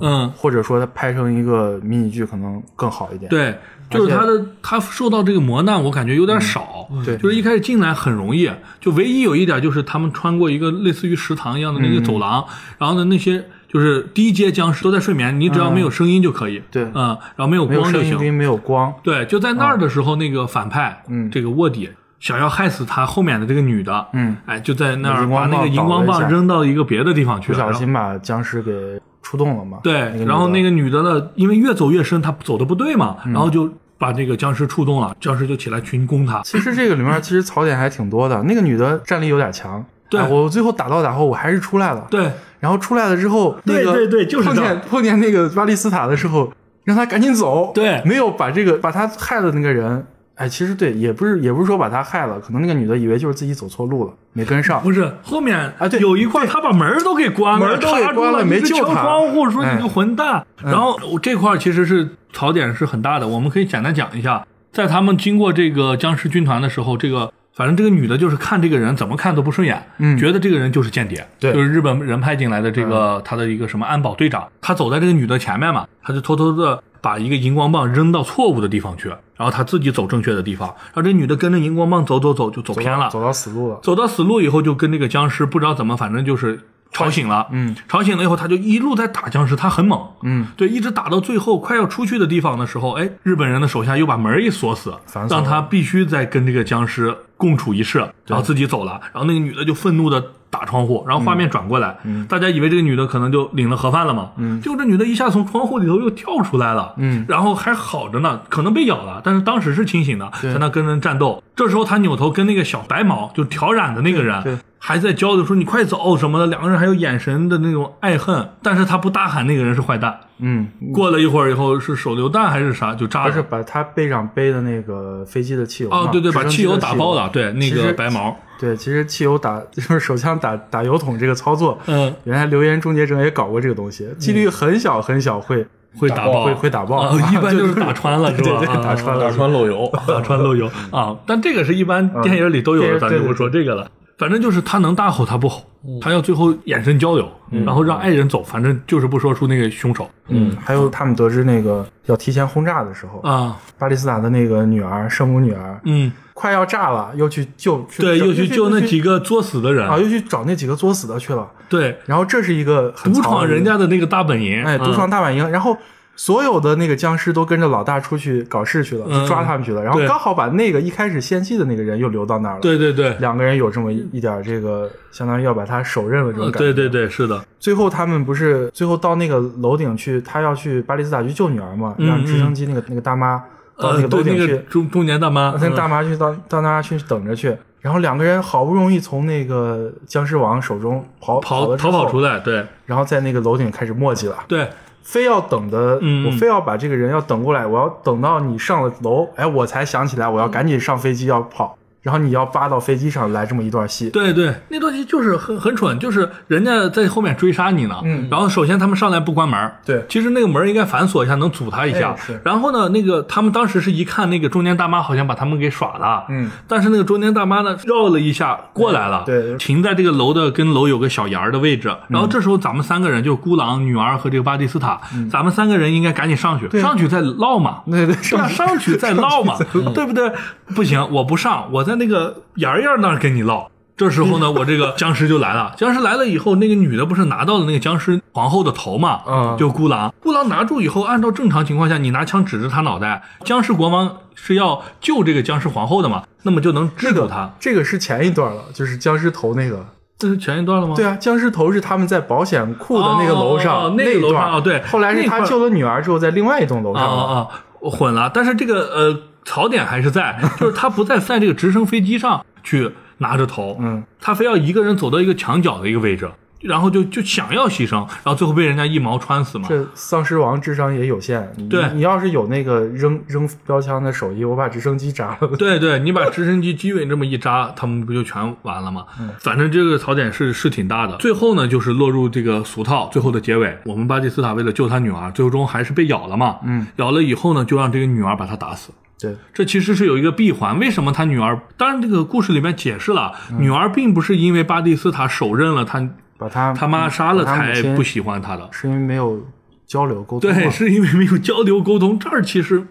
[SPEAKER 1] 嗯，
[SPEAKER 2] 或者说他拍成一个迷你剧可能更好一点。
[SPEAKER 1] 对，就是他的他受到这个磨难，我感觉有点少。
[SPEAKER 2] 嗯对
[SPEAKER 1] 就是一开始进来很容易，就唯一有一点就是他们穿过一个类似于食堂一样的那
[SPEAKER 2] 嗯
[SPEAKER 1] 个走廊，然后呢那些。就是低阶僵尸都在睡眠，你只要没有声音就可以。
[SPEAKER 2] 对
[SPEAKER 1] 嗯，然后没有
[SPEAKER 2] 没有
[SPEAKER 1] 光就
[SPEAKER 2] 声音
[SPEAKER 1] 行。
[SPEAKER 2] 跟没有光，
[SPEAKER 1] 对，就在那儿的时候，那个反派，
[SPEAKER 2] 嗯
[SPEAKER 1] 这个卧底想要害死他后面的这个女的，
[SPEAKER 2] 嗯，
[SPEAKER 1] 哎，就在那儿
[SPEAKER 2] 荧
[SPEAKER 1] 把
[SPEAKER 2] 光棒
[SPEAKER 1] 那个荧光
[SPEAKER 2] 倒了一
[SPEAKER 1] 棒
[SPEAKER 2] 下
[SPEAKER 1] 扔到一个别的地方去
[SPEAKER 2] 不
[SPEAKER 1] 了，
[SPEAKER 2] 小
[SPEAKER 1] 然后
[SPEAKER 2] 心把僵尸给触动了嘛。个
[SPEAKER 1] 对，
[SPEAKER 2] 女
[SPEAKER 1] 然后
[SPEAKER 2] 的
[SPEAKER 1] 那个女的呢，因为越走越深，她走的不对嘛，
[SPEAKER 2] 嗯
[SPEAKER 1] 然后就把这个僵尸触动了，僵尸就起来群攻她。
[SPEAKER 2] 其实这个里面其实槽点还挺多的，那个女的战力有点强。
[SPEAKER 1] 对
[SPEAKER 2] 哎我最后打到打后我还是出来了。
[SPEAKER 1] 对，
[SPEAKER 2] 然后出来了之后，那
[SPEAKER 1] 对
[SPEAKER 2] 个
[SPEAKER 1] 对对就是
[SPEAKER 2] 碰
[SPEAKER 1] 这样
[SPEAKER 2] 见碰见那个巴利斯塔的时候，让他赶紧走。
[SPEAKER 1] 对
[SPEAKER 2] 没有把这个把他害了那个人，哎，其实对，也不是也不是说把他害了，可能那个女的以为就是自己走错路了，没跟上。
[SPEAKER 1] 不是后面
[SPEAKER 2] 啊对
[SPEAKER 1] 有一块她把门儿都给关了，
[SPEAKER 2] 门儿都给
[SPEAKER 1] 插住
[SPEAKER 2] 关了
[SPEAKER 1] 了，
[SPEAKER 2] 没
[SPEAKER 1] 一直
[SPEAKER 2] 救
[SPEAKER 1] 敲
[SPEAKER 2] 她
[SPEAKER 1] 窗户说你
[SPEAKER 2] 哎
[SPEAKER 1] 个混蛋。然后我这块儿其实是槽点是很大的，我们可以简单讲一下，在他们经过这个僵尸军团的时候，这个。反正这个女的就是看这个人怎么看都不顺眼，
[SPEAKER 2] 嗯
[SPEAKER 1] 觉得这个人就是间谍，
[SPEAKER 2] 对嗯
[SPEAKER 1] 就是日本人派进来的这个、他的一个什么安保队长，他走在这个女的前面嘛，他就偷偷的把一个荧光棒扔到错误的地方去，然后他自己走正确的地方，然后这女的跟着荧光棒走走走就走
[SPEAKER 2] 走
[SPEAKER 1] 偏了，
[SPEAKER 2] 走到死路了。
[SPEAKER 1] 走到死路以后，就跟那个僵尸不知道怎么，反正就是吵醒了。
[SPEAKER 2] 嗯，
[SPEAKER 1] 吵醒了以后，他就一路在打僵尸，他很猛。
[SPEAKER 2] 嗯，
[SPEAKER 1] 对，一直打到最后快要出去的地方的时候，哎，日本人的手下又把门一锁死
[SPEAKER 2] 烦，死了
[SPEAKER 1] 让他必须再跟这个僵尸共处一室，然后自己走了。然后那个女的就愤怒的。打窗户，然后
[SPEAKER 2] 嗯
[SPEAKER 1] 画面转过来，大家以为这个女的可能就领了盒饭了嘛，嗯，结果这女的一下从窗户里头又跳出来了，
[SPEAKER 2] 嗯
[SPEAKER 1] 然后还好着呢，可能被咬了，但是当时是清醒的，在那跟人战斗。这时候他扭头跟那个小白毛，就挑染的那个人，
[SPEAKER 2] 对对
[SPEAKER 1] 还在教的说你快走什么的，两个人还有眼神的那种爱恨，但是他不大喊那个人是坏蛋。
[SPEAKER 2] 嗯，
[SPEAKER 1] 过了一会儿以后是手榴弹还是啥就炸
[SPEAKER 2] 而是
[SPEAKER 1] 了。
[SPEAKER 2] 把他背上背的那个飞机的汽油嘛。
[SPEAKER 1] 哦，对对，
[SPEAKER 2] 啊直
[SPEAKER 1] 把
[SPEAKER 2] 升机
[SPEAKER 1] 汽油打
[SPEAKER 2] 汽
[SPEAKER 1] 爆了，对，那
[SPEAKER 2] 其
[SPEAKER 1] 个
[SPEAKER 2] 实
[SPEAKER 1] 白 毛，
[SPEAKER 2] 对，其实汽油打就是手枪打打油桶这个操作，
[SPEAKER 1] 嗯，
[SPEAKER 2] 原来留言终结者也搞过这个东西，几率很小很小会
[SPEAKER 1] 会打爆，
[SPEAKER 2] 会会打爆
[SPEAKER 1] 啊，一 般就是
[SPEAKER 2] 对
[SPEAKER 1] 打穿了，是吧？
[SPEAKER 2] 对对
[SPEAKER 1] 啊
[SPEAKER 2] 打穿了
[SPEAKER 3] 打穿漏油，
[SPEAKER 1] 打穿漏油啊。但这个是一般电影里都有的，
[SPEAKER 2] 嗯
[SPEAKER 1] 咱就不说这个了。反正就是他能大吼，他不吼，他要最后眼神交流，然后让爱人走，反正就是不说出那个凶手
[SPEAKER 2] 嗯，还有他们得知那个要提前轰炸的时候，
[SPEAKER 1] 啊，
[SPEAKER 2] 巴利斯塔的那个女儿，圣母女儿，
[SPEAKER 1] 嗯，
[SPEAKER 2] 快要炸了，又去救，去
[SPEAKER 1] 对，
[SPEAKER 2] 找
[SPEAKER 1] 又去救那几个作死的
[SPEAKER 2] 啊，
[SPEAKER 1] 人，
[SPEAKER 2] 又去找那几个作死的去了。
[SPEAKER 1] 对，
[SPEAKER 2] 然后这是一个很
[SPEAKER 1] 独
[SPEAKER 2] 糙
[SPEAKER 1] 闯
[SPEAKER 2] 的
[SPEAKER 1] 人，家的那个大本营，
[SPEAKER 2] 哎，
[SPEAKER 1] 嗯
[SPEAKER 2] 独闯大本营。然后所有的那个僵尸都跟着老大出去搞事去了，
[SPEAKER 1] 嗯
[SPEAKER 2] 去抓他们去了。然后
[SPEAKER 1] 对
[SPEAKER 2] 刚好把那个一开始献祭的那个人又留到那儿了。，
[SPEAKER 1] 对对对，
[SPEAKER 2] 两个人有这么一一点这个，相当于要把他手刃了这种
[SPEAKER 1] 呃
[SPEAKER 2] 感觉。
[SPEAKER 1] 对对对，是的，
[SPEAKER 2] 最后他们不是最后到那个楼顶去，他要去巴利斯塔去救女儿嘛，
[SPEAKER 1] 嗯
[SPEAKER 2] 让直升机那个那个大妈到
[SPEAKER 1] 呃，
[SPEAKER 2] 那个楼
[SPEAKER 1] 对
[SPEAKER 2] 顶
[SPEAKER 1] 那
[SPEAKER 2] 去，
[SPEAKER 1] 个中中年大妈，
[SPEAKER 2] 那
[SPEAKER 1] 嗯
[SPEAKER 2] 大妈去到到那儿去等着去。然后两个人好不容易从那个僵尸王手中跑
[SPEAKER 1] 跑
[SPEAKER 2] 了之
[SPEAKER 1] 逃
[SPEAKER 2] 后
[SPEAKER 1] 跑出，来，对
[SPEAKER 2] 然后在那个楼顶开始墨迹了，
[SPEAKER 1] 对，
[SPEAKER 2] 非要等的，
[SPEAKER 1] 嗯
[SPEAKER 2] 我非要把这个人要等过来，我要等到你上了楼，哎，我才想起来我要赶紧上飞机要跑，然后你要扒到飞机上来这么一段戏，
[SPEAKER 1] 对对，那段戏就是很很蠢，就是人家在后面追杀你呢，
[SPEAKER 2] 嗯
[SPEAKER 1] 然后首先他们上来不关门儿，
[SPEAKER 2] 对
[SPEAKER 1] 其实那个门儿应该反锁一下，能阻他一下
[SPEAKER 2] 哎。是
[SPEAKER 1] 然后呢，那个他们当时是一看那个中年大妈好像把他们给耍了，
[SPEAKER 2] 嗯，
[SPEAKER 1] 但是那个中年大妈呢绕了一下过来了，
[SPEAKER 2] 对对嗯
[SPEAKER 1] 停在这个楼的跟楼有个小檐儿的位置。然后这时候咱们三个人就是孤狼、女儿和这个巴蒂斯塔，
[SPEAKER 2] 嗯
[SPEAKER 1] 咱们三个人应该赶紧上去，上去再唠嘛，
[SPEAKER 2] 对对，
[SPEAKER 1] 对啊，上去再唠 嘛，
[SPEAKER 2] 嗯
[SPEAKER 1] 对不对？不行，我不上，我在那个妍妍那儿跟你唠。这时候呢，我这个僵尸就来了。僵尸来了以后，那个女的不是拿到了那个僵尸皇后的头嘛？
[SPEAKER 2] 嗯
[SPEAKER 1] 就孤狼，孤狼拿住以后，按照正常情况下，你拿枪指着他脑袋，僵尸国王是要救这个僵尸皇后的嘛？那么就能制住他。
[SPEAKER 2] 这个是前一段了，就是僵尸头那个，
[SPEAKER 1] 这是前一段了吗？
[SPEAKER 2] 对啊，僵尸头是他们在保险库的那个楼上、
[SPEAKER 1] 哦哦哦那
[SPEAKER 2] 那
[SPEAKER 1] 个
[SPEAKER 2] 一
[SPEAKER 1] 楼
[SPEAKER 2] 段
[SPEAKER 1] 上哦对
[SPEAKER 2] 后来是
[SPEAKER 1] 那
[SPEAKER 2] 他
[SPEAKER 1] 块儿
[SPEAKER 2] 救了女儿之后，在另外一栋楼上了，
[SPEAKER 1] 啊啊啊，我混了。但是这个呃槽点还是在，就是他不再在这个直升飞机上去拿着头，
[SPEAKER 2] 嗯，
[SPEAKER 1] 他非要一个人走到一个墙角的一个位置，然后就就想要牺牲，然后最后被人家一矛穿死嘛。
[SPEAKER 2] 这丧尸王智商也有限，你
[SPEAKER 1] 对
[SPEAKER 2] 你要是有那个扔扔标枪的手艺，我把直升机炸了。
[SPEAKER 1] 对对，你把直升机机尾这么一扎，他们不就全完了吗？
[SPEAKER 2] 嗯
[SPEAKER 1] 反正这个槽点是是挺大的。最后呢，就是落入这个俗套，最后的结尾，我们巴蒂斯塔为了救他女儿，最终还是被咬了嘛。嗯，咬了以后呢，就让这个女儿把他打死。
[SPEAKER 2] 对，
[SPEAKER 1] 这其实是有一个闭环。为什么他女儿？当然，这个故事里面解释了，
[SPEAKER 2] 嗯
[SPEAKER 1] 女儿并不是因为巴蒂斯塔手刃了他
[SPEAKER 2] 把他
[SPEAKER 1] 他妈杀了
[SPEAKER 2] 嗯把他
[SPEAKER 1] 才
[SPEAKER 2] 母亲
[SPEAKER 1] 不喜欢他的。
[SPEAKER 2] 是因为没有交流沟通嘛。
[SPEAKER 1] 对，是因为没有交流沟通，这儿其实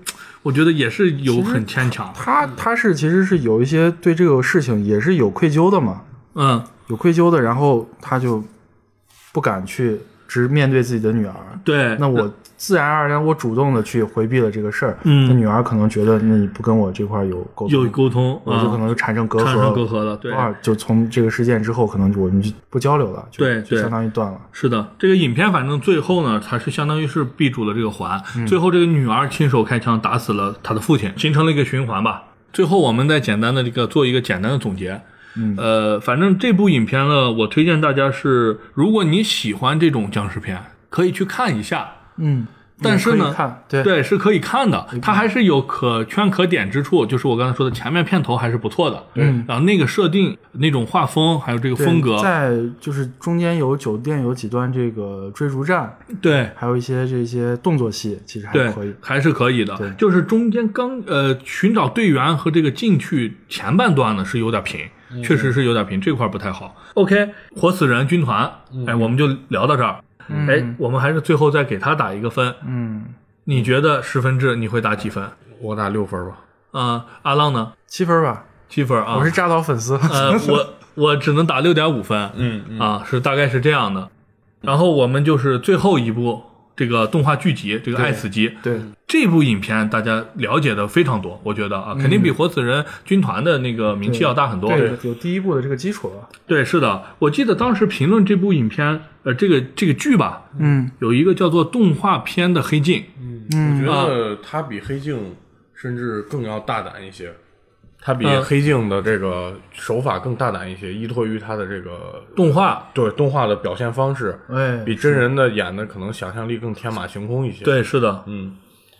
[SPEAKER 1] 我觉得也是有很牵强。
[SPEAKER 2] 他他是其实是有一些对这个事情也是有愧疚的嘛，
[SPEAKER 1] 嗯，
[SPEAKER 2] 有愧疚的，然后他就不敢去直面对自己的女儿。
[SPEAKER 1] 对。
[SPEAKER 2] 那我自然而然我主动的去回避了这个事儿，
[SPEAKER 1] 嗯
[SPEAKER 2] 那女儿可能觉得那你不跟我这块儿有沟通，
[SPEAKER 1] 有沟通，
[SPEAKER 2] 我就
[SPEAKER 1] 嗯
[SPEAKER 2] 可能就产生隔阂，
[SPEAKER 1] 产生隔阂了。对，
[SPEAKER 2] 啊，就从这个事件之后，可能就我们就不交流了，就
[SPEAKER 1] 对
[SPEAKER 2] 就
[SPEAKER 1] 对
[SPEAKER 2] 相当于断了。
[SPEAKER 1] 是的，这个影片反正最后呢，它是相当于是闭住了这个环，
[SPEAKER 2] 嗯
[SPEAKER 1] 最后这个女儿亲手开枪打死了她的父亲，形成了一个循环吧。最后我们再简单的这个做一个简单的总结。
[SPEAKER 2] 嗯
[SPEAKER 1] 呃，反正这部影片呢，我推荐大家是，如果你喜欢这种僵尸片，可以去看一下。
[SPEAKER 2] 嗯，
[SPEAKER 1] 但是呢
[SPEAKER 2] 也可以看对嗯
[SPEAKER 1] 对，是可以看的，它还是有可圈可点之处，就是我刚才说的，前面片头还是不错的，
[SPEAKER 2] 嗯，
[SPEAKER 1] 然后那个设定、那种画风，还有这个
[SPEAKER 2] 对
[SPEAKER 1] 风格，
[SPEAKER 2] 在就是中间有酒店有几段这个追逐战，
[SPEAKER 1] 对，
[SPEAKER 2] 还有一些这些动作戏，其实还
[SPEAKER 1] 对
[SPEAKER 2] 可以，。
[SPEAKER 1] 还是可以的
[SPEAKER 2] 对。
[SPEAKER 1] 就是中间刚呃寻找队员和这个进去前半段呢是有点平，
[SPEAKER 2] 嗯
[SPEAKER 1] 确实是有点平，这块儿不太好。OK，活死人军团，哎，我们就聊到这儿。
[SPEAKER 2] 嗯
[SPEAKER 1] 哎，我们还是最后再给他打一个分。
[SPEAKER 2] 嗯，
[SPEAKER 1] 你觉得十分制你会打几分？啊、
[SPEAKER 3] 我打六分吧。
[SPEAKER 1] 阿浪呢？
[SPEAKER 2] 七分吧，
[SPEAKER 1] 七分啊？
[SPEAKER 2] 我是扎导粉 丝。
[SPEAKER 1] 呃，我我只能打六点五分。
[SPEAKER 3] 嗯嗯
[SPEAKER 1] 啊，是大概是这样的。然后我们就是最后一部这个动画剧集，这个《爱死机》。
[SPEAKER 2] 对，
[SPEAKER 1] 这部影片大家了解的非常多，我觉得啊，肯定比《活死人军团》的那个名气要大很多。
[SPEAKER 2] 嗯对，有第一部的这个基础了。
[SPEAKER 1] 对是的，我记得当时评论这部影片，呃，这个这个剧吧，
[SPEAKER 2] 嗯
[SPEAKER 1] 有一个叫做动画片的黑镜，
[SPEAKER 3] 我
[SPEAKER 2] 嗯，
[SPEAKER 3] 觉得它比黑镜甚至更要大胆一些，它比
[SPEAKER 1] 嗯
[SPEAKER 3] 黑镜的这个手法更大胆一些，依托于它的这个
[SPEAKER 1] 动画。
[SPEAKER 3] 对动画的表现方式，
[SPEAKER 2] 哎，
[SPEAKER 3] 比真人的演的可能想象力更天马行空一些。，
[SPEAKER 1] 对，是的。
[SPEAKER 3] 嗯，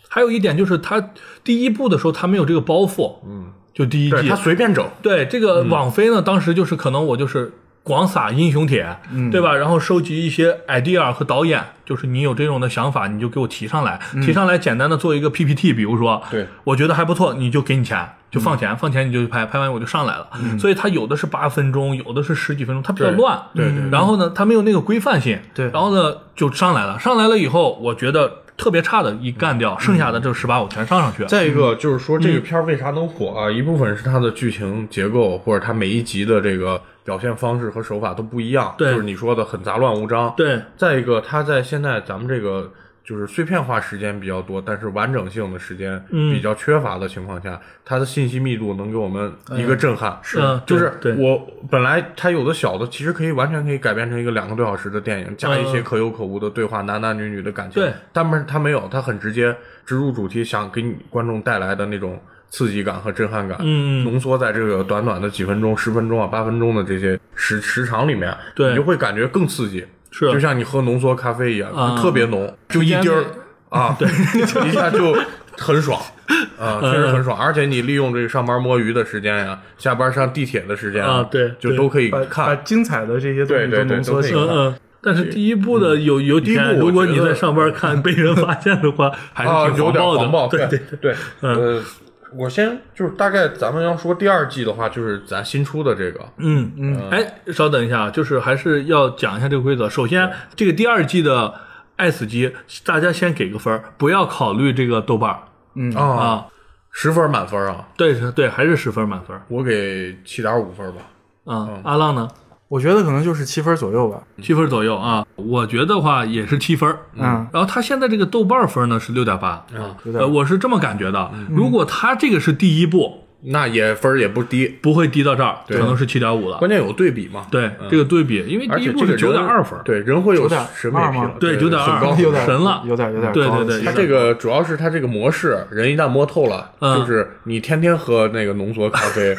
[SPEAKER 1] 还有一点就是，它第一部的时候它没有这个包袱，嗯，就第一
[SPEAKER 3] 对
[SPEAKER 1] 季
[SPEAKER 3] 他随便整，
[SPEAKER 1] 对这
[SPEAKER 3] 嗯
[SPEAKER 1] 个网飞呢，当时就是可能我就是广撒英雄帖，
[SPEAKER 3] 嗯
[SPEAKER 1] 对吧？然后收集一些 idea 和导演，就是你有这种的想法，你就给我提上来，提上来简单的做一个 PPT，比如说，
[SPEAKER 3] 嗯对嗯
[SPEAKER 1] 我觉得还不错，你就给你钱，就放钱，放钱你就去拍，拍完我就上来了。所以它有的是八分钟，有的是十几分钟，它比较
[SPEAKER 3] 对
[SPEAKER 1] 乱。
[SPEAKER 3] 对对
[SPEAKER 1] 然后呢，它没有那个规范性。
[SPEAKER 2] 对
[SPEAKER 1] 然后呢就上来了，上来了以后，我觉得特别差的一干掉，剩下的这十八我全上上去。
[SPEAKER 3] 再一个就是说，这个片儿为啥能火啊？一部分是它的剧情结构，或者它每一集的这个表现方式和手法都不一样，
[SPEAKER 1] 对
[SPEAKER 3] 就是你说的很杂乱无章。，
[SPEAKER 1] 对
[SPEAKER 3] 再一个，它在现在咱们这个就是碎片化时间比较多，但是完整性的时间
[SPEAKER 1] 嗯
[SPEAKER 3] 比较缺乏的情况下，它的信息密度能给我们一个震撼。是
[SPEAKER 1] 嗯
[SPEAKER 3] 就是
[SPEAKER 1] 对对
[SPEAKER 3] 我本来它有的小的，其实可以完全可以改编成一个两个多小时的电影，加一些可有可无的对话，男男女女的感情。
[SPEAKER 1] 对，
[SPEAKER 3] 但是它没有，它很直接，植入主题，想给你观众带来的那种。刺激感和震撼感，
[SPEAKER 1] 嗯嗯
[SPEAKER 3] 浓缩在这个短短的几分钟、十分钟啊、八分钟的这些时时长里面，啊
[SPEAKER 1] 对
[SPEAKER 3] 你就会感觉更刺激。
[SPEAKER 1] 是
[SPEAKER 3] 就像你喝浓缩咖啡一样，
[SPEAKER 1] 啊
[SPEAKER 3] 特别浓，就一滴儿 啊，对， 一下就很爽啊，
[SPEAKER 1] 嗯
[SPEAKER 3] 确实很爽。而且你利用这个上班摸鱼的时间呀，下班上地铁的时间
[SPEAKER 1] 啊对
[SPEAKER 3] 就都可以
[SPEAKER 2] 把把
[SPEAKER 3] 嗯看。
[SPEAKER 2] 精彩的这些东西
[SPEAKER 3] 对对
[SPEAKER 2] 都
[SPEAKER 3] 对
[SPEAKER 2] 浓缩
[SPEAKER 3] 都可以
[SPEAKER 2] 起
[SPEAKER 3] 看
[SPEAKER 2] 来。
[SPEAKER 1] 嗯嗯，但是第一部的有有几
[SPEAKER 3] 第一
[SPEAKER 1] 天，
[SPEAKER 3] 部
[SPEAKER 1] 如
[SPEAKER 3] 我
[SPEAKER 1] 嗯果你
[SPEAKER 3] 觉
[SPEAKER 1] 在
[SPEAKER 3] 得
[SPEAKER 1] 上 班看被人发现的话，还
[SPEAKER 3] 啊，
[SPEAKER 1] 是挺黄
[SPEAKER 3] 有点
[SPEAKER 1] 暴的。
[SPEAKER 3] 黄暴，
[SPEAKER 1] 对嗯
[SPEAKER 3] 对对，呃，我先就是大概咱们要说第二季的话，就是咱新出的这个，
[SPEAKER 1] 嗯嗯。哎，稍等一下，就是还是要讲一下这个规则。首先，这个第二季的爱死机，大家先给个分儿，不要考虑这个豆瓣儿
[SPEAKER 2] 嗯
[SPEAKER 3] 啊，
[SPEAKER 1] 啊。
[SPEAKER 3] 十分满分啊，
[SPEAKER 1] 对是对，还是十分满分儿
[SPEAKER 3] 我给七点五分吧。
[SPEAKER 1] 啊。阿浪呢，
[SPEAKER 2] 我觉得可能就是七分左右吧。
[SPEAKER 1] 七分左右啊。我觉得话也是七分儿。
[SPEAKER 2] 嗯，
[SPEAKER 1] 然后他现在这个豆瓣儿分呢是六点八啊，
[SPEAKER 2] 有点
[SPEAKER 1] 呃，我是这么感觉的。如果他这个是第一部，
[SPEAKER 3] 那也分儿也不低，
[SPEAKER 1] 不会低到这儿，可
[SPEAKER 3] 对
[SPEAKER 1] 能是七点五了。
[SPEAKER 3] 关键有对比嘛。嗯
[SPEAKER 1] 对、这个对比，因为
[SPEAKER 3] 而
[SPEAKER 1] 第一
[SPEAKER 3] 且
[SPEAKER 1] 部
[SPEAKER 3] 这个
[SPEAKER 1] 是九点二分，
[SPEAKER 3] 对人会有
[SPEAKER 2] 9.2
[SPEAKER 3] 审美疲
[SPEAKER 2] 吗
[SPEAKER 3] 劳，
[SPEAKER 1] 对9.2
[SPEAKER 3] 很高
[SPEAKER 1] 哦
[SPEAKER 2] 有点
[SPEAKER 1] 神了
[SPEAKER 2] 有点有点
[SPEAKER 1] 对
[SPEAKER 2] 高了
[SPEAKER 1] 对对
[SPEAKER 2] 其
[SPEAKER 3] 它
[SPEAKER 2] 实
[SPEAKER 3] 这个主要是它这个模式，人一旦摸透了，
[SPEAKER 1] 嗯
[SPEAKER 3] 就是你天天喝那个浓缩咖啡，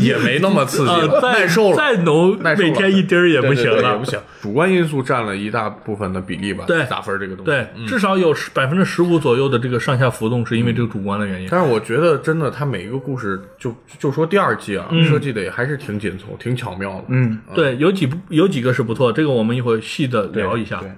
[SPEAKER 3] 也没那么刺激
[SPEAKER 1] 呃，
[SPEAKER 3] 了，耐
[SPEAKER 1] 再
[SPEAKER 3] 受了，
[SPEAKER 1] 再浓，
[SPEAKER 3] 耐受了
[SPEAKER 1] 每天一滴儿也不行
[SPEAKER 3] 对对对也
[SPEAKER 1] 了
[SPEAKER 3] 不。行。主观因素占了一大部分的比例吧，
[SPEAKER 1] 对
[SPEAKER 3] 打分这个东西。
[SPEAKER 1] 对，
[SPEAKER 3] 嗯
[SPEAKER 1] 至少有百分之十五左右的这个上下浮动，是因为这个主观的原因。
[SPEAKER 3] 但是我觉得真的，它每一个故事就就说第二季啊，
[SPEAKER 1] 嗯
[SPEAKER 3] 设计的也还是挺紧凑，挺巧妙的。
[SPEAKER 2] 嗯，
[SPEAKER 1] 对，有几部有几个是不错，这个我们一会儿细的
[SPEAKER 3] 对，
[SPEAKER 1] 聊一下
[SPEAKER 3] 对。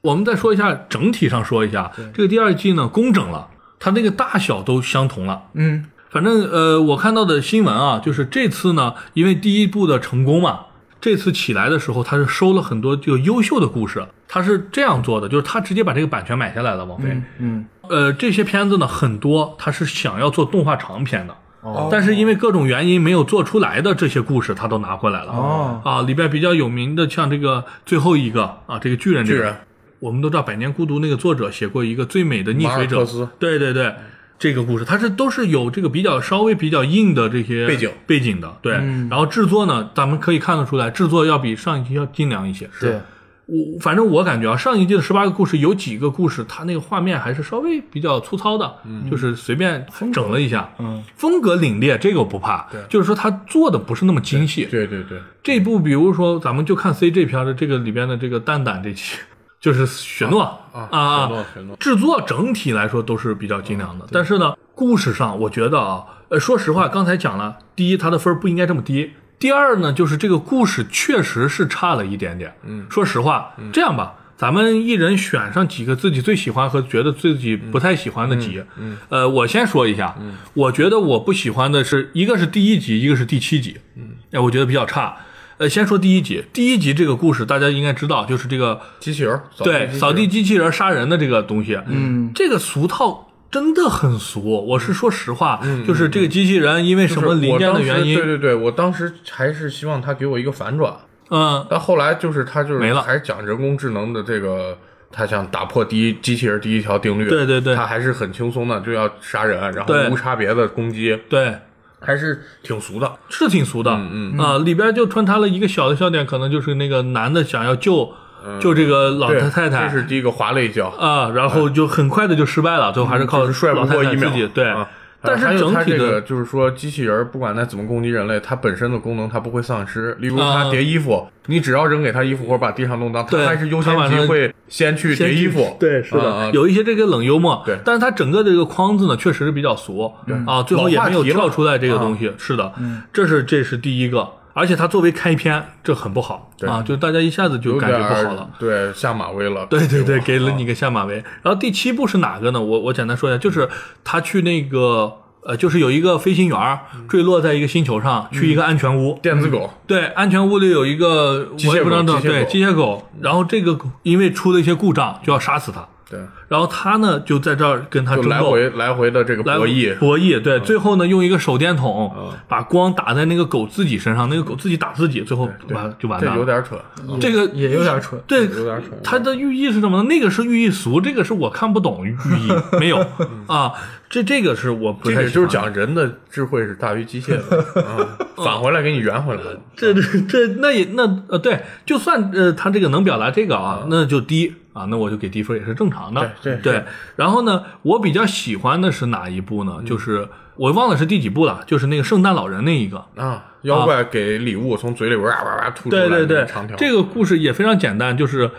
[SPEAKER 1] 我们再说一下整体上说一下，这个第二季呢工整了，它那个大小都相同了。
[SPEAKER 2] 嗯
[SPEAKER 1] 反正呃，我看到的新闻啊，就是这次呢，因为第一部的成功嘛，这次起来的时候，他是收了很多就优秀的故事，他是这样做的，就是他直接把这个版权买下来了，王菲。
[SPEAKER 2] 嗯，
[SPEAKER 1] 呃，这些片子呢，很多他是想要做动画长片的，
[SPEAKER 2] 哦
[SPEAKER 1] 但是因为各种原因没有做出来的这些故事，他都拿回来了。
[SPEAKER 2] 哦
[SPEAKER 1] 啊，里边比较有名的像这个最后一个啊，这个巨人这个，
[SPEAKER 3] 巨人
[SPEAKER 1] 我们都知道《百年孤独》那个作者写过一个《最美的溺水
[SPEAKER 3] 马
[SPEAKER 1] 者
[SPEAKER 3] 尔克斯》，
[SPEAKER 1] 对对对。这个故事，它是都是有这个比较稍微比较硬的这些
[SPEAKER 3] 背景嗯
[SPEAKER 1] 背景的，对。然后制作呢，咱们可以看得出来，制作要比上一期要精良一些。
[SPEAKER 2] 对，
[SPEAKER 1] 我反正我感觉啊，上一季的十八个故事有几个故事，它那个画面还是稍微比较粗糙的，
[SPEAKER 3] 嗯
[SPEAKER 1] 就是随便整了一下，
[SPEAKER 2] 嗯，
[SPEAKER 1] 风格凛冽，这个我不怕，就是说它做的不是那么精细。
[SPEAKER 3] 对对对，
[SPEAKER 1] 这部比如说咱们就看 C 这片的这个里边的这个蛋蛋这期，就是雪诺
[SPEAKER 3] 啊
[SPEAKER 1] 啊
[SPEAKER 3] 雪诺雪诺
[SPEAKER 1] 制作整体来说都是比较精良的，但是呢，故事上我觉得啊，呃，说实话，刚才讲了，第一，它的分儿不应该这么低。第二呢，就是这个故事确实是差了一点点。嗯，说实话，这样吧，咱们一人选上几个自己最喜欢和觉得自己不太喜欢的集。嗯，呃，我先说一下，嗯，我觉得我不喜欢的是一个是第一集，一个是第七集。嗯，哎，我觉得比较差。呃，先说第一集，第一集这个故事大家应该知道，就是这个
[SPEAKER 3] 机器人儿
[SPEAKER 1] 对，扫地机器人杀人的这个东西，嗯，这个俗套真的很俗。我是说实话，
[SPEAKER 3] 嗯
[SPEAKER 1] 就是这个机器人因为什么零件的原因，
[SPEAKER 3] 对对对，我当时还是希望他给我一个反转，
[SPEAKER 1] 嗯，
[SPEAKER 3] 但后来就是他就是
[SPEAKER 1] 没了
[SPEAKER 3] 还是讲人工智能的这个，他想打破第一机器人第一条定律，
[SPEAKER 1] 对对对
[SPEAKER 3] 他还是很轻松的就要杀人，然后
[SPEAKER 1] 对
[SPEAKER 3] 无差别的攻击，
[SPEAKER 1] 对，
[SPEAKER 3] 还是挺俗的。
[SPEAKER 1] 是挺俗的，
[SPEAKER 3] 嗯
[SPEAKER 1] 嗯啊，里边就穿插了一个小的笑点，可能就是那个男的想要救救这个老
[SPEAKER 3] 嗯对，
[SPEAKER 1] 太太
[SPEAKER 3] 这是第一个滑了一跤，
[SPEAKER 1] 啊，然后就很快的就失败了，最后还是靠
[SPEAKER 3] 嗯就是帅不
[SPEAKER 1] 老太
[SPEAKER 3] 过
[SPEAKER 1] 太
[SPEAKER 3] 一
[SPEAKER 1] 自
[SPEAKER 3] 秒
[SPEAKER 1] 己，对
[SPEAKER 3] 啊。
[SPEAKER 1] 呃但
[SPEAKER 3] 还
[SPEAKER 1] 是
[SPEAKER 3] 有
[SPEAKER 1] 整
[SPEAKER 3] 它
[SPEAKER 1] 体
[SPEAKER 3] 这个
[SPEAKER 1] 的
[SPEAKER 3] 就是说，机器人儿不管它怎么攻击人类，它本身的功能它不会丧失。例如，
[SPEAKER 1] 啊
[SPEAKER 3] 它叠衣服，你只要扔给它衣服或者把地上弄脏，它
[SPEAKER 1] 对
[SPEAKER 3] 还是优
[SPEAKER 1] 它
[SPEAKER 3] 先
[SPEAKER 1] 晚
[SPEAKER 3] 级
[SPEAKER 1] 上
[SPEAKER 3] 会先去叠衣服。
[SPEAKER 1] 对，是
[SPEAKER 3] 啊
[SPEAKER 1] 的
[SPEAKER 3] 啊，
[SPEAKER 1] 有一些这个冷幽默，
[SPEAKER 3] 对
[SPEAKER 1] 但是它整个这个框子呢，确实是比较俗，啊，最后也没有跳出来这个东
[SPEAKER 3] 啊
[SPEAKER 1] 西，是的，
[SPEAKER 3] 嗯
[SPEAKER 1] 这是这是第一个，而且它作为开篇，这很不好啊，就大家一下子就
[SPEAKER 3] 有
[SPEAKER 1] 感
[SPEAKER 3] 点
[SPEAKER 1] 觉不好
[SPEAKER 3] 儿
[SPEAKER 1] 了。
[SPEAKER 3] 对下马威了。
[SPEAKER 1] 对对对，
[SPEAKER 3] 给
[SPEAKER 1] 给了你个下马威。然后第七部是哪个呢？我我简单说一下，就是他去那个呃，就是有一个飞行员儿
[SPEAKER 3] 嗯
[SPEAKER 1] 坠落在一个星球上，去一个安全屋，
[SPEAKER 3] 电子狗，
[SPEAKER 1] 对，安全屋里有一个
[SPEAKER 3] 机械
[SPEAKER 1] 我也不知道
[SPEAKER 3] 狗
[SPEAKER 1] 叫
[SPEAKER 3] 机械
[SPEAKER 1] 对
[SPEAKER 3] 狗
[SPEAKER 1] 机械狗，然后这个狗因为出了一些故障，就要杀死它。
[SPEAKER 3] 对，
[SPEAKER 1] 然后他呢就在这儿跟他
[SPEAKER 3] 就
[SPEAKER 1] 争
[SPEAKER 3] 来
[SPEAKER 1] 斗，
[SPEAKER 3] 回来回的这个
[SPEAKER 1] 来
[SPEAKER 3] 博弈。
[SPEAKER 1] 博弈，对，最后呢用一个手电筒
[SPEAKER 3] 嗯
[SPEAKER 1] 把光打在那个狗自己身上，那个狗自己打自己，最后完就完
[SPEAKER 3] 这
[SPEAKER 1] 蛋
[SPEAKER 3] 有
[SPEAKER 1] 了。
[SPEAKER 3] 点蠢，嗯
[SPEAKER 1] 这个
[SPEAKER 2] 也有点蠢。
[SPEAKER 1] 对
[SPEAKER 3] 有点蠢
[SPEAKER 1] 它的寓意是什么呢？那个是寓意俗，这个是我看不懂寓意，没有啊，这这个是我不
[SPEAKER 3] 嗯这
[SPEAKER 1] 太
[SPEAKER 3] 个就是
[SPEAKER 1] 喜欢
[SPEAKER 3] 讲人的智慧是大于机械 的，啊返回来给你圆回来了。
[SPEAKER 1] 这这这那也那呃对，就算呃他这个能表达这个啊，那就低啊，那我就给低分也是正常的。
[SPEAKER 3] 嗯对对
[SPEAKER 1] 然后呢，我比较喜欢的是哪一部
[SPEAKER 3] 嗯
[SPEAKER 1] 呢？就是我忘了是第几部了，就是那个圣诞老人那一个。
[SPEAKER 3] 啊，妖怪给礼物从嘴里边哇哇哇吐出
[SPEAKER 1] 对
[SPEAKER 3] 来
[SPEAKER 1] 对
[SPEAKER 3] 那
[SPEAKER 1] 对
[SPEAKER 3] 个长条，，
[SPEAKER 1] 这个故事也非常简单，就是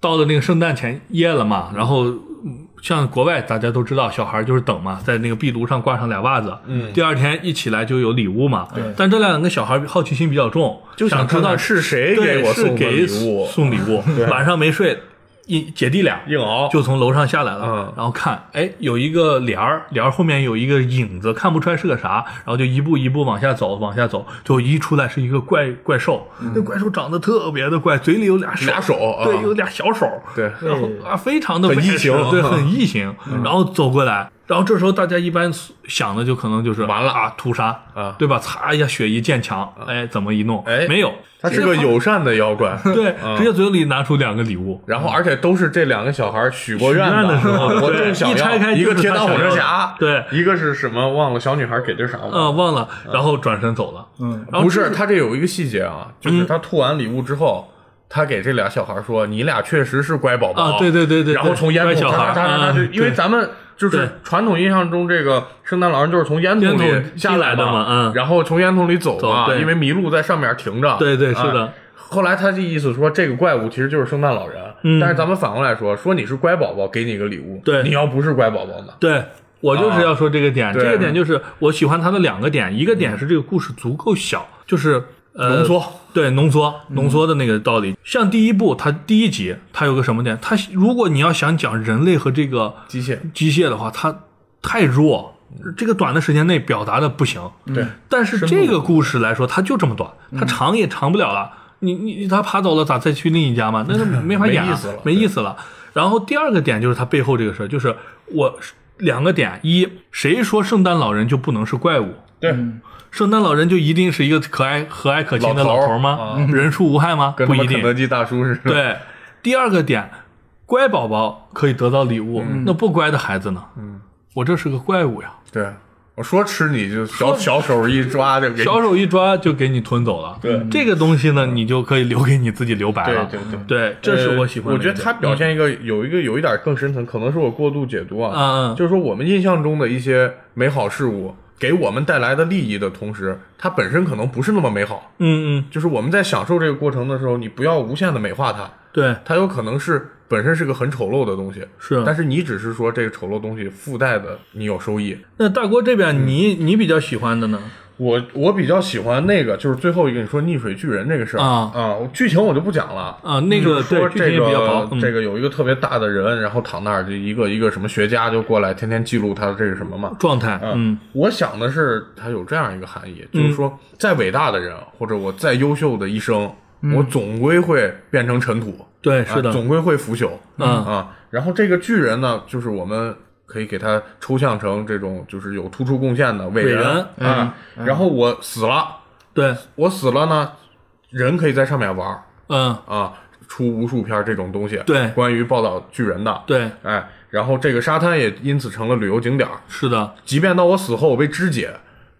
[SPEAKER 1] 到了那个圣诞前夜了嘛，然后嗯像国外大家都知道，小孩就是等嘛，在那个壁炉上挂上俩袜子，嗯，第二天一起来就有礼物嘛。对，但这两个小孩好奇心比较重，
[SPEAKER 3] 就
[SPEAKER 1] 想知
[SPEAKER 3] 看
[SPEAKER 1] 道
[SPEAKER 3] 看是谁
[SPEAKER 1] 对
[SPEAKER 3] 给我
[SPEAKER 1] 是
[SPEAKER 3] 送的
[SPEAKER 1] 给
[SPEAKER 3] 礼物，
[SPEAKER 1] 送礼 物，晚上没睡。一姐弟俩
[SPEAKER 3] 硬熬
[SPEAKER 1] 就从楼上下来了，
[SPEAKER 3] 嗯
[SPEAKER 1] 然后看，哎，有一个帘儿，帘儿后面有一个影子，看不出来是个啥，然后就一步一步往下走，往下走，最后一出来是一个怪怪兽，那怪兽长得特别的怪，嘴里有俩手
[SPEAKER 3] 嗯俩手啊
[SPEAKER 1] 对，有俩小手，
[SPEAKER 3] 对
[SPEAKER 1] 然后啊，非常的
[SPEAKER 3] 很异形嗯
[SPEAKER 1] 对，很异形，然后走过来。然后这时候大家一般想的就可能就是
[SPEAKER 3] 完了
[SPEAKER 1] 啊，屠杀
[SPEAKER 3] 啊嗯
[SPEAKER 1] 对吧？擦一下血一溅墙，哎，怎么一弄？
[SPEAKER 3] 哎
[SPEAKER 1] 没有，
[SPEAKER 3] 他是个友善的妖怪。
[SPEAKER 1] 对，直接嘴里拿出两个礼物，
[SPEAKER 3] 然后，而且都是这两个小孩许过愿啊
[SPEAKER 1] 许愿的时候
[SPEAKER 3] 我
[SPEAKER 1] 对
[SPEAKER 3] 正想要
[SPEAKER 1] 一拆开
[SPEAKER 3] 一个
[SPEAKER 1] 就是
[SPEAKER 3] 铁
[SPEAKER 1] 他
[SPEAKER 3] 胆火
[SPEAKER 1] 想
[SPEAKER 3] 车
[SPEAKER 1] 要的
[SPEAKER 3] 侠，
[SPEAKER 1] 对
[SPEAKER 3] 一个是什么忘了小女孩给的啥了
[SPEAKER 1] 呃，忘了，然后转身走了。
[SPEAKER 2] 嗯，
[SPEAKER 1] 然后
[SPEAKER 3] 不
[SPEAKER 1] 这嗯
[SPEAKER 3] 是，他这有一个细节啊，就是他吐完礼物之后，他给这俩小孩说：“你俩确实是乖宝宝。”
[SPEAKER 1] 啊对对对对
[SPEAKER 3] 然后从烟
[SPEAKER 1] 乖
[SPEAKER 3] 囱
[SPEAKER 1] 小孩
[SPEAKER 3] 哒哒哒哒哒
[SPEAKER 1] 嗯
[SPEAKER 3] 就因为
[SPEAKER 1] 对
[SPEAKER 3] 咱们就是
[SPEAKER 1] 对
[SPEAKER 3] 传统印象中，这个圣诞老人就是从烟囱
[SPEAKER 1] 烟囱
[SPEAKER 3] 里下来
[SPEAKER 1] 进来的嘛嗯
[SPEAKER 3] 然后从烟囱里走嘛
[SPEAKER 1] 走，对
[SPEAKER 3] 因为麋鹿在上面停着。
[SPEAKER 1] 对对是的
[SPEAKER 3] 啊后来他这意思说，这个怪物其实就是圣诞老人，
[SPEAKER 1] 嗯
[SPEAKER 3] 但是咱们反过来说，说你是乖宝宝，给你个礼物，
[SPEAKER 1] 对
[SPEAKER 3] 你要不是乖宝宝呢？
[SPEAKER 1] 对我就是要说这个点，
[SPEAKER 3] 啊对
[SPEAKER 1] 这个点就是我喜欢它的两个点，一个点是这个故事足够小，就是。呃、
[SPEAKER 3] 浓缩，嗯
[SPEAKER 1] 对浓缩浓缩的那个道理，像第一部它第一集它有个什么点？它如果你要想讲人类和这个
[SPEAKER 3] 机械
[SPEAKER 1] 机械的话，它太弱，这个短的时间内表达的不行。
[SPEAKER 3] 嗯对，嗯
[SPEAKER 1] 但是这个故事来说，它就这么短，它长也长不了了。你你他爬走了，咋再去另一家嘛？ 那就没法演、啊，
[SPEAKER 3] 没意思了
[SPEAKER 1] 没意思了。然后第二个点就是他背后这个事儿，就是我两个点：一，谁说圣诞老人就不能是怪物？
[SPEAKER 3] 对，
[SPEAKER 1] 圣诞老人就一定是一个可爱、和蔼可亲的老头儿
[SPEAKER 3] 老头
[SPEAKER 1] 吗
[SPEAKER 3] 儿？啊
[SPEAKER 1] 人畜无害吗？
[SPEAKER 3] 跟
[SPEAKER 1] 不
[SPEAKER 3] 他
[SPEAKER 1] 一
[SPEAKER 3] 们肯德
[SPEAKER 1] 定。
[SPEAKER 3] 基大叔似的。，
[SPEAKER 1] 对，第二个点，乖宝宝可以得到礼物，
[SPEAKER 3] 嗯
[SPEAKER 1] 那不乖的孩子呢？嗯，我这是个怪物呀，
[SPEAKER 3] 对，我说吃你就小小手一抓就给你
[SPEAKER 1] 小手一抓就给你吞走了。
[SPEAKER 3] 对嗯
[SPEAKER 1] 这个东西呢，你就可以留给你自己留白了。
[SPEAKER 3] 对对对
[SPEAKER 1] 对，这是我喜欢的
[SPEAKER 3] 我
[SPEAKER 1] 一
[SPEAKER 3] 觉
[SPEAKER 1] 点。
[SPEAKER 3] 得他表现一个有一个有一点更深层，可能是我过度解读啊，
[SPEAKER 1] 嗯嗯
[SPEAKER 3] 就是说我们印象中的一些美好事物给我们带来的利益的同时，它本身可能不是那么美好。
[SPEAKER 1] 嗯嗯，
[SPEAKER 3] 就是我们在享受这个过程的时候，你不要无限的美化它，
[SPEAKER 1] 对，
[SPEAKER 3] 它有可能是本身是个很丑陋的东西，
[SPEAKER 1] 是啊
[SPEAKER 3] 但是你只是说这个丑陋东西附带的你有收益。
[SPEAKER 1] 那大郭这
[SPEAKER 3] 嗯
[SPEAKER 1] 边你你比较喜欢的呢？
[SPEAKER 3] 我我比较喜欢那个，就是最后一个你说溺水巨人这个事儿
[SPEAKER 1] 啊
[SPEAKER 3] 啊，我剧情我就不讲了
[SPEAKER 1] 啊那个
[SPEAKER 3] 就是
[SPEAKER 1] 对剧
[SPEAKER 3] 说
[SPEAKER 1] 情
[SPEAKER 3] 这
[SPEAKER 1] 也比较薄
[SPEAKER 3] 个
[SPEAKER 1] 嗯
[SPEAKER 3] 这个有一个特别大的人，然后躺那儿就一个一个什么学家就过来天天记录他的这个什么嘛。啊
[SPEAKER 1] 状态，嗯，
[SPEAKER 3] 我想的是，它有这样一个含义，就是说，再伟大的人或者我再优秀的一生，我总归会变成尘土，
[SPEAKER 1] 对，嗯是的
[SPEAKER 3] 啊，总归会腐朽。
[SPEAKER 1] 嗯
[SPEAKER 3] 啊，然后这个巨人呢，就是我们可以给他抽象成这种就是有突出贡献的伟
[SPEAKER 1] 伟人嗯
[SPEAKER 3] 啊。然后我死了，
[SPEAKER 1] 对，
[SPEAKER 3] 我死了呢，人可以在上面玩儿
[SPEAKER 1] 嗯，
[SPEAKER 3] 啊，出无数篇儿这种东西，
[SPEAKER 1] 对
[SPEAKER 3] 关于报道巨人的，，
[SPEAKER 1] 对，
[SPEAKER 3] 哎，然后这个沙滩也因此成了旅游景点儿。
[SPEAKER 1] 是的，
[SPEAKER 3] 即便到我死后，我被肢解。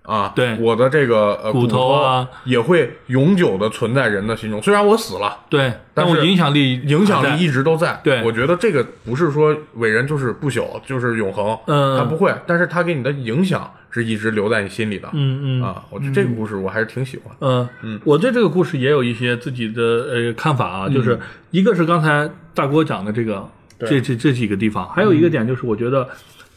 [SPEAKER 3] 啊，
[SPEAKER 1] 对
[SPEAKER 3] 我的这个、呃、
[SPEAKER 1] 骨
[SPEAKER 3] 骨
[SPEAKER 1] 头啊
[SPEAKER 3] 也会永久的存在人的心中。虽然我死了，
[SPEAKER 1] 对，但
[SPEAKER 3] 但
[SPEAKER 1] 我
[SPEAKER 3] 是
[SPEAKER 1] 影响力
[SPEAKER 3] 影响力
[SPEAKER 1] 一，
[SPEAKER 3] 一直都在。
[SPEAKER 1] 啊对
[SPEAKER 3] 我觉得这个不是说伟人就是不朽，就是永恒，
[SPEAKER 1] 嗯
[SPEAKER 3] 他不会，但是他给你的影响是一直留在你心里的。
[SPEAKER 1] 嗯嗯
[SPEAKER 3] 啊，我觉得这个故事我还是挺喜欢。
[SPEAKER 1] 嗯嗯，我对这个故事也有一些自己的呃看法
[SPEAKER 3] 嗯
[SPEAKER 1] 啊，就是一个是刚才大郭讲的这个这这这几个地方，还有一个点就是我觉得。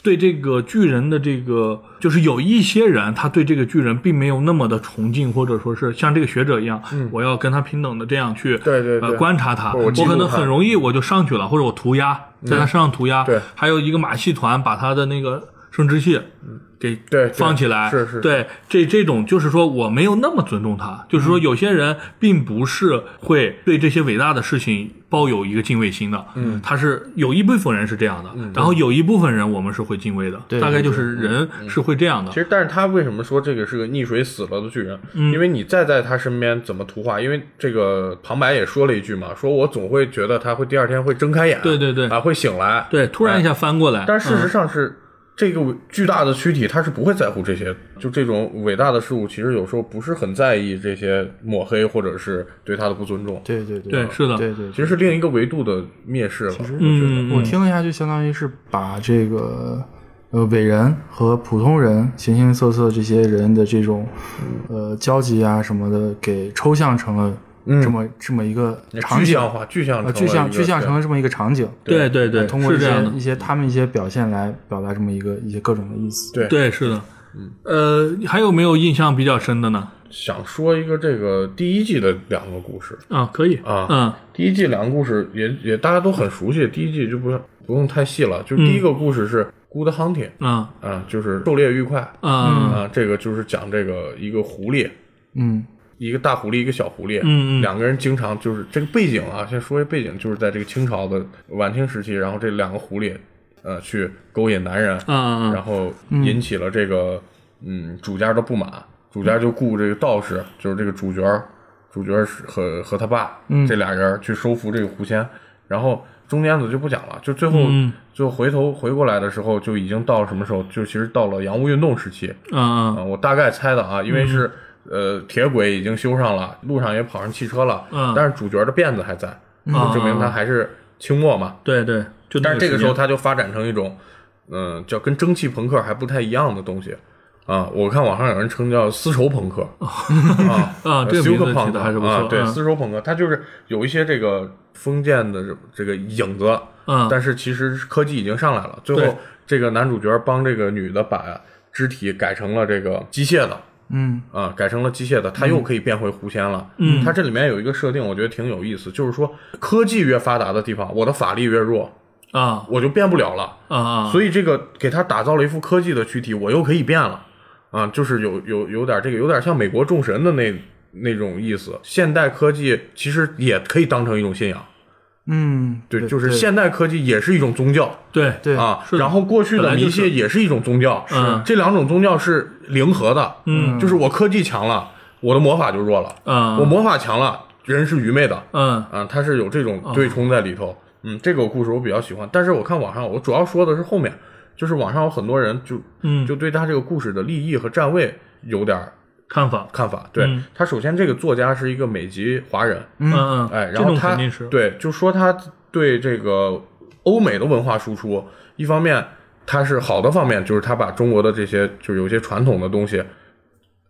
[SPEAKER 1] 对这个巨人的这个，就是有一些人，他对这个巨人并没有那么的崇敬，或者说是像这个学者一样，我要跟他平等的这样去
[SPEAKER 3] 嗯对对
[SPEAKER 1] 呃
[SPEAKER 3] 对
[SPEAKER 1] 观察他，
[SPEAKER 3] 或者我记
[SPEAKER 1] 可
[SPEAKER 3] 录
[SPEAKER 1] 能
[SPEAKER 3] 他嗯
[SPEAKER 1] 很容易我就上去了，或者我涂鸦在他身上涂鸦，
[SPEAKER 3] 对
[SPEAKER 1] 还有一个马戏团把他的那个生殖器给
[SPEAKER 3] 嗯对对
[SPEAKER 1] 放起来，
[SPEAKER 3] 是是
[SPEAKER 1] 对这这种就是说我没有那么尊重他，就是
[SPEAKER 3] 嗯
[SPEAKER 1] 说有些人并不是会对这些伟大的事情抱有一个敬畏心的，嗯，他是有一部分人是这样的，
[SPEAKER 3] 嗯
[SPEAKER 1] 然后有一部分人我们是会敬畏的，
[SPEAKER 2] 对
[SPEAKER 1] 大概就是人是会这样的
[SPEAKER 3] 嗯其，实，但是他为什么说这个是个溺水死了的巨人？
[SPEAKER 2] 嗯
[SPEAKER 3] 因为你再在他身边怎么图画？因为这个旁白也说了一句嘛，说我总会觉得他会第二天会睁开眼，
[SPEAKER 1] 对对对
[SPEAKER 3] 啊，会醒来。
[SPEAKER 1] 对，突然一下翻过来，
[SPEAKER 3] 嗯但事
[SPEAKER 2] 嗯
[SPEAKER 3] 实上是、这个巨大的躯体，它是不会在乎这些，就这种伟大的事物，其实有时候不是很在意这些抹黑或者是对他的不尊重，
[SPEAKER 2] 对对对
[SPEAKER 1] 对是的
[SPEAKER 2] 对对
[SPEAKER 3] 其实是另一个维度的蔑视了。
[SPEAKER 1] 嗯，嗯
[SPEAKER 2] 我听了一下，就相当于是把这个呃伟人和普通人形形色色这些人的这种呃交集啊什么的，给抽象成了这么、这么一个场
[SPEAKER 3] 嗯具
[SPEAKER 2] 景，
[SPEAKER 3] 象化，具象成
[SPEAKER 2] 呃，
[SPEAKER 3] 了
[SPEAKER 2] 具象
[SPEAKER 3] 一个
[SPEAKER 2] 具象成
[SPEAKER 3] 对
[SPEAKER 2] 了这么一个场景。
[SPEAKER 1] 对对对，
[SPEAKER 2] 通过
[SPEAKER 1] 是
[SPEAKER 2] 一
[SPEAKER 1] 这样的
[SPEAKER 2] 些。一些他们一些表现来表达这么一个一些各种的意思。
[SPEAKER 3] 对
[SPEAKER 1] 对，是的。
[SPEAKER 3] 嗯
[SPEAKER 1] 呃，还有没有印象比较深的呢？
[SPEAKER 3] 想说一个这个第一季的两个故事，
[SPEAKER 1] 啊，可以
[SPEAKER 3] 啊
[SPEAKER 1] 嗯，
[SPEAKER 3] 第一季两个故事也也大家都很熟悉，第一季就不用不用太细了，就第一个故事是 Good Hunting，
[SPEAKER 1] 啊
[SPEAKER 3] 啊，就是狩猎愉快，
[SPEAKER 1] 啊
[SPEAKER 3] 啊，这个就是讲这个一个狐狸，
[SPEAKER 2] 嗯，
[SPEAKER 3] 一个大狐狸，一个小狐狸，
[SPEAKER 1] 嗯嗯
[SPEAKER 3] 两个人经常就是这个背景啊，先说一背景，就是在这个清朝的晚清时期，然后这两个狐狸，呃，去勾引男人，
[SPEAKER 1] 啊
[SPEAKER 3] 然后引起了这个嗯主家的不满，主家就雇这个道士，就是这个主角儿，主角儿是和和他爸、
[SPEAKER 1] 嗯
[SPEAKER 3] 这俩人去收服这个狐仙，然后中间的就不讲了，就最后、
[SPEAKER 1] 嗯
[SPEAKER 3] 就回头回过来的时候，就已经到什么时候？就其实到了洋务运动时期，
[SPEAKER 1] 啊
[SPEAKER 3] 啊，我大概猜的啊，因为
[SPEAKER 1] 嗯
[SPEAKER 3] 是、呃铁轨已经修上了，路上也跑上汽车了，
[SPEAKER 1] 嗯
[SPEAKER 3] 但是主角的辫子还在，
[SPEAKER 1] 啊
[SPEAKER 3] 就证明他还是清末嘛。
[SPEAKER 1] 对对，就
[SPEAKER 3] 但是这
[SPEAKER 1] 个
[SPEAKER 3] 个时候
[SPEAKER 1] 间
[SPEAKER 3] 他就发展成一种，嗯、叫跟蒸汽朋克还不太一样的东西。啊，我看网上有人称叫丝绸朋克，啊
[SPEAKER 1] 哦 啊这个名字起
[SPEAKER 3] Cyberpunk
[SPEAKER 1] 得还是不错
[SPEAKER 3] 啊，对，
[SPEAKER 1] 嗯
[SPEAKER 3] 丝绸朋克，它就是有一些这个封建的这这个影子，
[SPEAKER 1] 嗯
[SPEAKER 3] 但是其实科技已经上来了。最
[SPEAKER 1] 对
[SPEAKER 3] 后这个男主角帮这个女的把肢体改成了这个机械的，
[SPEAKER 2] 嗯
[SPEAKER 3] 啊，改成了机械的，它又可以变回狐仙了。
[SPEAKER 1] 嗯
[SPEAKER 3] 它这里面有一个设定，我觉得挺有意思，就是说科技越发达的地方，我的法力越弱，
[SPEAKER 1] 啊
[SPEAKER 3] 我就变不了了。
[SPEAKER 1] 啊啊，
[SPEAKER 3] 所以这个给他打造了一副科技的躯体，我又可以变了，啊，就是有有有点这个，有点像美国众神的那那种意思。现代科技其实也可以当成一种信仰，
[SPEAKER 2] 嗯，
[SPEAKER 3] 对，
[SPEAKER 2] 对，
[SPEAKER 3] 就是
[SPEAKER 2] 对
[SPEAKER 3] 现代科技也是一种宗教
[SPEAKER 1] 对
[SPEAKER 2] 对
[SPEAKER 3] 啊。
[SPEAKER 1] 是的
[SPEAKER 3] 然后过去
[SPEAKER 1] 本
[SPEAKER 3] 的
[SPEAKER 1] 来就
[SPEAKER 3] 迷
[SPEAKER 1] 是
[SPEAKER 3] 信也是一种宗教，
[SPEAKER 1] 嗯
[SPEAKER 3] 这两种宗教是零和的，
[SPEAKER 1] 嗯
[SPEAKER 3] 就是我科技强了，我的魔法就弱了，
[SPEAKER 1] 啊，
[SPEAKER 3] 我魔法强了，人是愚昧的，
[SPEAKER 1] 嗯
[SPEAKER 3] 啊，它是有这种对冲在里头。嗯，这个故事我比较喜欢，但是我看网上，我主要说的是后面，就是网上有很多人就
[SPEAKER 1] 嗯
[SPEAKER 3] 就对他这个故事的立意和站位有点儿
[SPEAKER 1] 看法，
[SPEAKER 3] 看法。对、
[SPEAKER 1] 嗯
[SPEAKER 3] 他，首先这个作家是一个美籍华人，
[SPEAKER 1] 嗯嗯，
[SPEAKER 3] 哎，
[SPEAKER 1] 这
[SPEAKER 3] 然后
[SPEAKER 1] 种
[SPEAKER 3] 他
[SPEAKER 1] 肯定是
[SPEAKER 3] 对就说他对这个欧美的文化输出，一方面他是好的方面，就是他把中国的这些就是有一些传统的东西。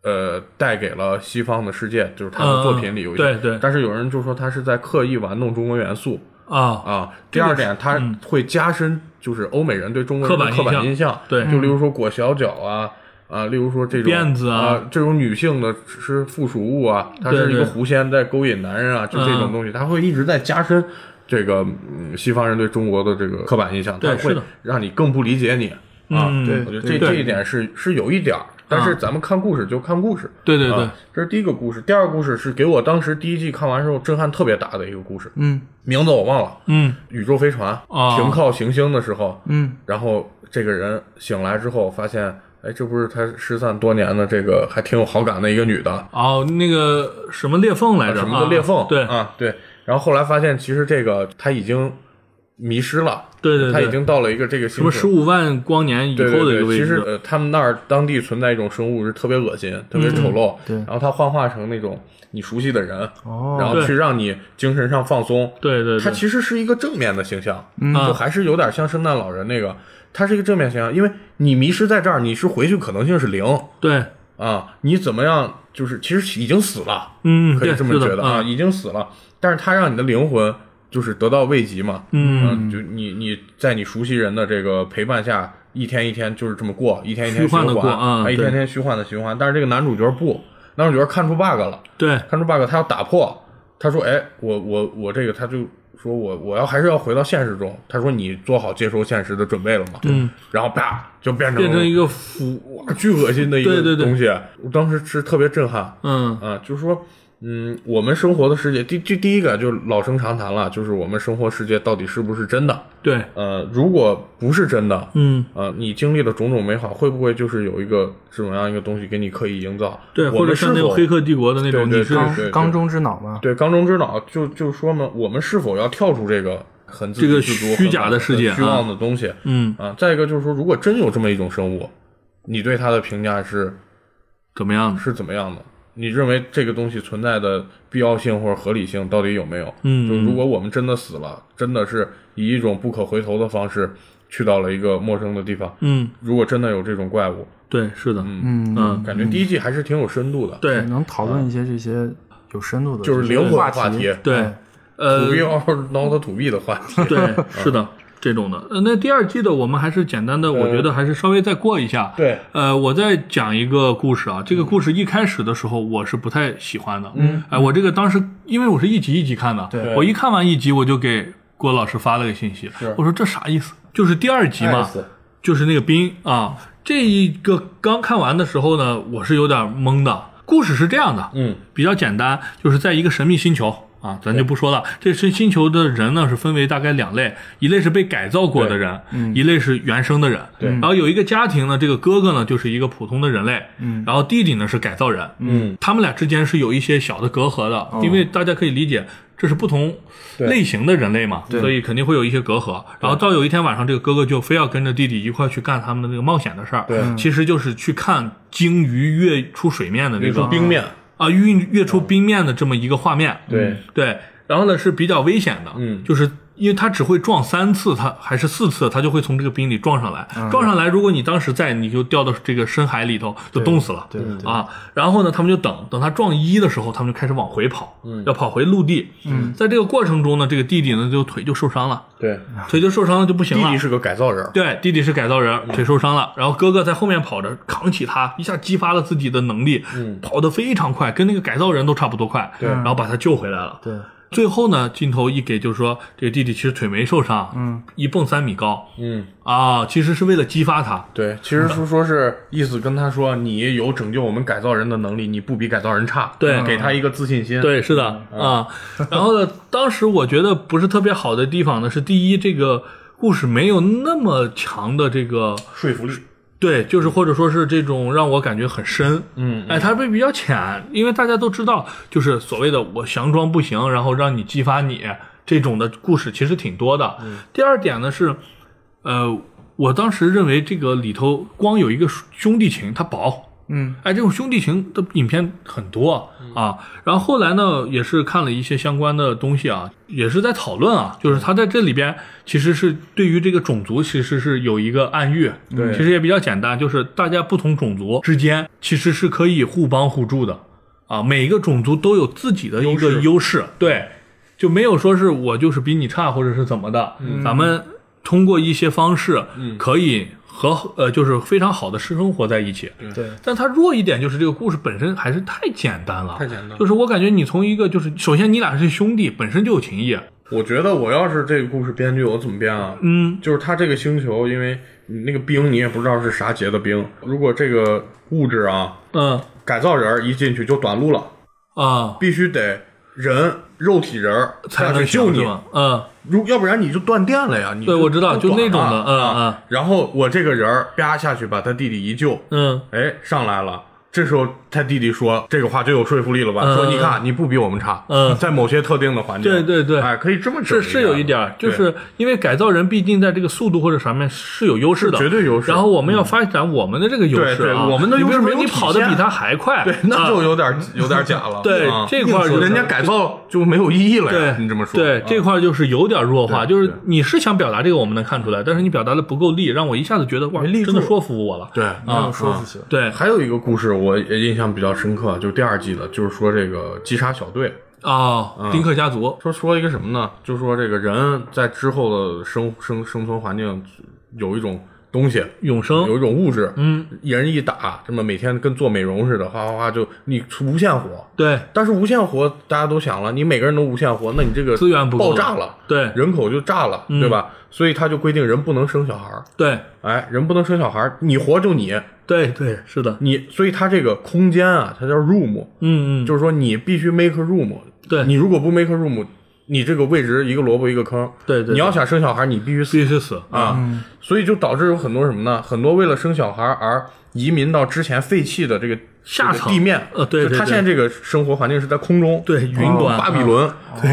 [SPEAKER 3] 呃，带给了西方的世界，就是他
[SPEAKER 1] 嗯嗯
[SPEAKER 3] 的作品里有一些，
[SPEAKER 1] 对对
[SPEAKER 3] 但是有人就说他是在刻意玩弄中国元素，
[SPEAKER 1] 啊，
[SPEAKER 3] 啊。
[SPEAKER 1] 这
[SPEAKER 3] 第
[SPEAKER 1] 个是
[SPEAKER 3] 二点，它
[SPEAKER 1] 嗯
[SPEAKER 3] 会加深就是欧美人对中国人的
[SPEAKER 1] 刻
[SPEAKER 3] 刻
[SPEAKER 1] 板印象
[SPEAKER 3] 板印象，
[SPEAKER 1] 对
[SPEAKER 3] 就例如说裹小脚啊。啊，例如说这
[SPEAKER 1] 嗯
[SPEAKER 3] 种
[SPEAKER 1] 辫子啊
[SPEAKER 3] 啊、这种女性的是附属物啊，它
[SPEAKER 1] 对
[SPEAKER 3] 是一
[SPEAKER 1] 对
[SPEAKER 3] 个狐仙在勾引男人啊，就这
[SPEAKER 1] 嗯
[SPEAKER 3] 种东西，它会一直在加深这个、嗯、西方人对中国的这个刻板印象，
[SPEAKER 1] 对
[SPEAKER 3] 它
[SPEAKER 1] 是
[SPEAKER 3] 会
[SPEAKER 1] 的
[SPEAKER 3] 让你更不理解你啊。
[SPEAKER 1] 嗯
[SPEAKER 2] 对
[SPEAKER 3] 我觉得
[SPEAKER 2] 对
[SPEAKER 3] 这这一点是是有一点儿，但是咱们看故事就看故事，
[SPEAKER 1] 对对对
[SPEAKER 3] 啊，这是第一个故事。第二个故事是给我当时第一季看完之后震撼特别大的一个故事，
[SPEAKER 2] 嗯
[SPEAKER 3] 名字我忘了，
[SPEAKER 1] 嗯
[SPEAKER 3] 宇宙飞船
[SPEAKER 1] 啊
[SPEAKER 3] 停靠行星的时候，
[SPEAKER 2] 嗯
[SPEAKER 3] 然后这个人醒来之后发现，哎，这不是他失散多年的这个还挺有好感的一个女的，
[SPEAKER 1] 哦，那个什么裂缝来着？
[SPEAKER 3] 什么的裂缝，
[SPEAKER 1] 啊对
[SPEAKER 3] 啊对，然后后来发现其实这个他已经迷失了，
[SPEAKER 1] 对对对
[SPEAKER 3] 他已经到了一个这个
[SPEAKER 1] 什
[SPEAKER 3] 星
[SPEAKER 1] 么
[SPEAKER 3] 球
[SPEAKER 1] 十五万光年以
[SPEAKER 3] 对对
[SPEAKER 1] 后的一个
[SPEAKER 3] 对，
[SPEAKER 1] 位
[SPEAKER 3] 其实
[SPEAKER 1] 置？嗯
[SPEAKER 3] 呃，他们那儿当地存在一种生物是特别恶心、特别丑陋，
[SPEAKER 2] 对
[SPEAKER 3] 然后他幻化成那种你熟悉的人，
[SPEAKER 2] 哦
[SPEAKER 3] 然后
[SPEAKER 1] 对
[SPEAKER 3] 去让你精神上放松，
[SPEAKER 1] 对对
[SPEAKER 3] 它
[SPEAKER 1] 对，
[SPEAKER 3] 其实是一个正面的形象，嗯
[SPEAKER 1] 啊
[SPEAKER 3] 就还是有点像圣诞老人那个，它是一个正面形象，因为你迷失在这儿，你是回去可能性是零
[SPEAKER 1] 对，
[SPEAKER 3] 啊，你怎么样，就是其实已经死了，
[SPEAKER 1] 嗯，
[SPEAKER 3] 可以
[SPEAKER 1] 对
[SPEAKER 3] 这么
[SPEAKER 1] 是的
[SPEAKER 3] 觉得啊，
[SPEAKER 1] 啊，
[SPEAKER 3] 已经死了，但是它让你的灵魂就是得到慰藉嘛，啊
[SPEAKER 1] 嗯
[SPEAKER 3] 就你你在你熟悉人的这个陪伴下，一天一天就是这么过，一天一天
[SPEAKER 1] 虚幻地
[SPEAKER 3] 循
[SPEAKER 1] 过
[SPEAKER 3] 环
[SPEAKER 1] 啊
[SPEAKER 3] 哎一
[SPEAKER 1] 对
[SPEAKER 3] 天天虚幻的循环，但是这个男主角不，男主角看出 bug 了。
[SPEAKER 1] 对，
[SPEAKER 3] 看出 bug，他要打破。他说：“哎，我我我这个，他就说我我要还是要回到现实中。”他说：“你做好接受现实的准备了吗？”
[SPEAKER 1] 嗯，
[SPEAKER 3] 然后啪就变成
[SPEAKER 1] 变成一
[SPEAKER 3] 个
[SPEAKER 1] 个腐，
[SPEAKER 3] 巨恶心的一
[SPEAKER 1] 对
[SPEAKER 3] 个
[SPEAKER 1] 对对
[SPEAKER 3] 东西。我当时是特别震撼
[SPEAKER 1] 嗯
[SPEAKER 3] 啊，就是说，嗯，我们生活的世界，第第第一个就是老生常谈了，就是我们生活世界到底是不是真的？
[SPEAKER 1] 对，
[SPEAKER 3] 呃，如果不是真的，
[SPEAKER 1] 嗯
[SPEAKER 3] 呃，你经历的种种美好，会不会就是有一个这种样一个东西给你刻意营造？
[SPEAKER 1] 对，
[SPEAKER 3] 我
[SPEAKER 1] 或者
[SPEAKER 3] 们
[SPEAKER 1] 像那
[SPEAKER 3] 是
[SPEAKER 1] 个
[SPEAKER 3] 否
[SPEAKER 1] 《黑客帝国》的那种，
[SPEAKER 3] 对
[SPEAKER 1] 你
[SPEAKER 3] 对
[SPEAKER 1] 是
[SPEAKER 3] 对
[SPEAKER 2] 缸缸中之脑嘛，
[SPEAKER 3] 对，缸中之脑就就说明我们是否要跳出这个很自给
[SPEAKER 1] 这个
[SPEAKER 3] 自足
[SPEAKER 1] 虚假的世界
[SPEAKER 3] 很虚妄的东西啊
[SPEAKER 1] 嗯，
[SPEAKER 3] 再一个就是说，如果真有这么一种生物，你对它的评价是
[SPEAKER 1] 怎么样的？
[SPEAKER 3] 是怎么样的？你认为这个东西存在的必要性或者合理性到底有没有？
[SPEAKER 1] 嗯
[SPEAKER 3] 就如果我们真的死了，真的是以一种不可回头的方式去到了一个陌生的地方，
[SPEAKER 1] 嗯，
[SPEAKER 3] 如果真的有这种怪物，
[SPEAKER 1] 对，是的，
[SPEAKER 2] 嗯
[SPEAKER 1] 嗯
[SPEAKER 3] 感觉第一季还是挺有深度的，，
[SPEAKER 1] 对
[SPEAKER 2] 能讨论一些这些有深度的，
[SPEAKER 3] 就是灵魂
[SPEAKER 2] 话
[SPEAKER 3] 话题，
[SPEAKER 1] 对，
[SPEAKER 3] 土
[SPEAKER 1] 呃，
[SPEAKER 3] 币 or not 土币的话题，
[SPEAKER 1] 对，是的，这种的。呃，那第二季的我们还是简单的，我觉得还是稍微再过一下。
[SPEAKER 3] 对，
[SPEAKER 1] 呃，我再讲一个故事啊。这个故事一开始的时候我是不太喜欢的，嗯，哎，我这个当时因为我是一集一集看的，
[SPEAKER 2] 对
[SPEAKER 1] 我一看完一集我就给郭老师发了个信息，我说这啥意思？就是第二集嘛，就是那个冰啊，这一个刚看完的时候呢，我是有点懵的。故事是这样的，
[SPEAKER 3] 嗯，
[SPEAKER 1] 比较简单，就是在一个神秘星球啊，咱就不说了。这是星球的人呢是分为大概两类，一类是被改造过的人，一类是原生的人。
[SPEAKER 3] 嗯对
[SPEAKER 1] 然后有一个家庭呢，这个哥哥呢就是一个普通的人类，嗯，然后弟弟呢是改造人，
[SPEAKER 3] 嗯，哦
[SPEAKER 1] 他们俩之间是有一些小的隔阂的，因为大家可以理解。这是不同类型的人类嘛，所以肯定会有一些隔阂。然后到有一天晚上，这个哥哥就非要跟着弟弟一块去干他们的那个冒险的事儿。
[SPEAKER 3] 对
[SPEAKER 1] 其实就是去看鲸鱼跃出水面的那
[SPEAKER 3] 比如
[SPEAKER 1] 个
[SPEAKER 3] 说冰面，
[SPEAKER 1] 啊跃跃出冰面的这么一个画面。
[SPEAKER 3] 对
[SPEAKER 1] 对，然后呢是比较危险的，
[SPEAKER 3] 嗯
[SPEAKER 1] 就是因为它只会撞三次，它还是四次，它就会从这个冰里撞上
[SPEAKER 3] 啊
[SPEAKER 1] 来，撞上来，如果你当时在，你就掉到这个深海里头，就冻死了，
[SPEAKER 2] 对
[SPEAKER 3] 嗯
[SPEAKER 2] 对对
[SPEAKER 1] 啊，然后呢，他们就等等它撞一的时候，他们就开始往回跑，要跑回陆地，嗯，在这个过程中呢，这个弟弟呢就腿就受伤了，
[SPEAKER 3] 对，
[SPEAKER 1] 腿就受伤了就不行
[SPEAKER 3] 啊弟
[SPEAKER 1] 了，
[SPEAKER 3] 弟是个改造人，
[SPEAKER 1] 对，弟弟是改造人，腿受伤了，然后哥哥在后面跑着扛起他，一下激发了自己的能力，
[SPEAKER 3] 嗯
[SPEAKER 1] 跑得非常快，跟那个改造人都差不多快，
[SPEAKER 3] 对
[SPEAKER 1] 然后把他救回来了。
[SPEAKER 2] 对，
[SPEAKER 1] 最后呢，镜头一给，就是说这个弟弟其实腿没受伤，嗯，一蹦三米高
[SPEAKER 3] 嗯，
[SPEAKER 1] 啊，其实是为了激发他。
[SPEAKER 3] 对，其实是说是意思跟他说，你有拯救我们改造人的能力，你不比改造人差，
[SPEAKER 1] 对
[SPEAKER 3] 给他一个自信心，，
[SPEAKER 1] 对，是的啊。然后呢，当时我觉得不是特别好的地方呢，是第一，这个故事没有那么强的这个
[SPEAKER 3] 说服力，
[SPEAKER 1] 对，就是或者说是这种让我感觉很深，
[SPEAKER 3] 嗯，
[SPEAKER 1] 哎，它被比较浅，因为大家都知道，就是所谓的我佯装不行，然后让你激发你这种的故事其实挺多的。
[SPEAKER 3] 嗯
[SPEAKER 1] 第二点呢是，呃，我当时认为这个里头光有一个兄弟情，它薄，
[SPEAKER 2] 嗯，
[SPEAKER 1] 哎，这种兄弟情的影片很多
[SPEAKER 3] 嗯
[SPEAKER 1] 啊。然后后来呢，也是看了一些相关的东西啊，也是在讨论啊，就是他在这里边其实是对于这个种族其实是有一个暗喻，
[SPEAKER 3] 对
[SPEAKER 1] 其实也比较简单，就是大家不同种族之间其实是可以互帮互助的啊，每一个种族都有自己的一个
[SPEAKER 3] 优势
[SPEAKER 1] 优势，对，就没有说是我就是比你差或者是怎么的，
[SPEAKER 3] 嗯
[SPEAKER 1] 咱们通过一些方式可以和呃就是非常好的生活在一起，
[SPEAKER 2] 对，
[SPEAKER 1] 但它弱一点就是这个故事本身还是太简单了，
[SPEAKER 3] 太简单了
[SPEAKER 1] 就是我感觉你从一个就是首先你俩是兄弟，本身就有情谊，
[SPEAKER 3] 我觉得我要是这个故事编剧，我怎么编啊？
[SPEAKER 1] 嗯，
[SPEAKER 3] 就是他这个星球，因为你那个冰你也不知道是啥结的冰，如果这个物质啊，
[SPEAKER 1] 嗯
[SPEAKER 3] 改造人儿一进去就短路了，
[SPEAKER 1] 啊，
[SPEAKER 3] 必须得人肉体人儿
[SPEAKER 1] 才
[SPEAKER 3] 下去
[SPEAKER 1] 能
[SPEAKER 3] 救
[SPEAKER 1] 行是
[SPEAKER 3] 你，
[SPEAKER 1] 吗？嗯，
[SPEAKER 3] 如要不然你就断电了呀。你
[SPEAKER 1] 对我知道
[SPEAKER 3] 就
[SPEAKER 1] 就那种的
[SPEAKER 3] 短了
[SPEAKER 1] 嗯
[SPEAKER 3] 啊
[SPEAKER 1] 嗯
[SPEAKER 3] 然后我这个人儿啪下去把他弟弟一救，
[SPEAKER 1] 嗯
[SPEAKER 3] 哎上来了。这时候他弟弟说这个话就有说服力了吧？
[SPEAKER 1] 嗯
[SPEAKER 3] 说你看你不比我们差，
[SPEAKER 1] 嗯
[SPEAKER 3] 在某些特定的环境，
[SPEAKER 1] 对对对
[SPEAKER 3] 哎，可以这么
[SPEAKER 1] 是
[SPEAKER 3] 整
[SPEAKER 1] 是有一点儿，就
[SPEAKER 3] 对
[SPEAKER 1] 是因为改造人毕竟在这个速度或者上面是有优势的，
[SPEAKER 3] 是绝对优势
[SPEAKER 1] 然后我们要发展我们的这个优势
[SPEAKER 3] 对对
[SPEAKER 1] 啊，
[SPEAKER 3] 我们的
[SPEAKER 1] 你
[SPEAKER 3] 优
[SPEAKER 1] 比
[SPEAKER 3] 势
[SPEAKER 1] 如
[SPEAKER 3] 没
[SPEAKER 1] 说
[SPEAKER 3] 有
[SPEAKER 1] 你
[SPEAKER 3] 体
[SPEAKER 1] 跑得比
[SPEAKER 3] 现
[SPEAKER 1] 他还快，
[SPEAKER 3] 对，那
[SPEAKER 1] 啊
[SPEAKER 3] 就有点、有点假 了。
[SPEAKER 1] 对
[SPEAKER 3] 啊
[SPEAKER 1] 这块儿就是
[SPEAKER 3] 人家改造就没有意义了呀。
[SPEAKER 1] 对，
[SPEAKER 3] 你这么说，
[SPEAKER 1] 对、
[SPEAKER 3] 啊
[SPEAKER 1] 这块儿就是有点弱化，
[SPEAKER 3] 对
[SPEAKER 1] 就是
[SPEAKER 3] 对
[SPEAKER 1] 你是想表达这个，我们能看出来，但是你表达的不够力，让我一下子觉得哇，
[SPEAKER 2] 没立
[SPEAKER 1] 真的
[SPEAKER 2] 住
[SPEAKER 1] 说服我了。
[SPEAKER 3] 对
[SPEAKER 2] 没有说
[SPEAKER 3] 啊
[SPEAKER 2] 服性。
[SPEAKER 1] 对
[SPEAKER 3] 还有一个故事我也印象比较深刻，就是第二季的，就是说这个击杀小队，嗯
[SPEAKER 1] 啊，丁克家族，
[SPEAKER 3] 说说一个什么呢？就说这个人在之后的生生生存环境有一种东西，
[SPEAKER 1] 永
[SPEAKER 3] 有
[SPEAKER 1] 生
[SPEAKER 3] 一种物质，嗯，一人一打，这么每天跟做美容似的，哗哗哗就你无限火。
[SPEAKER 1] 对
[SPEAKER 3] 但是无限火，大家都想了，你每个人都无限火，那你这个
[SPEAKER 1] 资源不够
[SPEAKER 3] 爆炸了，
[SPEAKER 1] 对嗯
[SPEAKER 3] 人口就炸了，对吧？所以他就规定人不能生小孩儿，
[SPEAKER 1] 对
[SPEAKER 3] 哎，人不能生小孩儿，你活就你，
[SPEAKER 1] 对对，是的，
[SPEAKER 3] 你，所以他这个空间啊，它叫 room，
[SPEAKER 1] 嗯嗯，
[SPEAKER 3] 就是说你必须 make a room，
[SPEAKER 1] 对
[SPEAKER 3] 你如果不 make a room，你这个位置一个萝卜一个坑，
[SPEAKER 1] 对对对嗯
[SPEAKER 3] 你要想生小孩，你必须死
[SPEAKER 1] 必须死
[SPEAKER 3] 啊，所以就导致有很多什么呢？很多为了生小孩而移民到之前废弃的这个
[SPEAKER 1] 下
[SPEAKER 3] 这个
[SPEAKER 1] 层
[SPEAKER 3] 地面，
[SPEAKER 1] 呃对
[SPEAKER 3] 就
[SPEAKER 1] 对
[SPEAKER 3] 他
[SPEAKER 1] 对
[SPEAKER 3] 现在这个生活环境是在空中，
[SPEAKER 1] 对云
[SPEAKER 3] 哦
[SPEAKER 1] 端啊
[SPEAKER 3] 巴比伦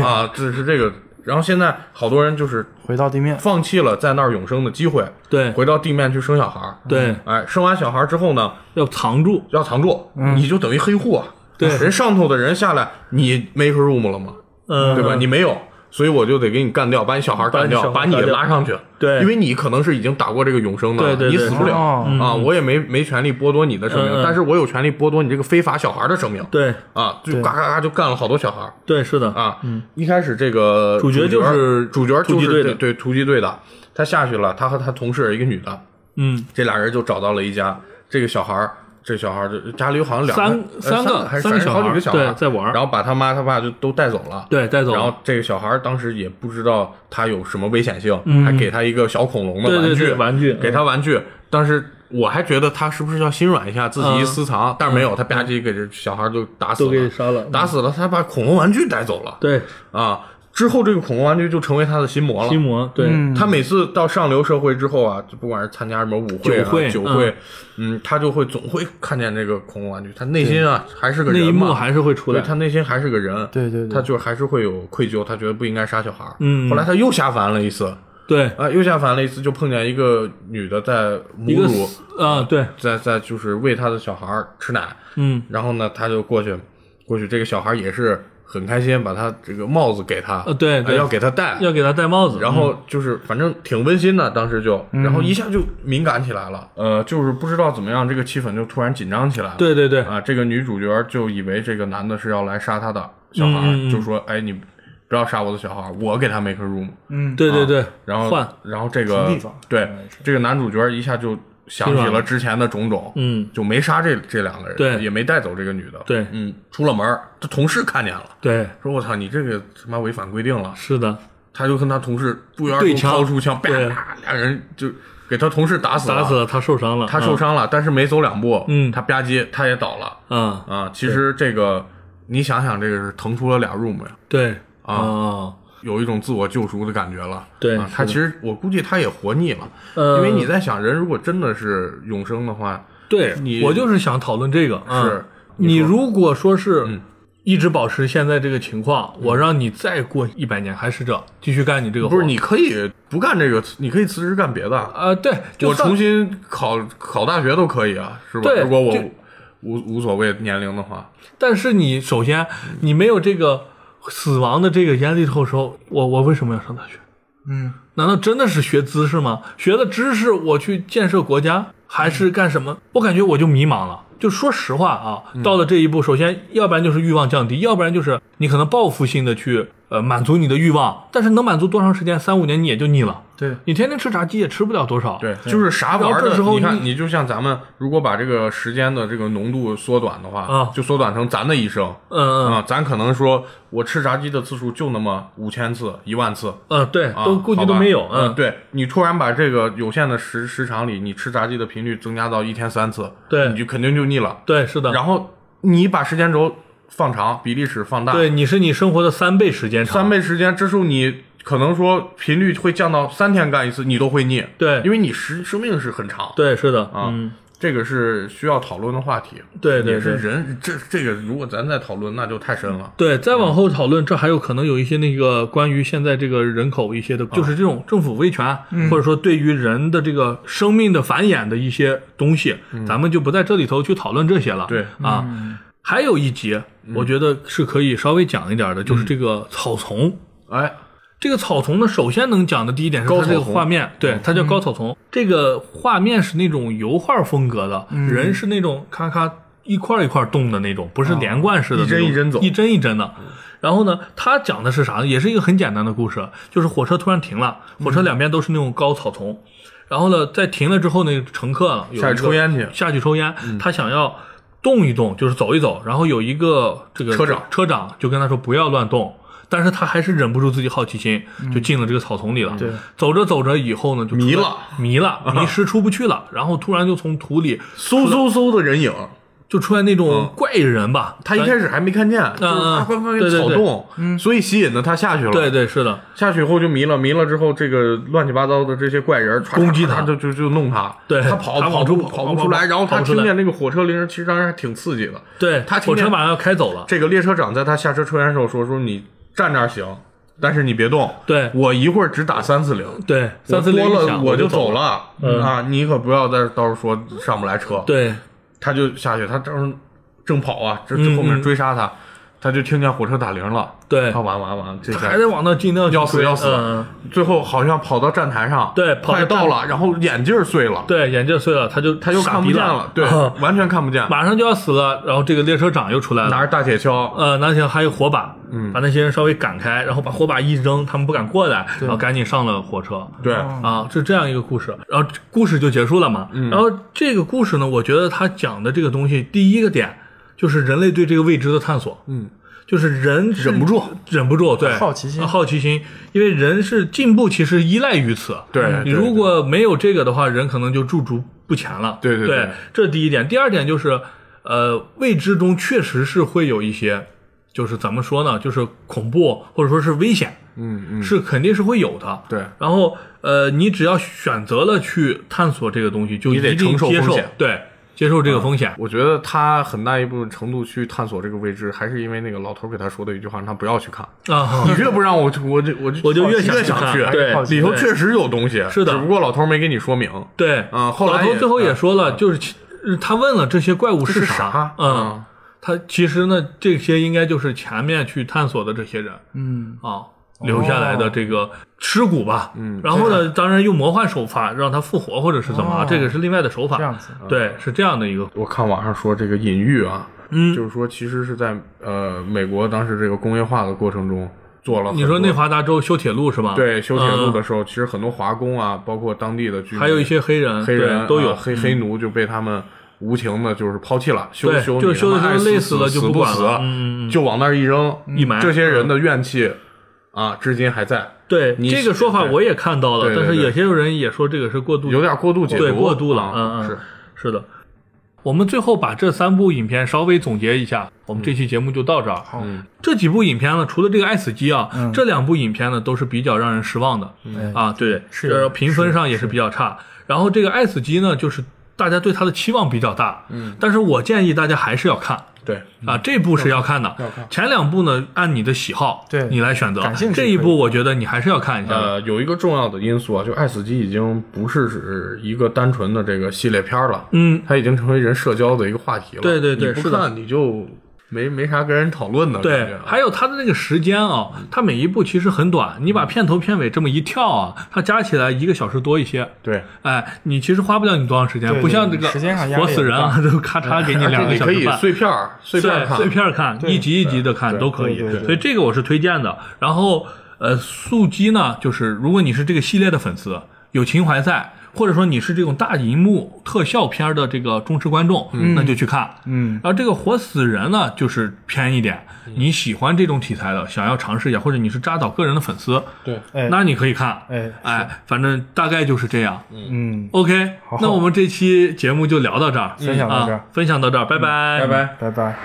[SPEAKER 3] 啊，这是这个。然后现在好多人就是
[SPEAKER 2] 回到地面，
[SPEAKER 3] 放弃了在那儿永生的机会，
[SPEAKER 1] 对
[SPEAKER 3] 回到地面去生小孩。，
[SPEAKER 1] 对，
[SPEAKER 3] 哎，生完小孩之后呢，
[SPEAKER 1] 要藏住，
[SPEAKER 3] 要藏住，你就等于黑户啊。
[SPEAKER 1] 嗯对
[SPEAKER 3] 人上头的人下来，你 make room 了吗？
[SPEAKER 1] 嗯，
[SPEAKER 3] 对吧？你没有，所以我就得给你干掉，把你小孩干掉，
[SPEAKER 1] 把
[SPEAKER 3] 把
[SPEAKER 1] 你
[SPEAKER 3] 你
[SPEAKER 1] 小孩干掉
[SPEAKER 3] 拉上去。
[SPEAKER 1] 对
[SPEAKER 3] 因为你可能是已经打过这个永生的，
[SPEAKER 1] 对对对嗯
[SPEAKER 3] 你死不了、
[SPEAKER 2] 哦
[SPEAKER 3] 啊！我也没没权利剥夺你的生命，
[SPEAKER 1] 嗯嗯
[SPEAKER 3] 但是我有权利剥夺你这个非法小孩的生命。
[SPEAKER 1] 对
[SPEAKER 3] 啊，就嘎嘎嘎就干了好多小孩
[SPEAKER 1] 对是的，
[SPEAKER 3] 啊！一开始这个
[SPEAKER 1] 主角就是
[SPEAKER 3] 主角
[SPEAKER 1] 突
[SPEAKER 3] 就
[SPEAKER 1] 击
[SPEAKER 3] 是
[SPEAKER 1] 队的
[SPEAKER 3] 对对突击队的，他下去了，他和他同事一个女的，
[SPEAKER 1] 嗯，
[SPEAKER 3] 这俩人就找到了一家，这个小孩儿，这小孩儿就家里有好像两
[SPEAKER 1] 三
[SPEAKER 3] 个、呃三
[SPEAKER 1] 三个
[SPEAKER 3] 还是
[SPEAKER 1] 三个
[SPEAKER 3] 反正
[SPEAKER 1] 小孩儿
[SPEAKER 3] 好几个小孩儿
[SPEAKER 1] 对在玩儿
[SPEAKER 3] 然后把他妈他爸就都带走了。
[SPEAKER 1] 对带走了
[SPEAKER 3] 然后这个小孩儿当时也不知道他有什么危险性，还给他一个小恐龙的
[SPEAKER 1] 嗯对
[SPEAKER 3] 玩具，
[SPEAKER 1] 对对玩具嗯
[SPEAKER 3] 给他玩具。当时我还觉得他是不是要心软一下，自己一私藏，但是没有，他吧唧给这小孩儿就打
[SPEAKER 1] 嗯
[SPEAKER 3] 死
[SPEAKER 1] 都
[SPEAKER 3] 了，
[SPEAKER 1] 给杀了，
[SPEAKER 3] 打死了，他把恐龙玩具带走了。
[SPEAKER 1] 对
[SPEAKER 3] 啊，之后这个恐龙玩具就成为他的心魔了。
[SPEAKER 1] 心魔，对
[SPEAKER 2] 嗯
[SPEAKER 3] 他每次到上流社会之后啊，就不管是参加什么舞会、啊、
[SPEAKER 1] 酒
[SPEAKER 3] 酒
[SPEAKER 1] 会
[SPEAKER 3] 嗯他就会总会看见这个恐龙玩具，他内心啊还是个
[SPEAKER 1] 那
[SPEAKER 3] 人
[SPEAKER 1] 一
[SPEAKER 3] 嘛
[SPEAKER 1] 幕还是会出
[SPEAKER 3] 对
[SPEAKER 1] 来，
[SPEAKER 3] 他内心还是个人，
[SPEAKER 2] 对对对
[SPEAKER 3] 他就还是会有愧疚，他觉得不应该杀小孩儿。
[SPEAKER 1] 嗯
[SPEAKER 3] 后来他又下凡了一次，啊、
[SPEAKER 1] 对
[SPEAKER 3] 又下凡了一次，就碰见一个女的在
[SPEAKER 1] 一
[SPEAKER 3] 母
[SPEAKER 1] 个
[SPEAKER 3] 乳，
[SPEAKER 1] 啊对，
[SPEAKER 3] 在在就是喂他的小孩儿吃奶，
[SPEAKER 1] 嗯
[SPEAKER 3] 然后呢，他就过去，过去这个小孩儿也是很开心，把他这个帽子给他，
[SPEAKER 1] 呃对
[SPEAKER 3] 啊
[SPEAKER 1] 对
[SPEAKER 3] 要给他戴，
[SPEAKER 1] 要给他戴帽子，
[SPEAKER 3] 然后就是反正挺温馨的，当时就，然后一下就敏感起来了，嗯呃，就是不知道怎么样，这个气氛就突然紧张起来了。
[SPEAKER 1] 对对对
[SPEAKER 3] 啊，这个女主角就以为这个男的是要来杀她的小孩儿，
[SPEAKER 1] 嗯嗯嗯
[SPEAKER 3] 就说：“哎，你不要杀我的小孩儿，我给他 make a room。
[SPEAKER 2] 嗯，
[SPEAKER 1] 对对对，
[SPEAKER 3] 啊然后
[SPEAKER 1] 换
[SPEAKER 3] 然后这个
[SPEAKER 2] 地方
[SPEAKER 3] 对这个男主角一下就想起了之前的种种，
[SPEAKER 1] 嗯，
[SPEAKER 3] 就没杀这这两个人，
[SPEAKER 1] 对
[SPEAKER 3] 也没带走这个女的，
[SPEAKER 1] 对
[SPEAKER 3] 嗯，出了门儿，这同事看见了，
[SPEAKER 1] 对，
[SPEAKER 3] 说我操，你这个他妈违反规定了，
[SPEAKER 1] 是的，
[SPEAKER 3] 他就跟他同事不约而
[SPEAKER 1] 对
[SPEAKER 3] 同
[SPEAKER 1] 枪
[SPEAKER 3] 掏出枪，啪
[SPEAKER 1] 对
[SPEAKER 3] 啪，俩人就给他同事打死了，
[SPEAKER 1] 打死了他受伤了，
[SPEAKER 3] 他受伤了，但是没走两步，
[SPEAKER 1] 嗯
[SPEAKER 3] 他吧唧他也倒了
[SPEAKER 1] 嗯啊，
[SPEAKER 3] 啊。其实这个你想想，这个是腾出了俩 room 呀，
[SPEAKER 1] 对
[SPEAKER 3] 啊
[SPEAKER 1] 啊，
[SPEAKER 3] 有一种自我救赎的感觉了。
[SPEAKER 1] 对
[SPEAKER 3] 啊他
[SPEAKER 1] 是的
[SPEAKER 3] 其实我估计他也活腻了，
[SPEAKER 1] 呃
[SPEAKER 3] 因为你在想，人如果真的是永生的话，
[SPEAKER 1] 对
[SPEAKER 3] 你
[SPEAKER 1] 我就是想讨论这个，啊
[SPEAKER 3] 是嗯
[SPEAKER 1] 你如果说是一直保持现在这个情况，我让你再过一百年还是这继续干你这个活，
[SPEAKER 3] 不是你可以不干这个，你可以辞职干别的。
[SPEAKER 1] 啊？对，就
[SPEAKER 3] 我
[SPEAKER 1] 算
[SPEAKER 3] 重新考考大学都可以啊，是吧？
[SPEAKER 1] 对
[SPEAKER 3] 如果我
[SPEAKER 1] 这
[SPEAKER 3] 无无所谓年龄的话，
[SPEAKER 1] 但是你首先你没有这个死亡的这个压力后候，我我为什么要上大学？
[SPEAKER 2] 嗯，
[SPEAKER 1] 难道真的是学知识吗？学的知识我去建设国家还是干什么？我感觉我就迷茫了。就说实话啊，
[SPEAKER 3] 嗯
[SPEAKER 1] 到了这一步，首先要不然就是欲望降低，要不然就是你可能报复性的去呃满足你的欲望，但是能满足多长时间？三五年你也就腻了。
[SPEAKER 2] 对，
[SPEAKER 1] 你天天吃炸鸡也吃不了多少。
[SPEAKER 3] 对，就是啥玩
[SPEAKER 1] 然
[SPEAKER 3] 儿
[SPEAKER 1] 后这
[SPEAKER 3] 的。
[SPEAKER 1] 时候
[SPEAKER 3] 你看，
[SPEAKER 1] 你
[SPEAKER 3] 你就像咱们如果把这个时间的这个浓度缩短的话，
[SPEAKER 1] 啊
[SPEAKER 3] 就缩短成咱的一生。
[SPEAKER 1] 嗯嗯
[SPEAKER 3] 啊，咱可能说，我吃炸鸡的次数就那么五千次、一万次，
[SPEAKER 1] 嗯，对，
[SPEAKER 3] 啊、
[SPEAKER 1] 都估计
[SPEAKER 3] 好
[SPEAKER 1] 都
[SPEAKER 3] 吧
[SPEAKER 1] 没有。
[SPEAKER 3] 嗯，
[SPEAKER 1] 嗯，
[SPEAKER 3] 对你突然把这个有限的时时长里，你吃炸鸡的频率增加到一天三次，
[SPEAKER 1] 对
[SPEAKER 3] 你就肯定就腻了。
[SPEAKER 1] 对，是的。
[SPEAKER 3] 然后你把时间轴放长，比历史放大，
[SPEAKER 1] 对，你是你生活的三倍时间长。
[SPEAKER 3] 三倍时间，这时候你可能说频率会降到三天干一次，你都会腻。
[SPEAKER 1] 对
[SPEAKER 3] 因为你时生命是很长。
[SPEAKER 1] 对，是的。
[SPEAKER 3] 啊，
[SPEAKER 1] 嗯，
[SPEAKER 3] 这个是需要讨论的话题。
[SPEAKER 1] 对对
[SPEAKER 3] 也是
[SPEAKER 1] 对。
[SPEAKER 3] 人这这个，如果咱再讨论，那就太深了。
[SPEAKER 1] 对，再往后讨论，这还有可能有一些那个关于现在这个人口一些的，就是这种政府威权，或者说对于人的这个生命的繁衍的一些东西，咱们就不在这里头去讨论这些了。
[SPEAKER 3] 对
[SPEAKER 1] 啊，还有一节，我觉得是可以稍微讲一点的，就是这个草丛。
[SPEAKER 3] 哎，
[SPEAKER 1] 这个草丛呢，首先能讲的第一点是
[SPEAKER 3] 高
[SPEAKER 1] 它
[SPEAKER 3] 草
[SPEAKER 1] 这个
[SPEAKER 3] 丛嗯
[SPEAKER 1] 画面，对，它叫高草丛。这个画面是那种油画风格的，
[SPEAKER 3] 嗯
[SPEAKER 1] 人是那种咔咔一块一块动的那种，不是连贯式的那种、
[SPEAKER 3] 哦一帧一帧走
[SPEAKER 1] 一帧一帧的。然后呢，它讲的是啥呢？也是一个很简单的故事，就是火车突然停了，火
[SPEAKER 3] 嗯
[SPEAKER 1] 车两边都是那种高草丛。然后呢，在停了之后呢，乘客啊呢有一
[SPEAKER 3] 下
[SPEAKER 1] 个
[SPEAKER 3] 去抽烟去
[SPEAKER 1] 下去抽烟，
[SPEAKER 3] 嗯
[SPEAKER 1] 他想要动一动，就是走一走。然后有一个这个
[SPEAKER 3] 车长
[SPEAKER 1] 车长就跟他说不要乱动，但是他还是忍不住自己好奇心，就进了这个草丛里了。对，走着走着以后呢，就
[SPEAKER 3] 嗯迷
[SPEAKER 1] 出来
[SPEAKER 3] 了，
[SPEAKER 1] 迷 了，迷失出不去了。然后突然就从土里
[SPEAKER 3] 嗖嗖嗖的人影，
[SPEAKER 1] 就出来那种怪人吧，
[SPEAKER 3] 嗯他一开始还没看见，就是他快快
[SPEAKER 1] 嗯对对
[SPEAKER 3] 草
[SPEAKER 1] 对
[SPEAKER 3] 动，所以吸引了他下去了。
[SPEAKER 1] 对，对是的，
[SPEAKER 3] 下去以后就迷了，迷了之后，这个乱七八糟的这些怪人唰
[SPEAKER 1] 攻击他
[SPEAKER 3] 唰唰就就就弄他。
[SPEAKER 1] 对
[SPEAKER 3] 他跑
[SPEAKER 1] 他往
[SPEAKER 3] 出
[SPEAKER 1] 出跑
[SPEAKER 3] 跑不
[SPEAKER 1] 跑
[SPEAKER 3] 出来，
[SPEAKER 1] 跑
[SPEAKER 3] 然后他
[SPEAKER 1] 跑不出
[SPEAKER 3] 听
[SPEAKER 1] 来
[SPEAKER 3] 见那个火车铃，其实当时还挺刺激的。
[SPEAKER 1] 对
[SPEAKER 3] 他听
[SPEAKER 1] 火
[SPEAKER 3] 见
[SPEAKER 1] 车马上要开走了，
[SPEAKER 3] 这个列车长在他下车抽烟的时候说：“说你站那儿行，但是你别动。
[SPEAKER 1] 对
[SPEAKER 3] 我一会儿只打三四零。”
[SPEAKER 1] 对，
[SPEAKER 3] 我
[SPEAKER 1] 三四零
[SPEAKER 3] 多
[SPEAKER 1] 一
[SPEAKER 3] 了
[SPEAKER 1] 响
[SPEAKER 3] 我就走
[SPEAKER 1] 走。嗯
[SPEAKER 3] 了、啊！你可不要再到时候说上不来车。，
[SPEAKER 1] 对，
[SPEAKER 3] 他就下去，他正正跑啊，
[SPEAKER 1] 嗯
[SPEAKER 3] 这这后面追杀他，他就听见火车打铃了。
[SPEAKER 1] 对
[SPEAKER 3] 他完完完，这
[SPEAKER 1] 他
[SPEAKER 3] 下
[SPEAKER 1] 还得往那尽量去
[SPEAKER 3] 要死
[SPEAKER 1] 追
[SPEAKER 3] 要死
[SPEAKER 1] 嗯，
[SPEAKER 3] 最后好像跑到站台上，
[SPEAKER 1] 对跑到
[SPEAKER 3] 快
[SPEAKER 1] 站
[SPEAKER 3] 到了，然后眼镜碎了，
[SPEAKER 1] 对，眼镜碎了，他就他
[SPEAKER 3] 他又看不见了， 对，
[SPEAKER 1] 嗯
[SPEAKER 3] 完全看不见，
[SPEAKER 1] 马上就要死了，然后这个列车长又出来
[SPEAKER 3] 拿嗯
[SPEAKER 1] 了，
[SPEAKER 3] 着大铁锹，
[SPEAKER 1] 呃，拿起还有火把，把那些人稍微赶开，然后把火把一扔，他们不敢过来，然后赶紧上了火车。
[SPEAKER 3] 对，
[SPEAKER 2] 哦
[SPEAKER 1] 啊，是这样一个故事，然后这故事就结束了嘛。
[SPEAKER 3] 嗯
[SPEAKER 1] 然后这个故事呢，我觉得他讲的这个东西，第一个点就是人类对这个未知的探索，
[SPEAKER 3] 嗯，
[SPEAKER 1] 就是人是
[SPEAKER 3] 忍不住，
[SPEAKER 1] 忍不住，对，
[SPEAKER 2] 好奇心
[SPEAKER 1] 啊好奇心，因为人是进步，其实依赖于此。
[SPEAKER 3] 对对
[SPEAKER 1] 你如果没有这个的话，人可能就驻足不前了。
[SPEAKER 3] 对对
[SPEAKER 1] 对
[SPEAKER 3] 对
[SPEAKER 1] 这第一点。第二点就是，呃，未知中确实是会有一些，就是怎么说呢，就是恐怖或者说是危险，
[SPEAKER 3] 嗯嗯，
[SPEAKER 1] 是肯定是会有的。
[SPEAKER 3] 对，
[SPEAKER 1] 然后，呃，你只要选择了去探索这个东西，就
[SPEAKER 3] 你得
[SPEAKER 1] 一定
[SPEAKER 3] 承受
[SPEAKER 1] 接
[SPEAKER 3] 风
[SPEAKER 1] 受
[SPEAKER 3] 险，啊
[SPEAKER 1] 对，接受这个风险。
[SPEAKER 3] 我觉得他很大一部分程度去探索这个未知，还是因为那个老头给他说的一句话，让他不要去看。
[SPEAKER 1] 啊
[SPEAKER 3] 你，越不让我，我就我就
[SPEAKER 1] 我就
[SPEAKER 3] 越
[SPEAKER 1] 越想去
[SPEAKER 3] 想
[SPEAKER 1] 看
[SPEAKER 3] 去，
[SPEAKER 1] 对
[SPEAKER 3] 里头确实有东西，
[SPEAKER 1] 是的
[SPEAKER 3] 只不过老头没给你说明。
[SPEAKER 1] 对，
[SPEAKER 3] 嗯后
[SPEAKER 1] 老
[SPEAKER 3] 来
[SPEAKER 1] 头
[SPEAKER 3] 也啊
[SPEAKER 1] 最后也说了，就是其他问了这些怪物
[SPEAKER 3] 是
[SPEAKER 1] 是
[SPEAKER 3] 啥嗯
[SPEAKER 1] 嗯，他其实呢，这些应该就是前面去探索的这些人
[SPEAKER 2] 嗯，
[SPEAKER 1] 啊留下
[SPEAKER 3] 哦
[SPEAKER 1] 来的这个尸骨吧。嗯，然后呢，当然用魔幻手法让他复活或者是怎么啊，
[SPEAKER 2] 哦
[SPEAKER 1] 这个是另外的手法。
[SPEAKER 2] 这样子，
[SPEAKER 3] 啊
[SPEAKER 1] 对，是这样的一个，
[SPEAKER 3] 我看网上说这个隐喻啊，
[SPEAKER 1] 嗯
[SPEAKER 3] 就是说其实是在呃美国当时这个工业化的过程中，做了很多。
[SPEAKER 1] 你说内华达州修铁路是吧？
[SPEAKER 3] 对修铁路的
[SPEAKER 1] 嗯
[SPEAKER 3] 时候，其实很多华工啊，包括当地的居民，
[SPEAKER 1] 还有一些黑人，
[SPEAKER 3] 黑人
[SPEAKER 1] 对都有嗯
[SPEAKER 3] 啊黑黑奴就被他们无情的，就是抛弃了，修
[SPEAKER 1] 对
[SPEAKER 3] 修
[SPEAKER 1] 就
[SPEAKER 3] 你
[SPEAKER 1] 修
[SPEAKER 3] 他
[SPEAKER 1] 得他
[SPEAKER 3] 妈爱
[SPEAKER 1] 们
[SPEAKER 3] 死
[SPEAKER 1] 累死了就
[SPEAKER 3] 死
[SPEAKER 1] 不
[SPEAKER 3] 不
[SPEAKER 1] 管
[SPEAKER 3] 死
[SPEAKER 1] 了嗯嗯嗯，
[SPEAKER 3] 就往那儿一扔，
[SPEAKER 1] 一埋
[SPEAKER 3] 这些人的怨气啊，至今还在，
[SPEAKER 1] 对
[SPEAKER 3] 你
[SPEAKER 1] 这个说法
[SPEAKER 3] 对
[SPEAKER 1] 我也看到了，
[SPEAKER 3] 对对
[SPEAKER 1] 但是
[SPEAKER 3] 对
[SPEAKER 1] 有些人也说这个是过度，
[SPEAKER 3] 有点过度解
[SPEAKER 1] 对
[SPEAKER 3] 读，
[SPEAKER 1] 过度了，
[SPEAKER 3] 啊
[SPEAKER 1] 嗯嗯，
[SPEAKER 3] 是。
[SPEAKER 1] 是的。我们最后把这三部影片稍微总结一下，我们这期节目就到这儿。
[SPEAKER 3] 嗯
[SPEAKER 1] 这几部影片呢，除了这个《爱死机》啊，
[SPEAKER 2] 嗯
[SPEAKER 1] 这两部影片呢都是比较让人失望的、
[SPEAKER 3] 嗯
[SPEAKER 2] 哎
[SPEAKER 1] 啊，对，
[SPEAKER 2] 是
[SPEAKER 1] 就是评分上也是比较差。然后这个《爱死机》呢，就是大家对它的期望比较大，嗯，但是我建议大家还是要看。
[SPEAKER 3] 对，
[SPEAKER 1] 啊，这部是要看的
[SPEAKER 3] 嗯要看，
[SPEAKER 1] 前两部呢按你的喜好，
[SPEAKER 2] 对
[SPEAKER 1] 你来选择
[SPEAKER 2] 感兴。趣
[SPEAKER 1] 这一部我觉得你还是要看一下的，
[SPEAKER 3] 呃，有一个重要的因素啊，就爱死机已经不是只一个单纯的这个系列片儿了，
[SPEAKER 1] 嗯，
[SPEAKER 3] 它已经成为人社交的一个话题了。
[SPEAKER 1] 对对对
[SPEAKER 3] 你
[SPEAKER 1] 是
[SPEAKER 3] 不
[SPEAKER 1] 的
[SPEAKER 3] 看你就没没啥跟人讨论的感觉
[SPEAKER 1] 对
[SPEAKER 3] 啊。，
[SPEAKER 1] 还有它的那个时间啊，它每一部其实很短，
[SPEAKER 3] 嗯
[SPEAKER 1] 你把片头片尾这么一跳啊，它加起来一个小时多一些。
[SPEAKER 3] 对，
[SPEAKER 1] 哎，你其实花不了你多长时间，
[SPEAKER 2] 对对
[SPEAKER 1] 不像这个
[SPEAKER 2] 时间上压力
[SPEAKER 1] 活死人啊，都咔嚓给你两
[SPEAKER 3] 而
[SPEAKER 1] 个
[SPEAKER 3] 且你
[SPEAKER 1] 小
[SPEAKER 3] 可
[SPEAKER 1] 时
[SPEAKER 3] 以
[SPEAKER 1] 半。
[SPEAKER 3] 碎片儿碎片儿
[SPEAKER 1] 对
[SPEAKER 3] 看，
[SPEAKER 1] 碎片儿看，一集一集的看
[SPEAKER 3] 对
[SPEAKER 1] 都可以
[SPEAKER 2] 对对，对
[SPEAKER 1] 所以这个我是推荐的。然后呃，速激呢，就是如果你是这个系列的粉丝，有情怀在。或者说你是这种大银幕特效片儿的这个忠实观众，那就去看。
[SPEAKER 2] 嗯，
[SPEAKER 1] 然后这个活死人呢，就是偏一点，你喜欢这种题材的，想要尝试一下，或者你是扎导个人的粉丝，
[SPEAKER 3] 对，
[SPEAKER 2] 哎
[SPEAKER 1] 那你可以看。
[SPEAKER 2] 哎是
[SPEAKER 1] 哎，反正大概就是这样。
[SPEAKER 2] 嗯，
[SPEAKER 1] OK，
[SPEAKER 2] 好
[SPEAKER 1] 那我们这期节目就聊到这儿，
[SPEAKER 2] 分享到这儿嗯
[SPEAKER 1] 啊，分享到这儿，拜拜，
[SPEAKER 3] 拜拜。
[SPEAKER 2] 拜拜。